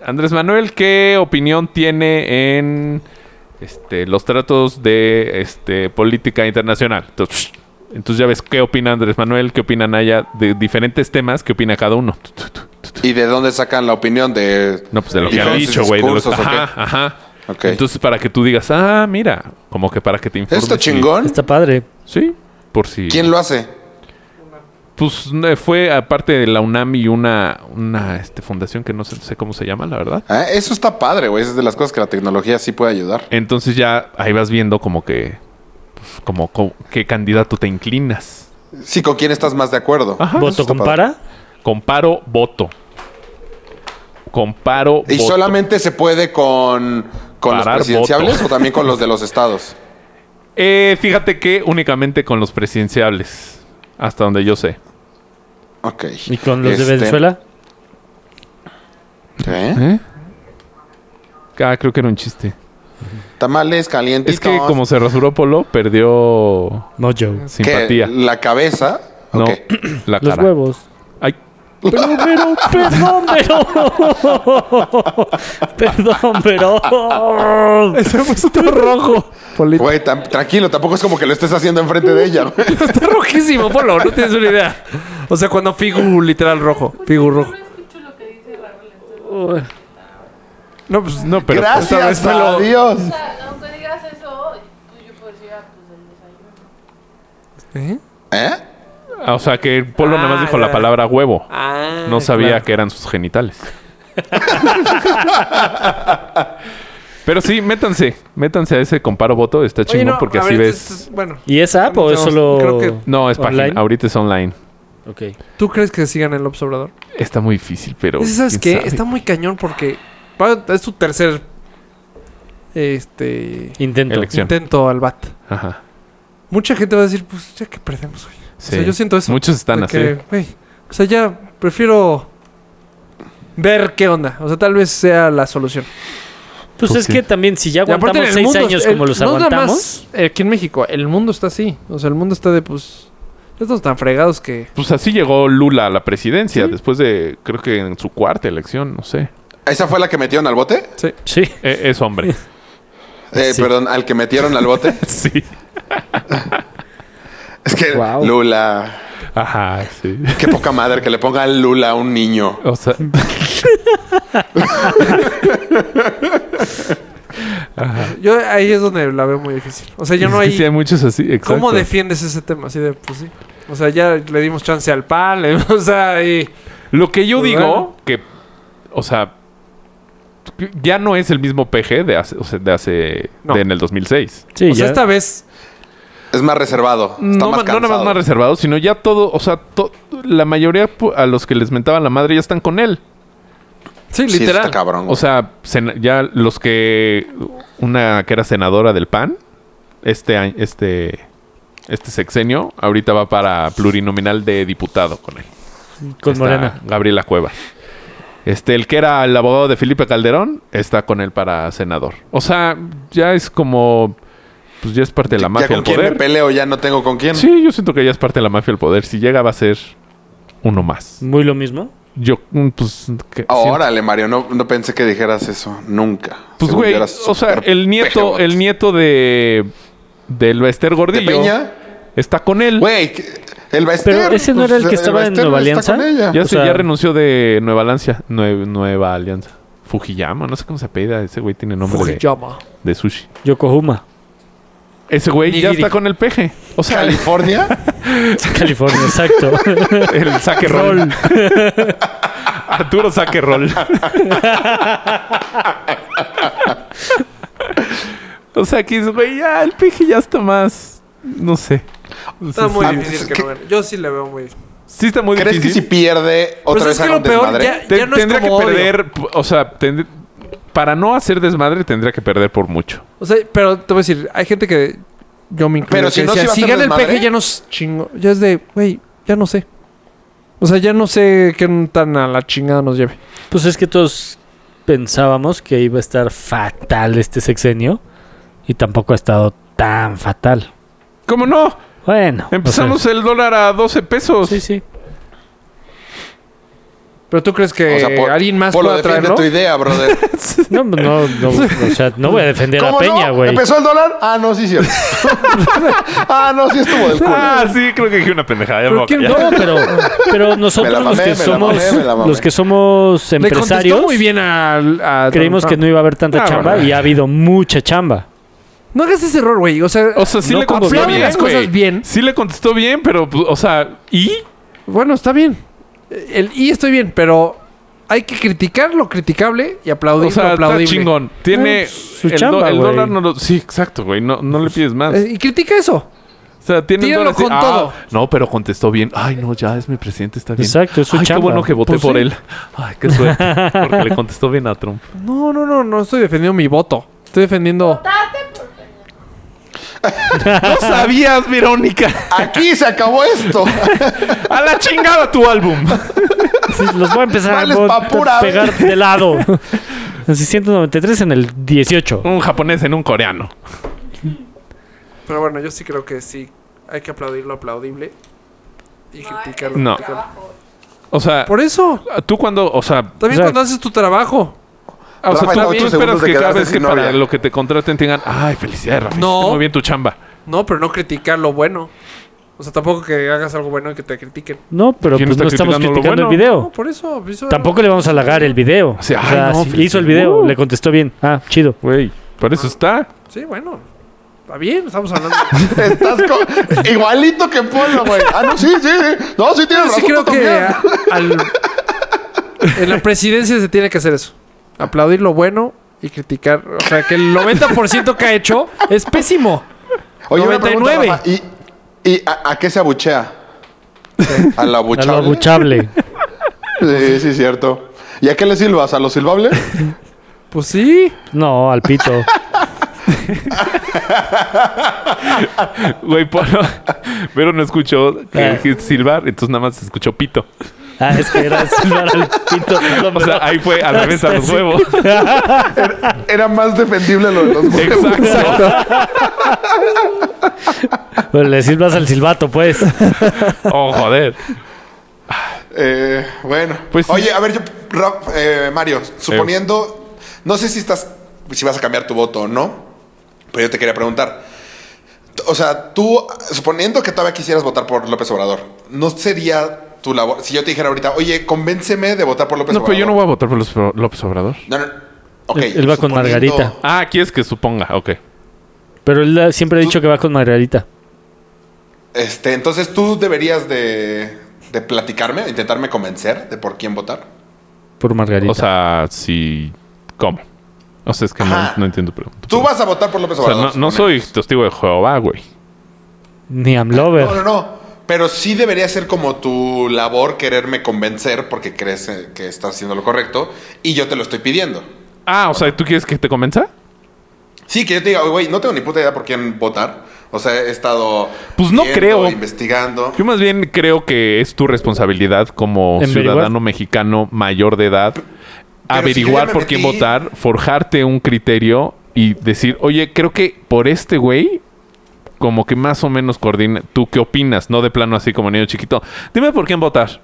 Speaker 4: Andrés Manuel, ¿qué opinión tiene en este, los tratos de este, política internacional? Entonces, entonces ya ves qué opina Andrés Manuel, qué opina Naya de diferentes temas, qué opina cada uno.
Speaker 1: ¿Y de dónde sacan la opinión de.?
Speaker 4: No, pues de lo que ha
Speaker 1: diferentes
Speaker 4: dicho, güey. de lo-
Speaker 1: discursos, o
Speaker 4: Ajá,
Speaker 1: qué?
Speaker 4: ajá.
Speaker 1: Ok.
Speaker 4: Entonces, para que tú digas, ah, mira, como que para que te informes.
Speaker 1: Esto
Speaker 4: y-
Speaker 3: Ah.
Speaker 1: chingón.
Speaker 2: Está padre.
Speaker 4: Sí, por si.
Speaker 1: ¿Quién lo hace?
Speaker 4: Pues eh, fue aparte de la UNAM y una, una este, fundación que no sé, sé cómo se llama, la verdad.
Speaker 1: Ah, Eso está padre, güey. Es de las cosas que la tecnología sí puede ayudar.
Speaker 4: Entonces ya ahí vas viendo como que. pues, como, co- qué candidato te inclinas.
Speaker 1: Sí, ¿con quién estás más de acuerdo?
Speaker 3: Ah,
Speaker 4: Ajá.
Speaker 1: está
Speaker 2: ¿Voto compara?
Speaker 4: Comparo voto. Comparo
Speaker 1: ¿Y
Speaker 4: voto.
Speaker 1: solamente se puede con, con los
Speaker 4: Parar
Speaker 1: presidenciables
Speaker 4: voto.
Speaker 1: o también con los de los estados?
Speaker 4: Eh, fíjate que únicamente con los presidenciables. Hasta donde yo sé.
Speaker 1: Ok.
Speaker 2: ¿Y con los
Speaker 1: Este,
Speaker 2: de Venezuela?
Speaker 1: ¿eh?
Speaker 4: ¿Eh? Ah, creo que era un chiste.
Speaker 1: Tamales calientes.
Speaker 4: Es que como se rasuró Polo, perdió
Speaker 2: No, Joe.
Speaker 4: simpatía.
Speaker 1: La cabeza.
Speaker 4: No,
Speaker 1: Ok.
Speaker 3: Ah,
Speaker 4: la
Speaker 2: Los
Speaker 4: cara.
Speaker 2: huevos.
Speaker 4: Ay,
Speaker 2: Pero, pero, perdón, pero. Perdón, pero.
Speaker 3: Ese puso todo rojo. Polito.
Speaker 1: Güey, tam- tranquilo, tampoco es como que lo estés haciendo enfrente de ella, güey.
Speaker 3: Está rojísimo, Polo. No tienes una idea. O sea, cuando Figu, literal rojo. Figu rojo.
Speaker 4: no, pues no, pero esta vez
Speaker 1: Gracias,
Speaker 4: me
Speaker 1: a
Speaker 4: lo-
Speaker 1: Dios.
Speaker 7: O sea, aunque digas eso, tú yo puedo decir, ah, pues el desayuno.
Speaker 3: ¿Eh?
Speaker 1: ¿Eh?
Speaker 4: Ah, O sea que Polo nada más
Speaker 3: Ah,
Speaker 4: dijo
Speaker 3: ya.
Speaker 4: la palabra huevo.
Speaker 3: Ah.
Speaker 4: No sabía que eran sus genitales. pero sí, métanse. Métanse a ese comparo voto. Está
Speaker 3: Oye,
Speaker 4: chingón
Speaker 3: no,
Speaker 4: porque
Speaker 3: a
Speaker 4: así
Speaker 3: ver,
Speaker 4: ves.
Speaker 3: esto es- bueno,
Speaker 2: ¿Y es app o es solo.?
Speaker 3: Creo que-
Speaker 4: No, es página.
Speaker 2: online?
Speaker 4: Ahorita es online.
Speaker 2: Ok.
Speaker 3: ¿tú crees que sigan el observador?
Speaker 4: Está muy difícil, pero.
Speaker 3: Es que, ¿Sabes
Speaker 4: quién
Speaker 3: qué?
Speaker 4: sabe.
Speaker 3: Está muy cañón porque va- es su tercer este
Speaker 2: Intento.
Speaker 4: Elección.
Speaker 3: intento al BAT.
Speaker 4: Ajá.
Speaker 3: Mucha gente va a decir, pues ya que perdemos hoy. O sea,
Speaker 4: Sí.
Speaker 3: yo siento eso.
Speaker 4: Muchos están
Speaker 3: de
Speaker 4: así.
Speaker 3: que, güey, o sea, ya prefiero ver qué onda. O sea, tal vez sea la solución.
Speaker 2: Pues,
Speaker 4: Pues
Speaker 2: es
Speaker 4: sí.
Speaker 2: que también, si ya
Speaker 3: Y aparte
Speaker 2: aguantamos
Speaker 3: en el
Speaker 2: seis
Speaker 3: mundo,
Speaker 2: años
Speaker 3: el-
Speaker 2: como los
Speaker 3: no nada
Speaker 2: aguantamos.
Speaker 3: más, eh, aquí en México, el mundo está así. O sea, el mundo está de, pues, ya estamos tan fregados que...
Speaker 4: Pues así llegó Lula a la presidencia después de, creo que en su cuarta elección, no sé.
Speaker 1: ¿Esa fue la que metieron al bote?
Speaker 2: Sí.
Speaker 4: E- es hombre.
Speaker 1: Eh,
Speaker 2: Sí.
Speaker 1: Perdón, al que metieron al bote.
Speaker 4: sí.
Speaker 1: Es que
Speaker 2: Wow.
Speaker 1: Lula.
Speaker 4: Ajá, sí.
Speaker 1: Qué poca madre que le ponga Lula a un niño.
Speaker 4: O sea.
Speaker 3: Yo ahí es donde la veo muy difícil. O sea, ya
Speaker 4: es
Speaker 3: no
Speaker 4: que
Speaker 3: hay...
Speaker 4: sí hay muchos así. Exacto.
Speaker 3: ¿Cómo defiendes ese tema? Así de, pues sí. O sea, ya le dimos chance al PAN, le- o sea, y...
Speaker 4: Lo que yo
Speaker 3: Pues
Speaker 4: digo,
Speaker 3: bueno.
Speaker 4: que, o sea, ya no es el mismo PG de hace, o sea, de hace,
Speaker 3: No.
Speaker 4: de en el 2006.
Speaker 2: Sí,
Speaker 3: o sea,
Speaker 2: ya.
Speaker 3: esta vez...
Speaker 1: Es más reservado. Está más
Speaker 4: No, ma- no
Speaker 1: cansado.
Speaker 4: nada más más reservado, sino ya todo, o sea, to- la mayoría pu- a los que les mentaban la madre ya están con él.
Speaker 3: Sí,
Speaker 1: Sí, eso
Speaker 3: literal.
Speaker 1: está cabrón.
Speaker 4: O sea, sena- ya los que, una que era senadora del PAN, este, año- este, este sexenio, ahorita va para plurinominal de diputado con él.
Speaker 2: con
Speaker 4: Está
Speaker 2: Morena.
Speaker 4: Gabriela Cuevas. Este, el que era el abogado de Felipe Calderón, está con él para senador. O sea, ya es como. Pues ya es parte de la
Speaker 1: ya
Speaker 4: mafia
Speaker 1: con
Speaker 4: al
Speaker 1: quién me
Speaker 4: poder.
Speaker 1: peleo, ya no tengo con quién.
Speaker 4: Sí, yo siento que ya es parte de la mafia al poder. Si llega, va a ser uno más.
Speaker 2: Muy lo mismo.
Speaker 4: Yo, mm, pues. que-
Speaker 1: Ah,
Speaker 4: siento-
Speaker 1: Órale, Mario, no, no pensé que dijeras eso. Nunca.
Speaker 4: Pues,
Speaker 1: Según
Speaker 4: güey,
Speaker 1: yo eras
Speaker 4: o sea,
Speaker 1: súper
Speaker 4: el nieto,
Speaker 1: pejebot.
Speaker 4: el nieto de. Del Esther Gordillo.
Speaker 1: Peña?
Speaker 4: Está con él.
Speaker 1: Güey, el Baester. pues,
Speaker 2: Pero ese no era el que estaba en
Speaker 1: Baester
Speaker 2: Nueva
Speaker 1: está
Speaker 2: Alianza.
Speaker 1: con ella.
Speaker 4: Ya,
Speaker 2: O
Speaker 4: se,
Speaker 2: sea-
Speaker 4: ya renunció de Nueva Alianza. Nue- nueva Alianza. Fujiyama, no sé cómo se apellida. Ese güey tiene nombre de,
Speaker 3: Fujiyama.
Speaker 4: de sushi.
Speaker 2: Yokohama,
Speaker 4: Ese güey ya
Speaker 3: Nigiri.
Speaker 4: está con el peje. O sea, el,
Speaker 1: California.
Speaker 2: California, exacto.
Speaker 4: saque roll. Arturo saque roll. o sea, que es, güey, ya el peje ya está más. No sé.
Speaker 3: Está muy
Speaker 1: Mames,
Speaker 3: difícil que
Speaker 1: ¿qué-
Speaker 3: lo gane. Yo sí le veo muy...
Speaker 4: Sí está muy
Speaker 1: ¿Crees que si
Speaker 4: difícil.
Speaker 1: pierde otra
Speaker 3: Pues
Speaker 1: vez
Speaker 3: es que
Speaker 1: haga
Speaker 3: lo
Speaker 1: un
Speaker 3: peor,
Speaker 1: desmadre?
Speaker 3: ya,
Speaker 4: Te-
Speaker 3: ya no es
Speaker 4: tendría
Speaker 3: como
Speaker 4: que
Speaker 3: odio.
Speaker 4: perder. p- O sea, tend- para no hacer desmadre, tendría que perder por mucho.
Speaker 3: O sea, pero te voy a decir, hay gente que yo me incluyo.
Speaker 1: Pero
Speaker 3: que
Speaker 1: si no,
Speaker 3: decía,
Speaker 1: si va a
Speaker 3: si
Speaker 1: ser
Speaker 3: gana el
Speaker 1: desmadre".
Speaker 3: PG ya nos chingo. Ya es de, güey, ya no sé. O sea, ya no sé qué tan a la chingada nos lleve.
Speaker 2: Pues es que todos pensábamos que iba a estar fatal este sexenio y tampoco ha estado tan fatal.
Speaker 4: ¿Cómo no?
Speaker 2: Bueno, o sea,
Speaker 4: Empezamos el dólar a 12 pesos.
Speaker 2: sí, sí.
Speaker 3: Pero tú crees que
Speaker 1: O sea, por-
Speaker 3: alguien más
Speaker 1: Polo,
Speaker 3: pueda
Speaker 1: defiende
Speaker 3: traerlo.
Speaker 1: tu idea, brother.
Speaker 2: No, pues no, no, o sea, no voy a defender a
Speaker 1: ¿Cómo
Speaker 2: Peña,
Speaker 1: no?
Speaker 2: güey.
Speaker 1: ¿Empezó el dólar? Ah, no, sí, sí. ah, no, sí estuvo del culo.
Speaker 4: Ah, sí, creo que dije una pendejada. Ya me
Speaker 3: ¿Pero
Speaker 4: voy a
Speaker 3: quién-
Speaker 4: callar.
Speaker 2: No, pero, pero nosotros
Speaker 1: Me la mamé,
Speaker 2: los que
Speaker 1: me la
Speaker 2: somos
Speaker 1: mamé, me la mamé.
Speaker 2: los que somos
Speaker 3: Le contestó
Speaker 2: empresarios
Speaker 3: muy bien al- a,
Speaker 2: creímos que no iba a haber tanta
Speaker 4: Ah,
Speaker 2: chamba
Speaker 4: bueno.
Speaker 2: y ha habido mucha chamba.
Speaker 3: No hagas ese error, güey. O sea,
Speaker 4: O sea, sí
Speaker 2: No
Speaker 4: le contestó
Speaker 2: conviene.
Speaker 4: bien.
Speaker 3: las cosas
Speaker 4: güey.
Speaker 3: bien.
Speaker 4: Sí le contestó bien, pero, pues, o sea, ¿y?
Speaker 3: bueno, está bien. El y estoy bien, pero hay que criticar lo criticable y aplaudir
Speaker 4: O sea,
Speaker 3: lo
Speaker 4: está
Speaker 3: aplaudible.
Speaker 4: chingón. Tiene.
Speaker 2: Eh, su
Speaker 4: el, do-
Speaker 2: chamba,
Speaker 4: el
Speaker 2: güey.
Speaker 4: dólar no lo. Sí, exacto, güey. No, no le pides más.
Speaker 3: Eh, Y critica eso.
Speaker 4: O sea, tiene el
Speaker 3: tíralo
Speaker 4: dólar. así,
Speaker 3: con
Speaker 4: ah,
Speaker 3: todo.
Speaker 4: No, pero contestó bien. Ay, no, ya es mi presidente, está bien.
Speaker 2: Exacto, es su
Speaker 4: Ay, qué
Speaker 2: chamba.
Speaker 4: bueno que voté
Speaker 2: Pues
Speaker 4: por
Speaker 2: sí.
Speaker 4: él. Ay, qué suerte. Porque le contestó bien a Trump.
Speaker 3: No, no, no, no estoy defendiendo mi voto. Estoy defendiendo.
Speaker 4: No sabías, Verónica.
Speaker 1: Aquí se acabó esto.
Speaker 4: A la chingada tu álbum.
Speaker 2: Sí, los voy a empezar a
Speaker 1: Vales
Speaker 2: bot-
Speaker 1: pa' pura,
Speaker 2: pegar de lado. Así 193 en el 18.
Speaker 4: Un japonés en un coreano.
Speaker 3: Pero bueno, yo sí creo que sí. Hay que aplaudir lo aplaudible. Y criticar lo
Speaker 4: No.
Speaker 3: criticable.
Speaker 4: O sea,
Speaker 3: Por eso.
Speaker 4: tú cuando. O sea,
Speaker 3: También
Speaker 2: O sea-
Speaker 3: cuando haces tu trabajo.
Speaker 4: Ah, o sea,
Speaker 1: Rafa,
Speaker 4: tú,
Speaker 1: en
Speaker 4: tú
Speaker 1: ocho
Speaker 4: esperas
Speaker 1: segundos te
Speaker 4: que cada
Speaker 1: quedaste
Speaker 4: vez que
Speaker 1: sin
Speaker 4: para
Speaker 1: novia.
Speaker 4: lo que te contraten te digan, ay, felicidades, Rafa,
Speaker 3: No.
Speaker 4: hiciste muy bien tu chamba.
Speaker 3: No, pero no criticar lo bueno. O sea, tampoco que hagas algo bueno y que te critiquen.
Speaker 2: No, pero
Speaker 4: ¿Quién
Speaker 2: pues
Speaker 4: está
Speaker 2: no estamos
Speaker 4: criticando
Speaker 2: criticando el
Speaker 4: lo bueno?
Speaker 3: No,
Speaker 2: video.
Speaker 3: por eso. por eso-
Speaker 2: Tampoco le vamos a halagar el video.
Speaker 4: O sea,
Speaker 2: o sea
Speaker 4: ay, no,
Speaker 2: si
Speaker 4: feliz-
Speaker 2: hizo el video,
Speaker 4: uh.
Speaker 2: le contestó bien. Ah, chido.
Speaker 4: Güey, por eso está.
Speaker 3: Sí, bueno. Está bien, estamos hablando.
Speaker 1: Estás co- igualito que Polo, güey. Ah, no, sí, sí. sí. No, sí tienes
Speaker 3: Yo
Speaker 1: razón
Speaker 3: sí
Speaker 1: tú
Speaker 3: creo que
Speaker 1: también.
Speaker 3: a- al- en la presidencia se tiene que hacer eso. Aplaudir lo bueno y criticar. O sea, que el 90% que ha hecho es pésimo.
Speaker 1: Oye, una
Speaker 3: 99.
Speaker 1: pregunta, Rafa, ¿Y, y a, a qué se abuchea? A la
Speaker 2: A lo
Speaker 1: abuchable.
Speaker 2: abuchable.
Speaker 1: Sí, sí, cierto. ¿Y a qué le silbas? ¿A lo silbable?
Speaker 3: Pues sí.
Speaker 2: No, al pito.
Speaker 4: Güey, Polo, pero no escuchó que
Speaker 2: Ah.
Speaker 4: dijiste silbar, entonces nada más escuchó pito.
Speaker 2: Ah, es que era silbar al pito.
Speaker 4: O sea, ahí fue al revés a los
Speaker 2: Sí.
Speaker 4: huevos.
Speaker 1: Era más defendible lo de los huevos.
Speaker 4: Exacto.
Speaker 2: Pues le silbas al silbato, pues.
Speaker 4: Oh, joder.
Speaker 1: Eh, bueno.
Speaker 4: Pues sí.
Speaker 1: Oye, a ver, yo, Ra- eh, Mario,
Speaker 4: Eh.
Speaker 1: suponiendo, no sé si estás, si vas a cambiar tu voto o no, pero yo te quería preguntar. T- O sea, tú, suponiendo que todavía quisieras votar por López Obrador, ¿no sería tu labor? Si yo te dijera ahorita, oye, convénceme de votar por López
Speaker 4: No,
Speaker 1: Obrador.
Speaker 4: pero yo no voy a votar por los- por López Obrador.
Speaker 1: No, no. Ok.
Speaker 2: Él- él va con
Speaker 1: suponiendo-
Speaker 2: Margarita.
Speaker 4: Ah, quieres que suponga, ok.
Speaker 2: Pero él siempre ha dicho que va con Margarita.
Speaker 1: Este, entonces tú deberías de, de platicarme, intentarme convencer de por quién votar.
Speaker 2: Por Margarita.
Speaker 4: O sea, si... ¿Cómo? O sea, es que no,
Speaker 1: Ajá.
Speaker 4: no entiendo. Pero,
Speaker 1: Tú vas a votar por López
Speaker 4: o sea,
Speaker 1: Obrador.
Speaker 4: no, no
Speaker 1: suponemos.
Speaker 4: soy testigo de Jehová, güey.
Speaker 2: Ni I'm lover.
Speaker 1: No, no, no. Pero sí debería ser como tu labor quererme convencer porque crees eh, que estás haciendo lo correcto y yo te lo estoy pidiendo.
Speaker 4: Ah, o sea, ¿tú quieres que te convenza?
Speaker 1: Sí, que yo te diga, "Oye, güey, no tengo ni puta idea por quién votar. O sea, he estado.
Speaker 4: Pues no
Speaker 1: viendo,
Speaker 4: creo.
Speaker 1: Investigando.
Speaker 4: Yo más bien creo que es tu responsabilidad como
Speaker 2: ¿En
Speaker 4: ciudadano
Speaker 2: averiguar?
Speaker 4: mexicano mayor de edad
Speaker 1: si yo
Speaker 4: averiguar
Speaker 1: ya
Speaker 4: por
Speaker 1: me
Speaker 4: quién
Speaker 1: metí-
Speaker 4: votar, forjarte un criterio y decir, oye, creo que por este güey, como que más o menos coordina. ¿Tú qué opinas? No de plano así como niño chiquito. Dime por quién votar.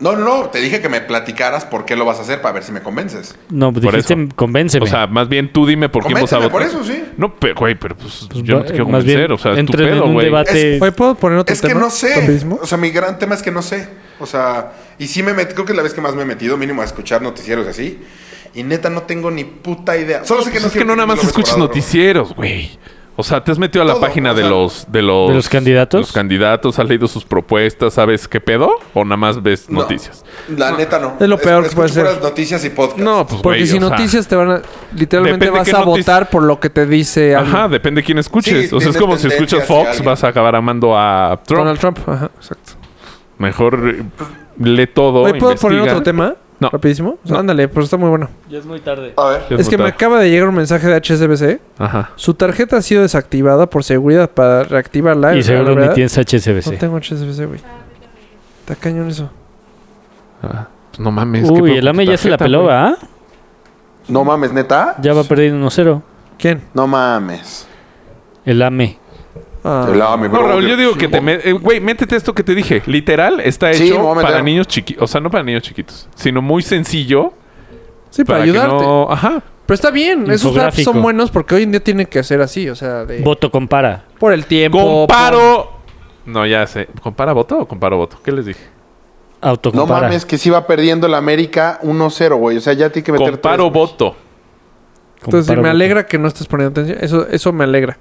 Speaker 1: No, no, no. Te dije que me platicaras por qué lo vas a hacer para ver si me convences.
Speaker 2: No,
Speaker 4: Por
Speaker 2: dijiste,
Speaker 4: eso.
Speaker 2: convénceme.
Speaker 4: O sea, más bien tú dime por quién vas a
Speaker 1: Convénceme
Speaker 4: votar.
Speaker 1: por eso, sí.
Speaker 4: No, pero, güey, pero pues,
Speaker 2: Pues
Speaker 4: yo
Speaker 2: va-
Speaker 4: no te quiero
Speaker 2: más bien,
Speaker 4: convencer. o sea, es tu
Speaker 2: entren en
Speaker 4: pedo,
Speaker 2: un
Speaker 4: güey.
Speaker 2: debate.
Speaker 3: Oye, ¿puedo poner otro
Speaker 1: Es que
Speaker 3: tema?
Speaker 1: no sé.
Speaker 3: ¿Rapidísimo?
Speaker 1: O sea, mi gran tema es que no sé. O sea, y sí me met- creo que es la vez que más me he metido mínimo a escuchar noticieros y así. Y neta, no tengo ni puta idea. Solo sé que
Speaker 4: Pues
Speaker 1: no
Speaker 4: es que
Speaker 1: quiero
Speaker 4: no nada más
Speaker 1: López
Speaker 4: escuchas
Speaker 1: Obrador-
Speaker 4: noticieros, güey. O sea, te has metido a la
Speaker 1: Todo,
Speaker 4: página
Speaker 1: o
Speaker 4: de
Speaker 1: sea,
Speaker 4: los, de los...
Speaker 2: ¿de los candidatos?
Speaker 4: Los candidatos, has leído sus propuestas, ¿sabes qué pedo? ¿O nada más ves
Speaker 1: No,
Speaker 4: noticias?
Speaker 1: La neta no.
Speaker 3: Es lo peor que
Speaker 1: escucho
Speaker 3: puede ser.
Speaker 1: puras noticias y podcast.
Speaker 4: No, pues,
Speaker 3: Porque
Speaker 4: güey,
Speaker 3: si
Speaker 4: o sea,
Speaker 3: noticias te van a... Literalmente
Speaker 4: depende
Speaker 3: vas
Speaker 4: qué
Speaker 3: a
Speaker 4: notici-
Speaker 3: votar por lo que te dice alguien.
Speaker 4: Ajá, depende de quién escuches.
Speaker 1: Sí,
Speaker 4: o sea, es
Speaker 1: tiene
Speaker 4: como si escuchas
Speaker 1: tendencias y
Speaker 4: Fox,
Speaker 1: alguien.
Speaker 4: vas a acabar amando a Trump.
Speaker 3: Donald Trump. Ajá, exacto.
Speaker 4: Mejor eh, lee todo,
Speaker 3: Oye, ¿puedo poner
Speaker 4: investiga.
Speaker 3: otro tema?
Speaker 4: No.
Speaker 3: Rapidísimo. O sea, Ándale, pues está muy bueno.
Speaker 2: ya es muy tarde.
Speaker 1: A ver.
Speaker 4: Ya
Speaker 3: Es que me
Speaker 4: notar.
Speaker 3: acaba de llegar un mensaje de HSBC.
Speaker 4: Ajá.
Speaker 3: Su tarjeta ha sido desactivada por seguridad para reactivarla.
Speaker 2: Y seguro
Speaker 3: ¿verdad?
Speaker 2: ni tienes HSBC.
Speaker 3: No tengo HSBC, güey. Está cañón eso.
Speaker 4: Ah, pues no mames. ¿qué pedo
Speaker 2: Uy,
Speaker 4: con
Speaker 2: el
Speaker 4: tu
Speaker 2: AME ya se la
Speaker 4: tarjeta,
Speaker 2: peló,
Speaker 4: güey?
Speaker 2: ¿ah?
Speaker 1: No mames, neta.
Speaker 2: Ya va perdiendo 1-0.
Speaker 3: ¿Quién?
Speaker 1: No mames.
Speaker 2: El E. AME.
Speaker 3: Ah,
Speaker 1: Hola, mi
Speaker 4: No,
Speaker 1: bro.
Speaker 4: Raúl, yo digo que te... me- eh, Güey, métete esto que te dije. Literal, está
Speaker 1: Sí, me
Speaker 4: hecho
Speaker 1: voy a meter.
Speaker 4: para niños chiquitos. O sea, no para niños chiquitos, sino muy sencillo
Speaker 3: sí, para,
Speaker 4: que
Speaker 3: ayudarte.
Speaker 4: no- Ajá.
Speaker 3: Pero está bien. Esos datos
Speaker 2: Infográfico.
Speaker 3: son buenos porque hoy en día tienen que ser así. O sea, de...
Speaker 2: Voto compara.
Speaker 3: por el tiempo.
Speaker 4: Comparo. No, ya sé. ¿Compara voto o comparo voto? ¿Qué les dije?
Speaker 1: No
Speaker 2: Autocompara.
Speaker 1: mames, que sí va perdiendo el América 1-0, güey. O sea, ya tiene que meter.
Speaker 4: Comparo
Speaker 1: tres,
Speaker 4: voto.
Speaker 3: por- Entonces,
Speaker 2: Compara
Speaker 3: me
Speaker 2: voto.
Speaker 3: alegra que no estés poniendo atención. Eso, eso me alegra.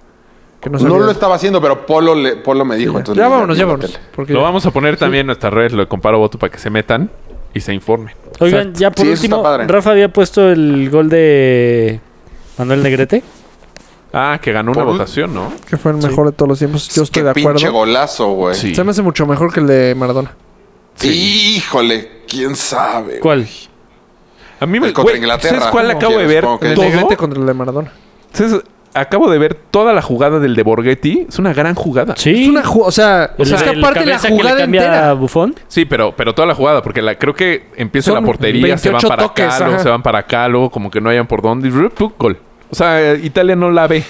Speaker 3: Que no,
Speaker 1: güey. No
Speaker 3: sabías.
Speaker 1: lo estaba haciendo, pero Polo, le- Polo me dijo.
Speaker 3: Ya,
Speaker 1: entonces
Speaker 3: ya
Speaker 1: le-
Speaker 3: vámonos,
Speaker 1: le-
Speaker 3: ya
Speaker 1: le-
Speaker 3: vámonos. Porque
Speaker 4: Lo vamos a poner también en nuestras redes, lo de comparo voto, para que se metan y se informen.
Speaker 2: Oigan, ya por
Speaker 1: Sí, eso está
Speaker 2: último,
Speaker 1: padre.
Speaker 2: Rafa había puesto el gol de Manuel Negrete.
Speaker 4: Ah, que ganó una
Speaker 1: Por-
Speaker 4: votación, ¿no?
Speaker 3: que fue el mejor de todos los tiempos. Yo estoy
Speaker 1: Qué
Speaker 3: de acuerdo.
Speaker 1: pinche golazo, güey.
Speaker 4: Sí.
Speaker 3: Se me hace mucho mejor que el de Maradona.
Speaker 1: Híjole, quién sabe.
Speaker 2: ¿Cuál?
Speaker 4: A mí me.
Speaker 1: El contra
Speaker 4: güey,
Speaker 1: Inglaterra.
Speaker 4: ¿Sabes cuál
Speaker 1: ¿Cómo
Speaker 4: acabo de
Speaker 1: quieres?
Speaker 4: ver?
Speaker 1: Supongo que-
Speaker 3: El de
Speaker 4: ¿Todo?
Speaker 3: Negrete contra el de Maradona.
Speaker 4: ¿Sabes? Acabo de ver toda la jugada del de Borghetti. Es una gran jugada.
Speaker 2: Sí.
Speaker 3: Es una ju- o sea,
Speaker 2: El-
Speaker 3: es que
Speaker 2: el
Speaker 3: aparte la
Speaker 2: cabeza que le
Speaker 3: jugada
Speaker 2: cambia a
Speaker 3: entera.
Speaker 2: Buffon.
Speaker 4: Sí, pero, pero toda la jugada, porque la, creo que empieza
Speaker 3: Son
Speaker 4: la portería, se van
Speaker 3: 28
Speaker 4: para
Speaker 3: toques,
Speaker 4: acá, luego
Speaker 3: ajá.
Speaker 4: se van para acá, luego como que no hayan por dónde. y rup, rup, Gol. O sea, Italia no la ve.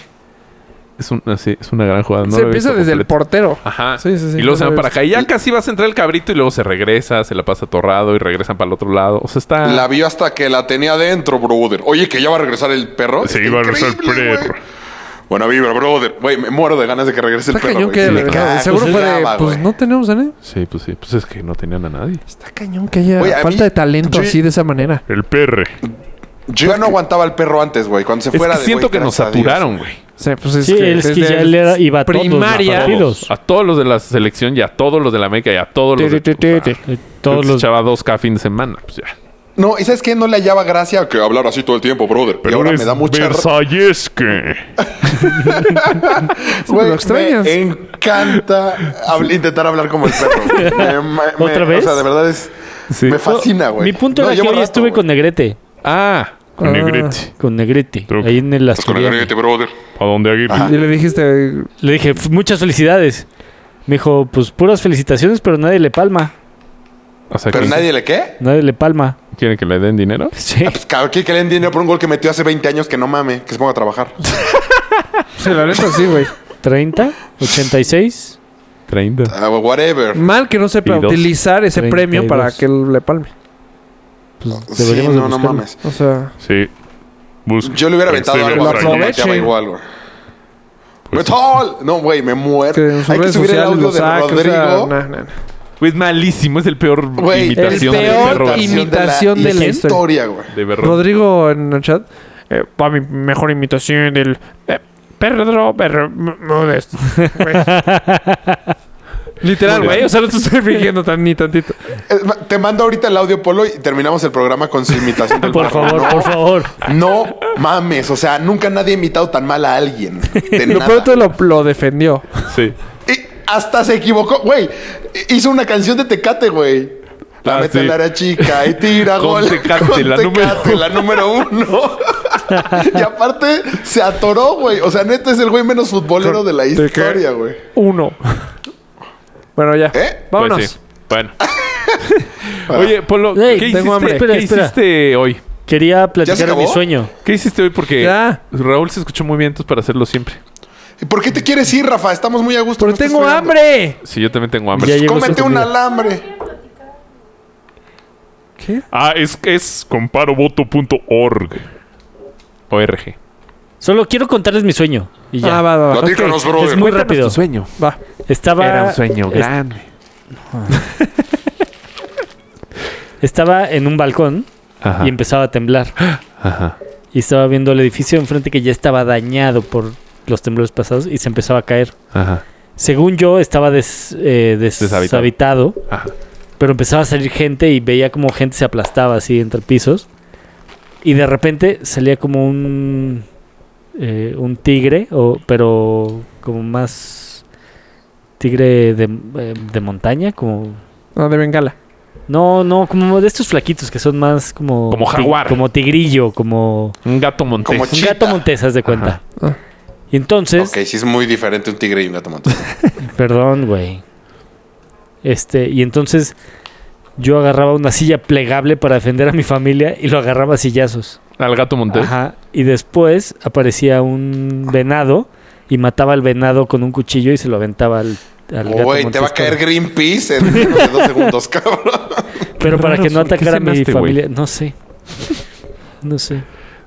Speaker 4: Es, un- así, es una gran jugada. no
Speaker 3: se
Speaker 4: la he
Speaker 3: empieza
Speaker 4: visto
Speaker 3: desde el
Speaker 4: completa.
Speaker 3: portero.
Speaker 4: Ajá.
Speaker 3: Sí, sí, sí,
Speaker 4: y
Speaker 3: no
Speaker 4: luego se
Speaker 3: la
Speaker 4: van
Speaker 3: he
Speaker 4: para
Speaker 3: visto.
Speaker 4: acá. Y ya casi vas a entrar el cabrito y luego se regresa, se la pasa atorrado y regresan para el otro lado. O sea, está.
Speaker 1: La vio hasta que la tenía adentro, brother. Oye, que ya va a regresar el perro.
Speaker 4: Sí,
Speaker 1: Está
Speaker 4: va a regresar el
Speaker 1: increíble,
Speaker 4: perro.
Speaker 1: güey. Buena vibra, brother. Güey, me muero de ganas de que regrese
Speaker 3: Está
Speaker 1: el perro.
Speaker 3: cañón
Speaker 1: güey.
Speaker 3: que
Speaker 1: Sí,
Speaker 3: haya
Speaker 1: me
Speaker 3: regresado.
Speaker 1: cago,
Speaker 3: Seguro
Speaker 1: me
Speaker 3: fue de,
Speaker 1: cagaba,
Speaker 3: pues
Speaker 1: güey.
Speaker 3: no tenemos a nadie.
Speaker 4: Sí, pues sí. Pues es que no tenían a nadie.
Speaker 3: Está cañón que haya
Speaker 1: Oye, a
Speaker 3: falta
Speaker 1: mí-
Speaker 3: de talento
Speaker 1: yo-
Speaker 3: así de esa manera.
Speaker 4: El perre.
Speaker 1: Yo ya no aguantaba al perro antes, güey. Cuando se
Speaker 4: Es
Speaker 1: fuera
Speaker 4: que
Speaker 1: de,
Speaker 4: siento
Speaker 1: güey,
Speaker 4: que nos
Speaker 1: gracias a Dios.
Speaker 4: saturaron, güey.
Speaker 3: O sea, pues es
Speaker 2: Sí,
Speaker 3: que
Speaker 2: es que
Speaker 3: desde
Speaker 2: ya él era- iba a todos los
Speaker 3: primaria.
Speaker 2: partidos.
Speaker 4: A todos los de la selección y a todos los de la América y a todos los de.
Speaker 3: Te, te, te,
Speaker 4: o sea,
Speaker 3: te.
Speaker 2: Eh,
Speaker 4: creo
Speaker 2: Todos
Speaker 4: que se
Speaker 2: los.
Speaker 4: echaba dos cada fin de semana. Pues ya.
Speaker 1: No, y sabes qué? no le hallaba gracia que hablar así todo el tiempo, brother. y ahora me da mucha
Speaker 4: Versallesque.
Speaker 1: Güey,
Speaker 3: Lo extrañas.
Speaker 1: Me encanta habl- intentar hablar como el perro. güey. Me- me- me-
Speaker 2: ¿Otra vez?
Speaker 1: O sea, de verdad es. Me fascina, güey.
Speaker 2: Mi punto
Speaker 1: No,
Speaker 2: era que
Speaker 1: llevo
Speaker 2: hoy
Speaker 1: rato,
Speaker 2: estuve
Speaker 1: güey.
Speaker 2: con Negrete.
Speaker 4: Ah, con
Speaker 3: Ah.
Speaker 4: Negrete.
Speaker 2: Con Negrete.
Speaker 4: Truco.
Speaker 2: Ahí en el
Speaker 1: pues Con el
Speaker 2: Asturiano.
Speaker 1: garete, brother.
Speaker 4: ¿A dónde Aguirre?
Speaker 1: Ajá.
Speaker 3: Y le dijiste,
Speaker 2: Le dije, "F- muchas felicidades. Me dijo, pues puras felicitaciones, pero nadie le palma.
Speaker 4: O sea,
Speaker 1: Pero
Speaker 4: ¿quieren-
Speaker 1: nadie le qué?
Speaker 2: Nadie le palma.
Speaker 4: ¿quieren que le den dinero?
Speaker 2: Sí.
Speaker 1: Ah, Pues cabrón, que le den dinero por un gol que metió hace 20 años que no mame, que se ponga a trabajar.
Speaker 3: se la neta sí, güey.
Speaker 2: 30, 86.
Speaker 4: 30.
Speaker 1: Ah, whatever.
Speaker 3: Mal que no sepa
Speaker 4: Y dos.
Speaker 3: utilizar ese
Speaker 2: Treinta y
Speaker 3: premio para
Speaker 2: dos.
Speaker 3: que él le palme.
Speaker 2: Pues
Speaker 1: Sí,
Speaker 2: deberíamos de
Speaker 1: no, no
Speaker 2: buscarlo.
Speaker 1: mames.
Speaker 3: O sea,
Speaker 4: Sí. Busca.
Speaker 1: Yo le hubiera aventado
Speaker 4: Excelente.
Speaker 1: algo a ver si
Speaker 3: Lo
Speaker 1: no mateaba
Speaker 3: aproveche. Pues
Speaker 1: igual, güey. ¡Metal! No, güey, me muero.
Speaker 3: que en sus
Speaker 1: Hay que
Speaker 3: redes
Speaker 1: subir el
Speaker 3: sociales
Speaker 1: audio
Speaker 3: lo
Speaker 1: de
Speaker 3: saca. O
Speaker 1: Rodrigo.
Speaker 3: sea, nah, nah, nah.
Speaker 4: Güey, es malísimo. Es el peor
Speaker 1: Güey,
Speaker 4: imitación
Speaker 3: el
Speaker 4: de
Speaker 3: peor
Speaker 4: Berro García.
Speaker 3: imi- imitación de la
Speaker 1: historia, güey.
Speaker 4: De Berro.
Speaker 3: Rodrigo en el chat. eh, va mi mejor imitación del eh, Pedro Bermúdez. Güey. Literal,
Speaker 4: Muy bien.
Speaker 3: güey. O sea, no te estoy fingiendo tan, ni tantito.
Speaker 1: Es ma- Te mando ahorita el audio polo y terminamos el programa con su imitación. del
Speaker 2: Por
Speaker 1: barro.
Speaker 2: favor,
Speaker 1: Ah, No,
Speaker 2: por favor.
Speaker 1: No mames, o sea, nunca nadie ha imitado tan mal a alguien. De
Speaker 3: Lo
Speaker 1: nada.
Speaker 3: peor de todo lo, lo defendió.
Speaker 4: Sí.
Speaker 1: Y hasta se equivocó, güey. Hizo una canción de Tecate, güey. La
Speaker 4: Ah,
Speaker 1: mete
Speaker 4: sí.
Speaker 1: en el área chica y tira
Speaker 4: Con
Speaker 1: gol.
Speaker 4: Tecate, la número
Speaker 1: la número uno. y aparte se atoró, güey. O sea, neta es el güey menos futbolero de la
Speaker 3: ¿De qué?
Speaker 1: historia, güey.
Speaker 3: Uno. Bueno, ya.
Speaker 1: ¿Eh?
Speaker 3: Vámonos.
Speaker 4: Pues sí. Bueno. Oye, Polo,
Speaker 2: Ey, tengo
Speaker 4: ¿qué, hiciste,
Speaker 2: hambre. Espera,
Speaker 4: ¿qué
Speaker 2: espera.
Speaker 4: hiciste hoy?
Speaker 2: Quería platicar de mi
Speaker 1: acabó?
Speaker 2: sueño.
Speaker 4: ¿Qué hiciste hoy? Porque
Speaker 3: Ya.
Speaker 4: Raúl se escuchó muy bien entonces para hacerlo siempre.
Speaker 1: ¿Y por qué te quieres ir, Rafa? Estamos muy a gusto.
Speaker 3: Pero
Speaker 1: no estás
Speaker 3: tengo
Speaker 1: fregando.
Speaker 3: hambre.
Speaker 4: Sí, yo también tengo
Speaker 2: Ya
Speaker 4: hambre.
Speaker 2: llegó
Speaker 1: Pues Cómete
Speaker 2: su
Speaker 1: un
Speaker 2: comida.
Speaker 1: alambre.
Speaker 3: ¿Qué?
Speaker 4: Ah, es, es comparovoto.org. ORG.
Speaker 2: Solo quiero contarles mi sueño. Y ya.
Speaker 3: Ah, va, va, va.
Speaker 1: Platícanos,
Speaker 3: Ok.
Speaker 1: brother.
Speaker 2: es muy rápido.
Speaker 4: Tu sueño.
Speaker 3: Va.
Speaker 2: Estaba,
Speaker 4: Era un sueño
Speaker 2: es-
Speaker 4: grande.
Speaker 2: estaba en un balcón
Speaker 4: Ajá.
Speaker 2: y empezaba a temblar.
Speaker 4: Ajá.
Speaker 2: Y estaba viendo el edificio enfrente que ya estaba dañado por los temblores pasados y se empezaba a caer.
Speaker 4: Ajá.
Speaker 2: Según yo, estaba des- eh, deshabitado,
Speaker 4: Ajá.
Speaker 2: pero empezaba a salir gente y veía como gente se aplastaba así entre pisos. Y de repente salía como un, eh, un tigre, o, pero como más tigre de, eh, de montaña, como...
Speaker 3: No, de bengala.
Speaker 2: No, no, como de estos flaquitos que son más como...
Speaker 4: Como
Speaker 2: ti-
Speaker 4: jaguar.
Speaker 2: Como tigrillo, como...
Speaker 4: Un gato montés.
Speaker 1: Como
Speaker 2: Un
Speaker 1: Chita.
Speaker 2: gato montés, haz de cuenta.
Speaker 3: Ah.
Speaker 2: Y entonces...
Speaker 1: Ok, sí es muy diferente un tigre y un gato montés.
Speaker 2: Perdón, güey. Este, y entonces yo agarraba una silla plegable para defender a mi familia y lo agarraba a sillazos.
Speaker 4: Al gato montés.
Speaker 2: Ajá. Y después aparecía un venado y mataba al venado con un cuchillo y se lo aventaba al, al gato
Speaker 1: Güey, te va a
Speaker 2: montés
Speaker 1: caer
Speaker 2: para-
Speaker 1: Greenpeace en menos de dos segundos, cabrón.
Speaker 2: Pero
Speaker 4: Qué
Speaker 2: para que
Speaker 4: raro,
Speaker 2: no
Speaker 4: ¿por qué
Speaker 2: atacara a mi
Speaker 4: cenaste, güey?
Speaker 2: familia. No sé. No sé.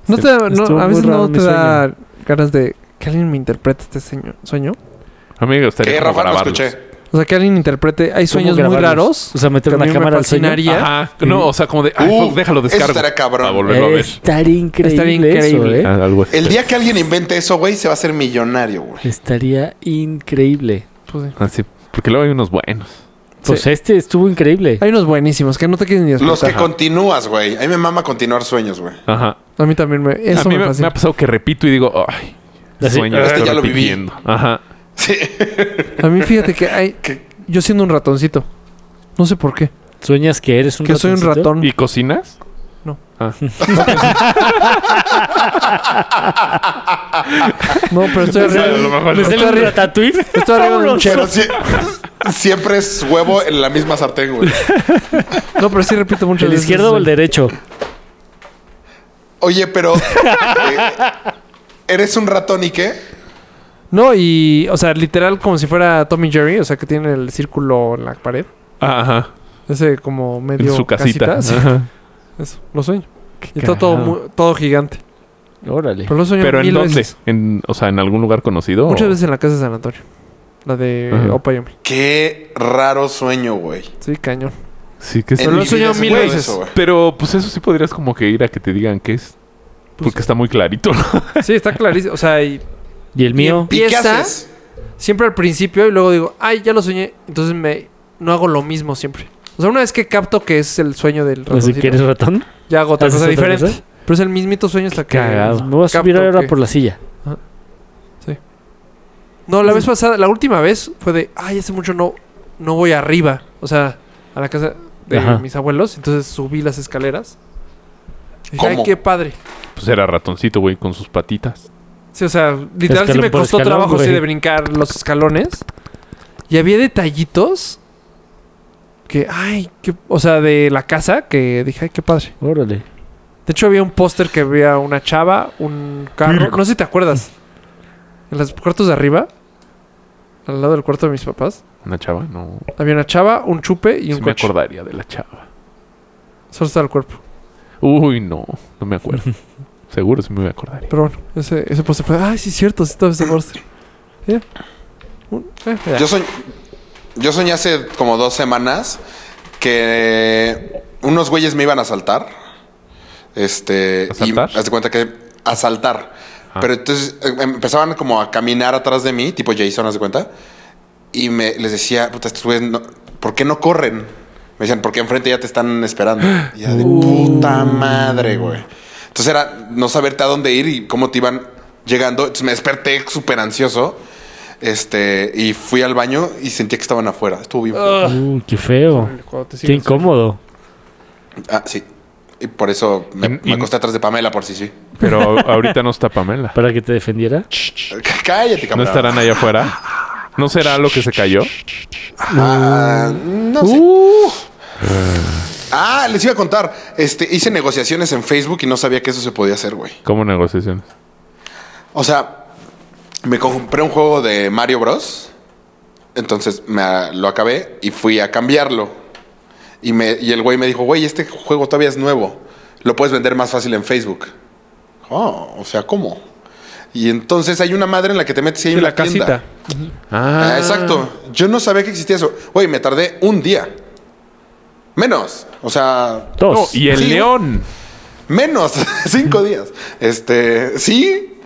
Speaker 3: No
Speaker 4: Sí.
Speaker 3: te, da-
Speaker 2: Estuvo
Speaker 3: no, a
Speaker 2: muy
Speaker 3: veces
Speaker 2: raro
Speaker 3: no
Speaker 2: mi
Speaker 3: te da ganas de que alguien me interprete este seño- sueño.
Speaker 4: A mí me gustaría
Speaker 1: ¿Qué,
Speaker 4: como
Speaker 1: Eh, Rafa? No
Speaker 4: grabarlos.
Speaker 1: escuché.
Speaker 3: O sea, que alguien interprete. Hay sueños
Speaker 2: ¿Cómo
Speaker 3: muy
Speaker 2: grabarlos?
Speaker 3: raros.
Speaker 2: O sea, meter
Speaker 3: que a
Speaker 2: una
Speaker 3: mí me
Speaker 2: cámara al sueño.
Speaker 3: fascinaría.
Speaker 4: Ajá. No, o sea, como de... ay,
Speaker 1: Uh,
Speaker 4: fuck, déjalo,
Speaker 1: eso
Speaker 4: descargo.
Speaker 1: estaría cabrón.
Speaker 4: Para volverlo a ver.
Speaker 2: Estaría increíble.
Speaker 3: increíble.
Speaker 2: eso, ¿eh?
Speaker 4: Ah, algo así.
Speaker 1: El día que alguien invente eso, güey, se va a hacer millonario, güey.
Speaker 2: Estaría increíble.
Speaker 3: Pues sí.
Speaker 4: Ah, sí, Porque luego hay unos buenos.
Speaker 2: Pues
Speaker 3: Sí.
Speaker 2: este estuvo increíble.
Speaker 3: Hay unos buenísimos que no te quieren ni despertar.
Speaker 1: Los que continúas, güey. A mí me mama continuar sueños, güey.
Speaker 4: Ajá.
Speaker 3: A mí también me. Eso
Speaker 4: a
Speaker 3: me,
Speaker 4: mí me, me
Speaker 3: fascina.
Speaker 4: ha pasado que repito y digo, ay,
Speaker 2: Así,
Speaker 4: sueño,
Speaker 1: este
Speaker 4: estoy
Speaker 1: ya lo viví.
Speaker 4: repitiendo. Ajá.
Speaker 1: Sí.
Speaker 3: A mí fíjate que hay. Yo siendo un ratoncito. No sé por qué.
Speaker 2: ¿Sueñas que eres un
Speaker 3: Que soy un
Speaker 2: ratoncito?
Speaker 3: ratón.
Speaker 4: ¿Y cocinas?
Speaker 3: No.
Speaker 4: Ah.
Speaker 3: No, pero estoy
Speaker 4: O sea, a
Speaker 3: arriba.
Speaker 4: lo mejor
Speaker 2: ¿Me
Speaker 4: no.
Speaker 2: sale un ratatouille?
Speaker 3: Estoy arriba de un
Speaker 2: Vámonos.
Speaker 1: Pero sie- siempre es huevo en la misma sartén, güey.
Speaker 3: No, pero sí repito muchas
Speaker 2: ¿El
Speaker 3: veces.
Speaker 2: izquierdo o el derecho?
Speaker 1: Oye, pero. eh, ¿Eres un ratón y qué?
Speaker 3: No, y. O sea, literal como si fuera Tommy Jerry. O sea, que tiene el círculo en la pared.
Speaker 4: Ajá.
Speaker 3: Ese como
Speaker 4: En
Speaker 3: medio.
Speaker 4: su casita.
Speaker 3: sí.
Speaker 4: Ajá.
Speaker 3: Eso, lo sueño. Y está todo,
Speaker 4: cagado.
Speaker 3: mu- todo gigante.
Speaker 2: Órale.
Speaker 3: Pero lo sueño
Speaker 4: ¿Pero en
Speaker 3: mil
Speaker 4: dónde?
Speaker 3: veces.
Speaker 4: En, o sea, ¿en algún lugar conocido?
Speaker 3: Muchas
Speaker 4: o-
Speaker 3: veces en la casa de San Antonio. La de
Speaker 4: Ajá.
Speaker 3: Opa Yomi.
Speaker 1: Qué raro sueño, güey.
Speaker 3: Sí, cañón.
Speaker 4: Sí, que sí.
Speaker 1: En
Speaker 3: lo
Speaker 1: mi
Speaker 3: he soñado
Speaker 1: vida
Speaker 3: mil
Speaker 1: seguro de
Speaker 3: veces.
Speaker 1: eso, güey.
Speaker 4: Pero pues eso sí podrías como que ir a que te digan qué es.
Speaker 3: Pues
Speaker 4: Porque está muy clarito. ¿no?
Speaker 3: Sí, está clarísimo. O sea, y
Speaker 2: ¿Y el mío?
Speaker 1: ¿Y qué
Speaker 3: Pieza.
Speaker 1: haces?
Speaker 3: siempre al principio y luego digo, ay, ya lo soñé. Entonces me no hago lo mismo siempre. O sea, una vez que capto que es el sueño del
Speaker 2: ¿O Pues, si
Speaker 3: ratoncito,
Speaker 2: quieres ratón?
Speaker 3: ya hago otra
Speaker 2: ¿Haces otra
Speaker 3: cosa diferente.
Speaker 2: cosa?
Speaker 3: Pero es el mismito sueño hasta que.
Speaker 2: Cagado. Me voy a
Speaker 3: capto
Speaker 2: subir ahora
Speaker 3: que-
Speaker 2: por la silla.
Speaker 3: No, la vez pasada, la última vez fue de, ay, hace mucho no, no voy arriba. O sea, a la casa de
Speaker 2: Ajá.
Speaker 3: mis abuelos. Entonces subí las escaleras. Y dije, ay,
Speaker 1: ¿Cómo?
Speaker 3: qué padre.
Speaker 4: Pues era ratoncito, güey, con sus patitas.
Speaker 3: Sí, o sea, literal sí
Speaker 2: Escalón
Speaker 3: me
Speaker 2: por
Speaker 3: costó
Speaker 2: escalón,
Speaker 3: trabajo así
Speaker 2: güey.
Speaker 3: de brincar los escalones. Y había detallitos que, ay, que, o sea, de la casa que dije, ay, qué padre.
Speaker 2: Órale.
Speaker 3: De hecho, había un póster que había una chava, un carro. No sé si te acuerdas. En los cuartos de arriba, al lado del cuarto de mis papás,
Speaker 4: Una chava, no.
Speaker 3: había una chava, un chupe y un
Speaker 4: Sí me
Speaker 3: coche.
Speaker 4: acordaría de la chava.
Speaker 3: Solo estaba el cuerpo.
Speaker 4: Uy, no. No me acuerdo. Seguro sí me acordaría.
Speaker 3: Pero bueno, ese, ese póster fue, ay, sí, es cierto, sí, estaba ese póster. Ya. Un- eh, ya.
Speaker 1: Yo, soñ- yo soñé hace como dos semanas que unos güeyes me iban a asaltar. Este.
Speaker 4: ¿Asaltar?
Speaker 1: Y haz de cuenta que em, asaltar. Pero entonces eh, empezaban como a caminar atrás de mí, tipo Jason, haz de cuenta. Y me, les decía, puta, estos güeyes, no- ¿por qué no corren? Me decían, porque enfrente ya te están esperando. Y ya de puta madre, güey. Entonces era no saberte a dónde ir y cómo te iban llegando. Entonces me desperté súper ansioso. Este, y fui al baño y sentía que estaban afuera. Estuvo bien.
Speaker 3: Ah.
Speaker 1: feo.
Speaker 2: Uh, qué feo.
Speaker 3: Cuando te
Speaker 2: Qué
Speaker 3: siguen-
Speaker 2: incómodo.
Speaker 1: Ah, sí. Y por eso me,
Speaker 4: Y-
Speaker 1: me
Speaker 4: y-
Speaker 1: acosté atrás de Pamela, por si sí.
Speaker 4: Pero a- ahorita no está Pamela.
Speaker 2: Para que te defendiera.
Speaker 1: Cállate,
Speaker 4: ¿No
Speaker 1: cabrón.
Speaker 4: estarán allá afuera? ¿No será lo que se cayó?
Speaker 1: Ah, no sé.
Speaker 4: Uh.
Speaker 1: Ah, les iba a contar. Este, hice negociaciones en Facebook y no sabía que eso se podía hacer, güey.
Speaker 4: ¿Cómo negociaciones?
Speaker 1: O sea, me compré un juego de Mario Bros. Entonces me, lo acabé y fui a cambiarlo. Y, me, y el güey me dijo, güey, este juego todavía es nuevo. Lo puedes vender más fácil en Facebook. Oh, o sea, ¿cómo? Y entonces hay una madre en la que te metes y hay
Speaker 3: Sí,
Speaker 1: una
Speaker 3: la
Speaker 1: tienda.
Speaker 3: casita.
Speaker 1: Ah, exacto. Yo no sabía que existía eso. Güey, me tardé un día. Menos. O sea,
Speaker 4: No,
Speaker 2: Dos.
Speaker 4: y el
Speaker 1: Sí.
Speaker 4: león.
Speaker 1: menos. Cinco días. Este, sí.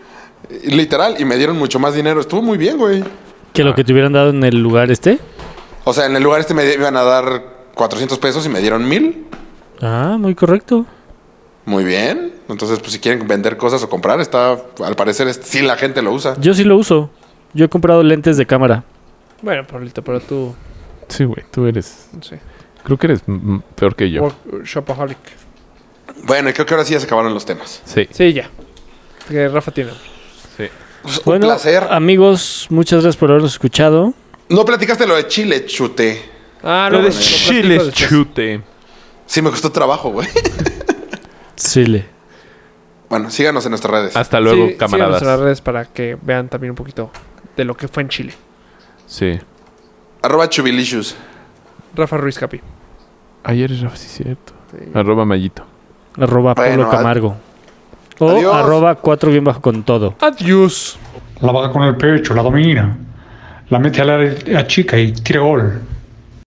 Speaker 1: Literal. Y me dieron mucho más dinero. Estuvo muy bien, güey.
Speaker 2: Que lo que te hubieran dado en el lugar este.
Speaker 1: O sea, en el lugar este me iban a dar 400 pesos y me dieron mil.
Speaker 2: Ah, muy correcto.
Speaker 1: Muy bien. Entonces, pues si quieren vender cosas o comprar, está, al parecer, es- sí la gente lo usa.
Speaker 2: Yo sí lo uso. Yo he comprado lentes de cámara.
Speaker 3: Bueno, Pablito, pero tú,
Speaker 4: Sí, güey, tú eres.
Speaker 3: no sé,
Speaker 4: Creo que eres mm, peor que yo.
Speaker 3: work- shopaholic.
Speaker 1: Bueno, y creo que ahora sí ya se acabaron los temas.
Speaker 4: Sí.
Speaker 3: Sí, ya. Que Rafa tiene.
Speaker 1: Pues, un
Speaker 2: Bueno, ah.
Speaker 1: placer.
Speaker 2: amigos, muchas gracias por habernos escuchado.
Speaker 1: No platicaste lo de Chile, chute.
Speaker 3: Ah,
Speaker 4: Lo de
Speaker 3: bueno, lo platico
Speaker 4: chiles
Speaker 3: después.
Speaker 4: chute.
Speaker 1: Sí, me costó trabajo, güey.
Speaker 2: Chile.
Speaker 1: Bueno, síganos en nuestras redes.
Speaker 4: Hasta
Speaker 3: Sí,
Speaker 4: luego,
Speaker 3: síganos
Speaker 4: camaradas.
Speaker 3: en las redes para que vean también un poquito de lo que fue en Chile.
Speaker 4: Sí.
Speaker 1: Arroba chubilicious.
Speaker 3: Rafa Ruiz Capi.
Speaker 4: Ayer era sí, cierto. Arroba Mayito.
Speaker 2: Arroba
Speaker 1: Bueno, ad-
Speaker 2: Pablo Camargo. O
Speaker 1: Adiós.
Speaker 2: arroba 4 bien bajo con todo.
Speaker 3: Adiós.
Speaker 8: la baja con el pecho, la domina, la mete al área chica y tira gol.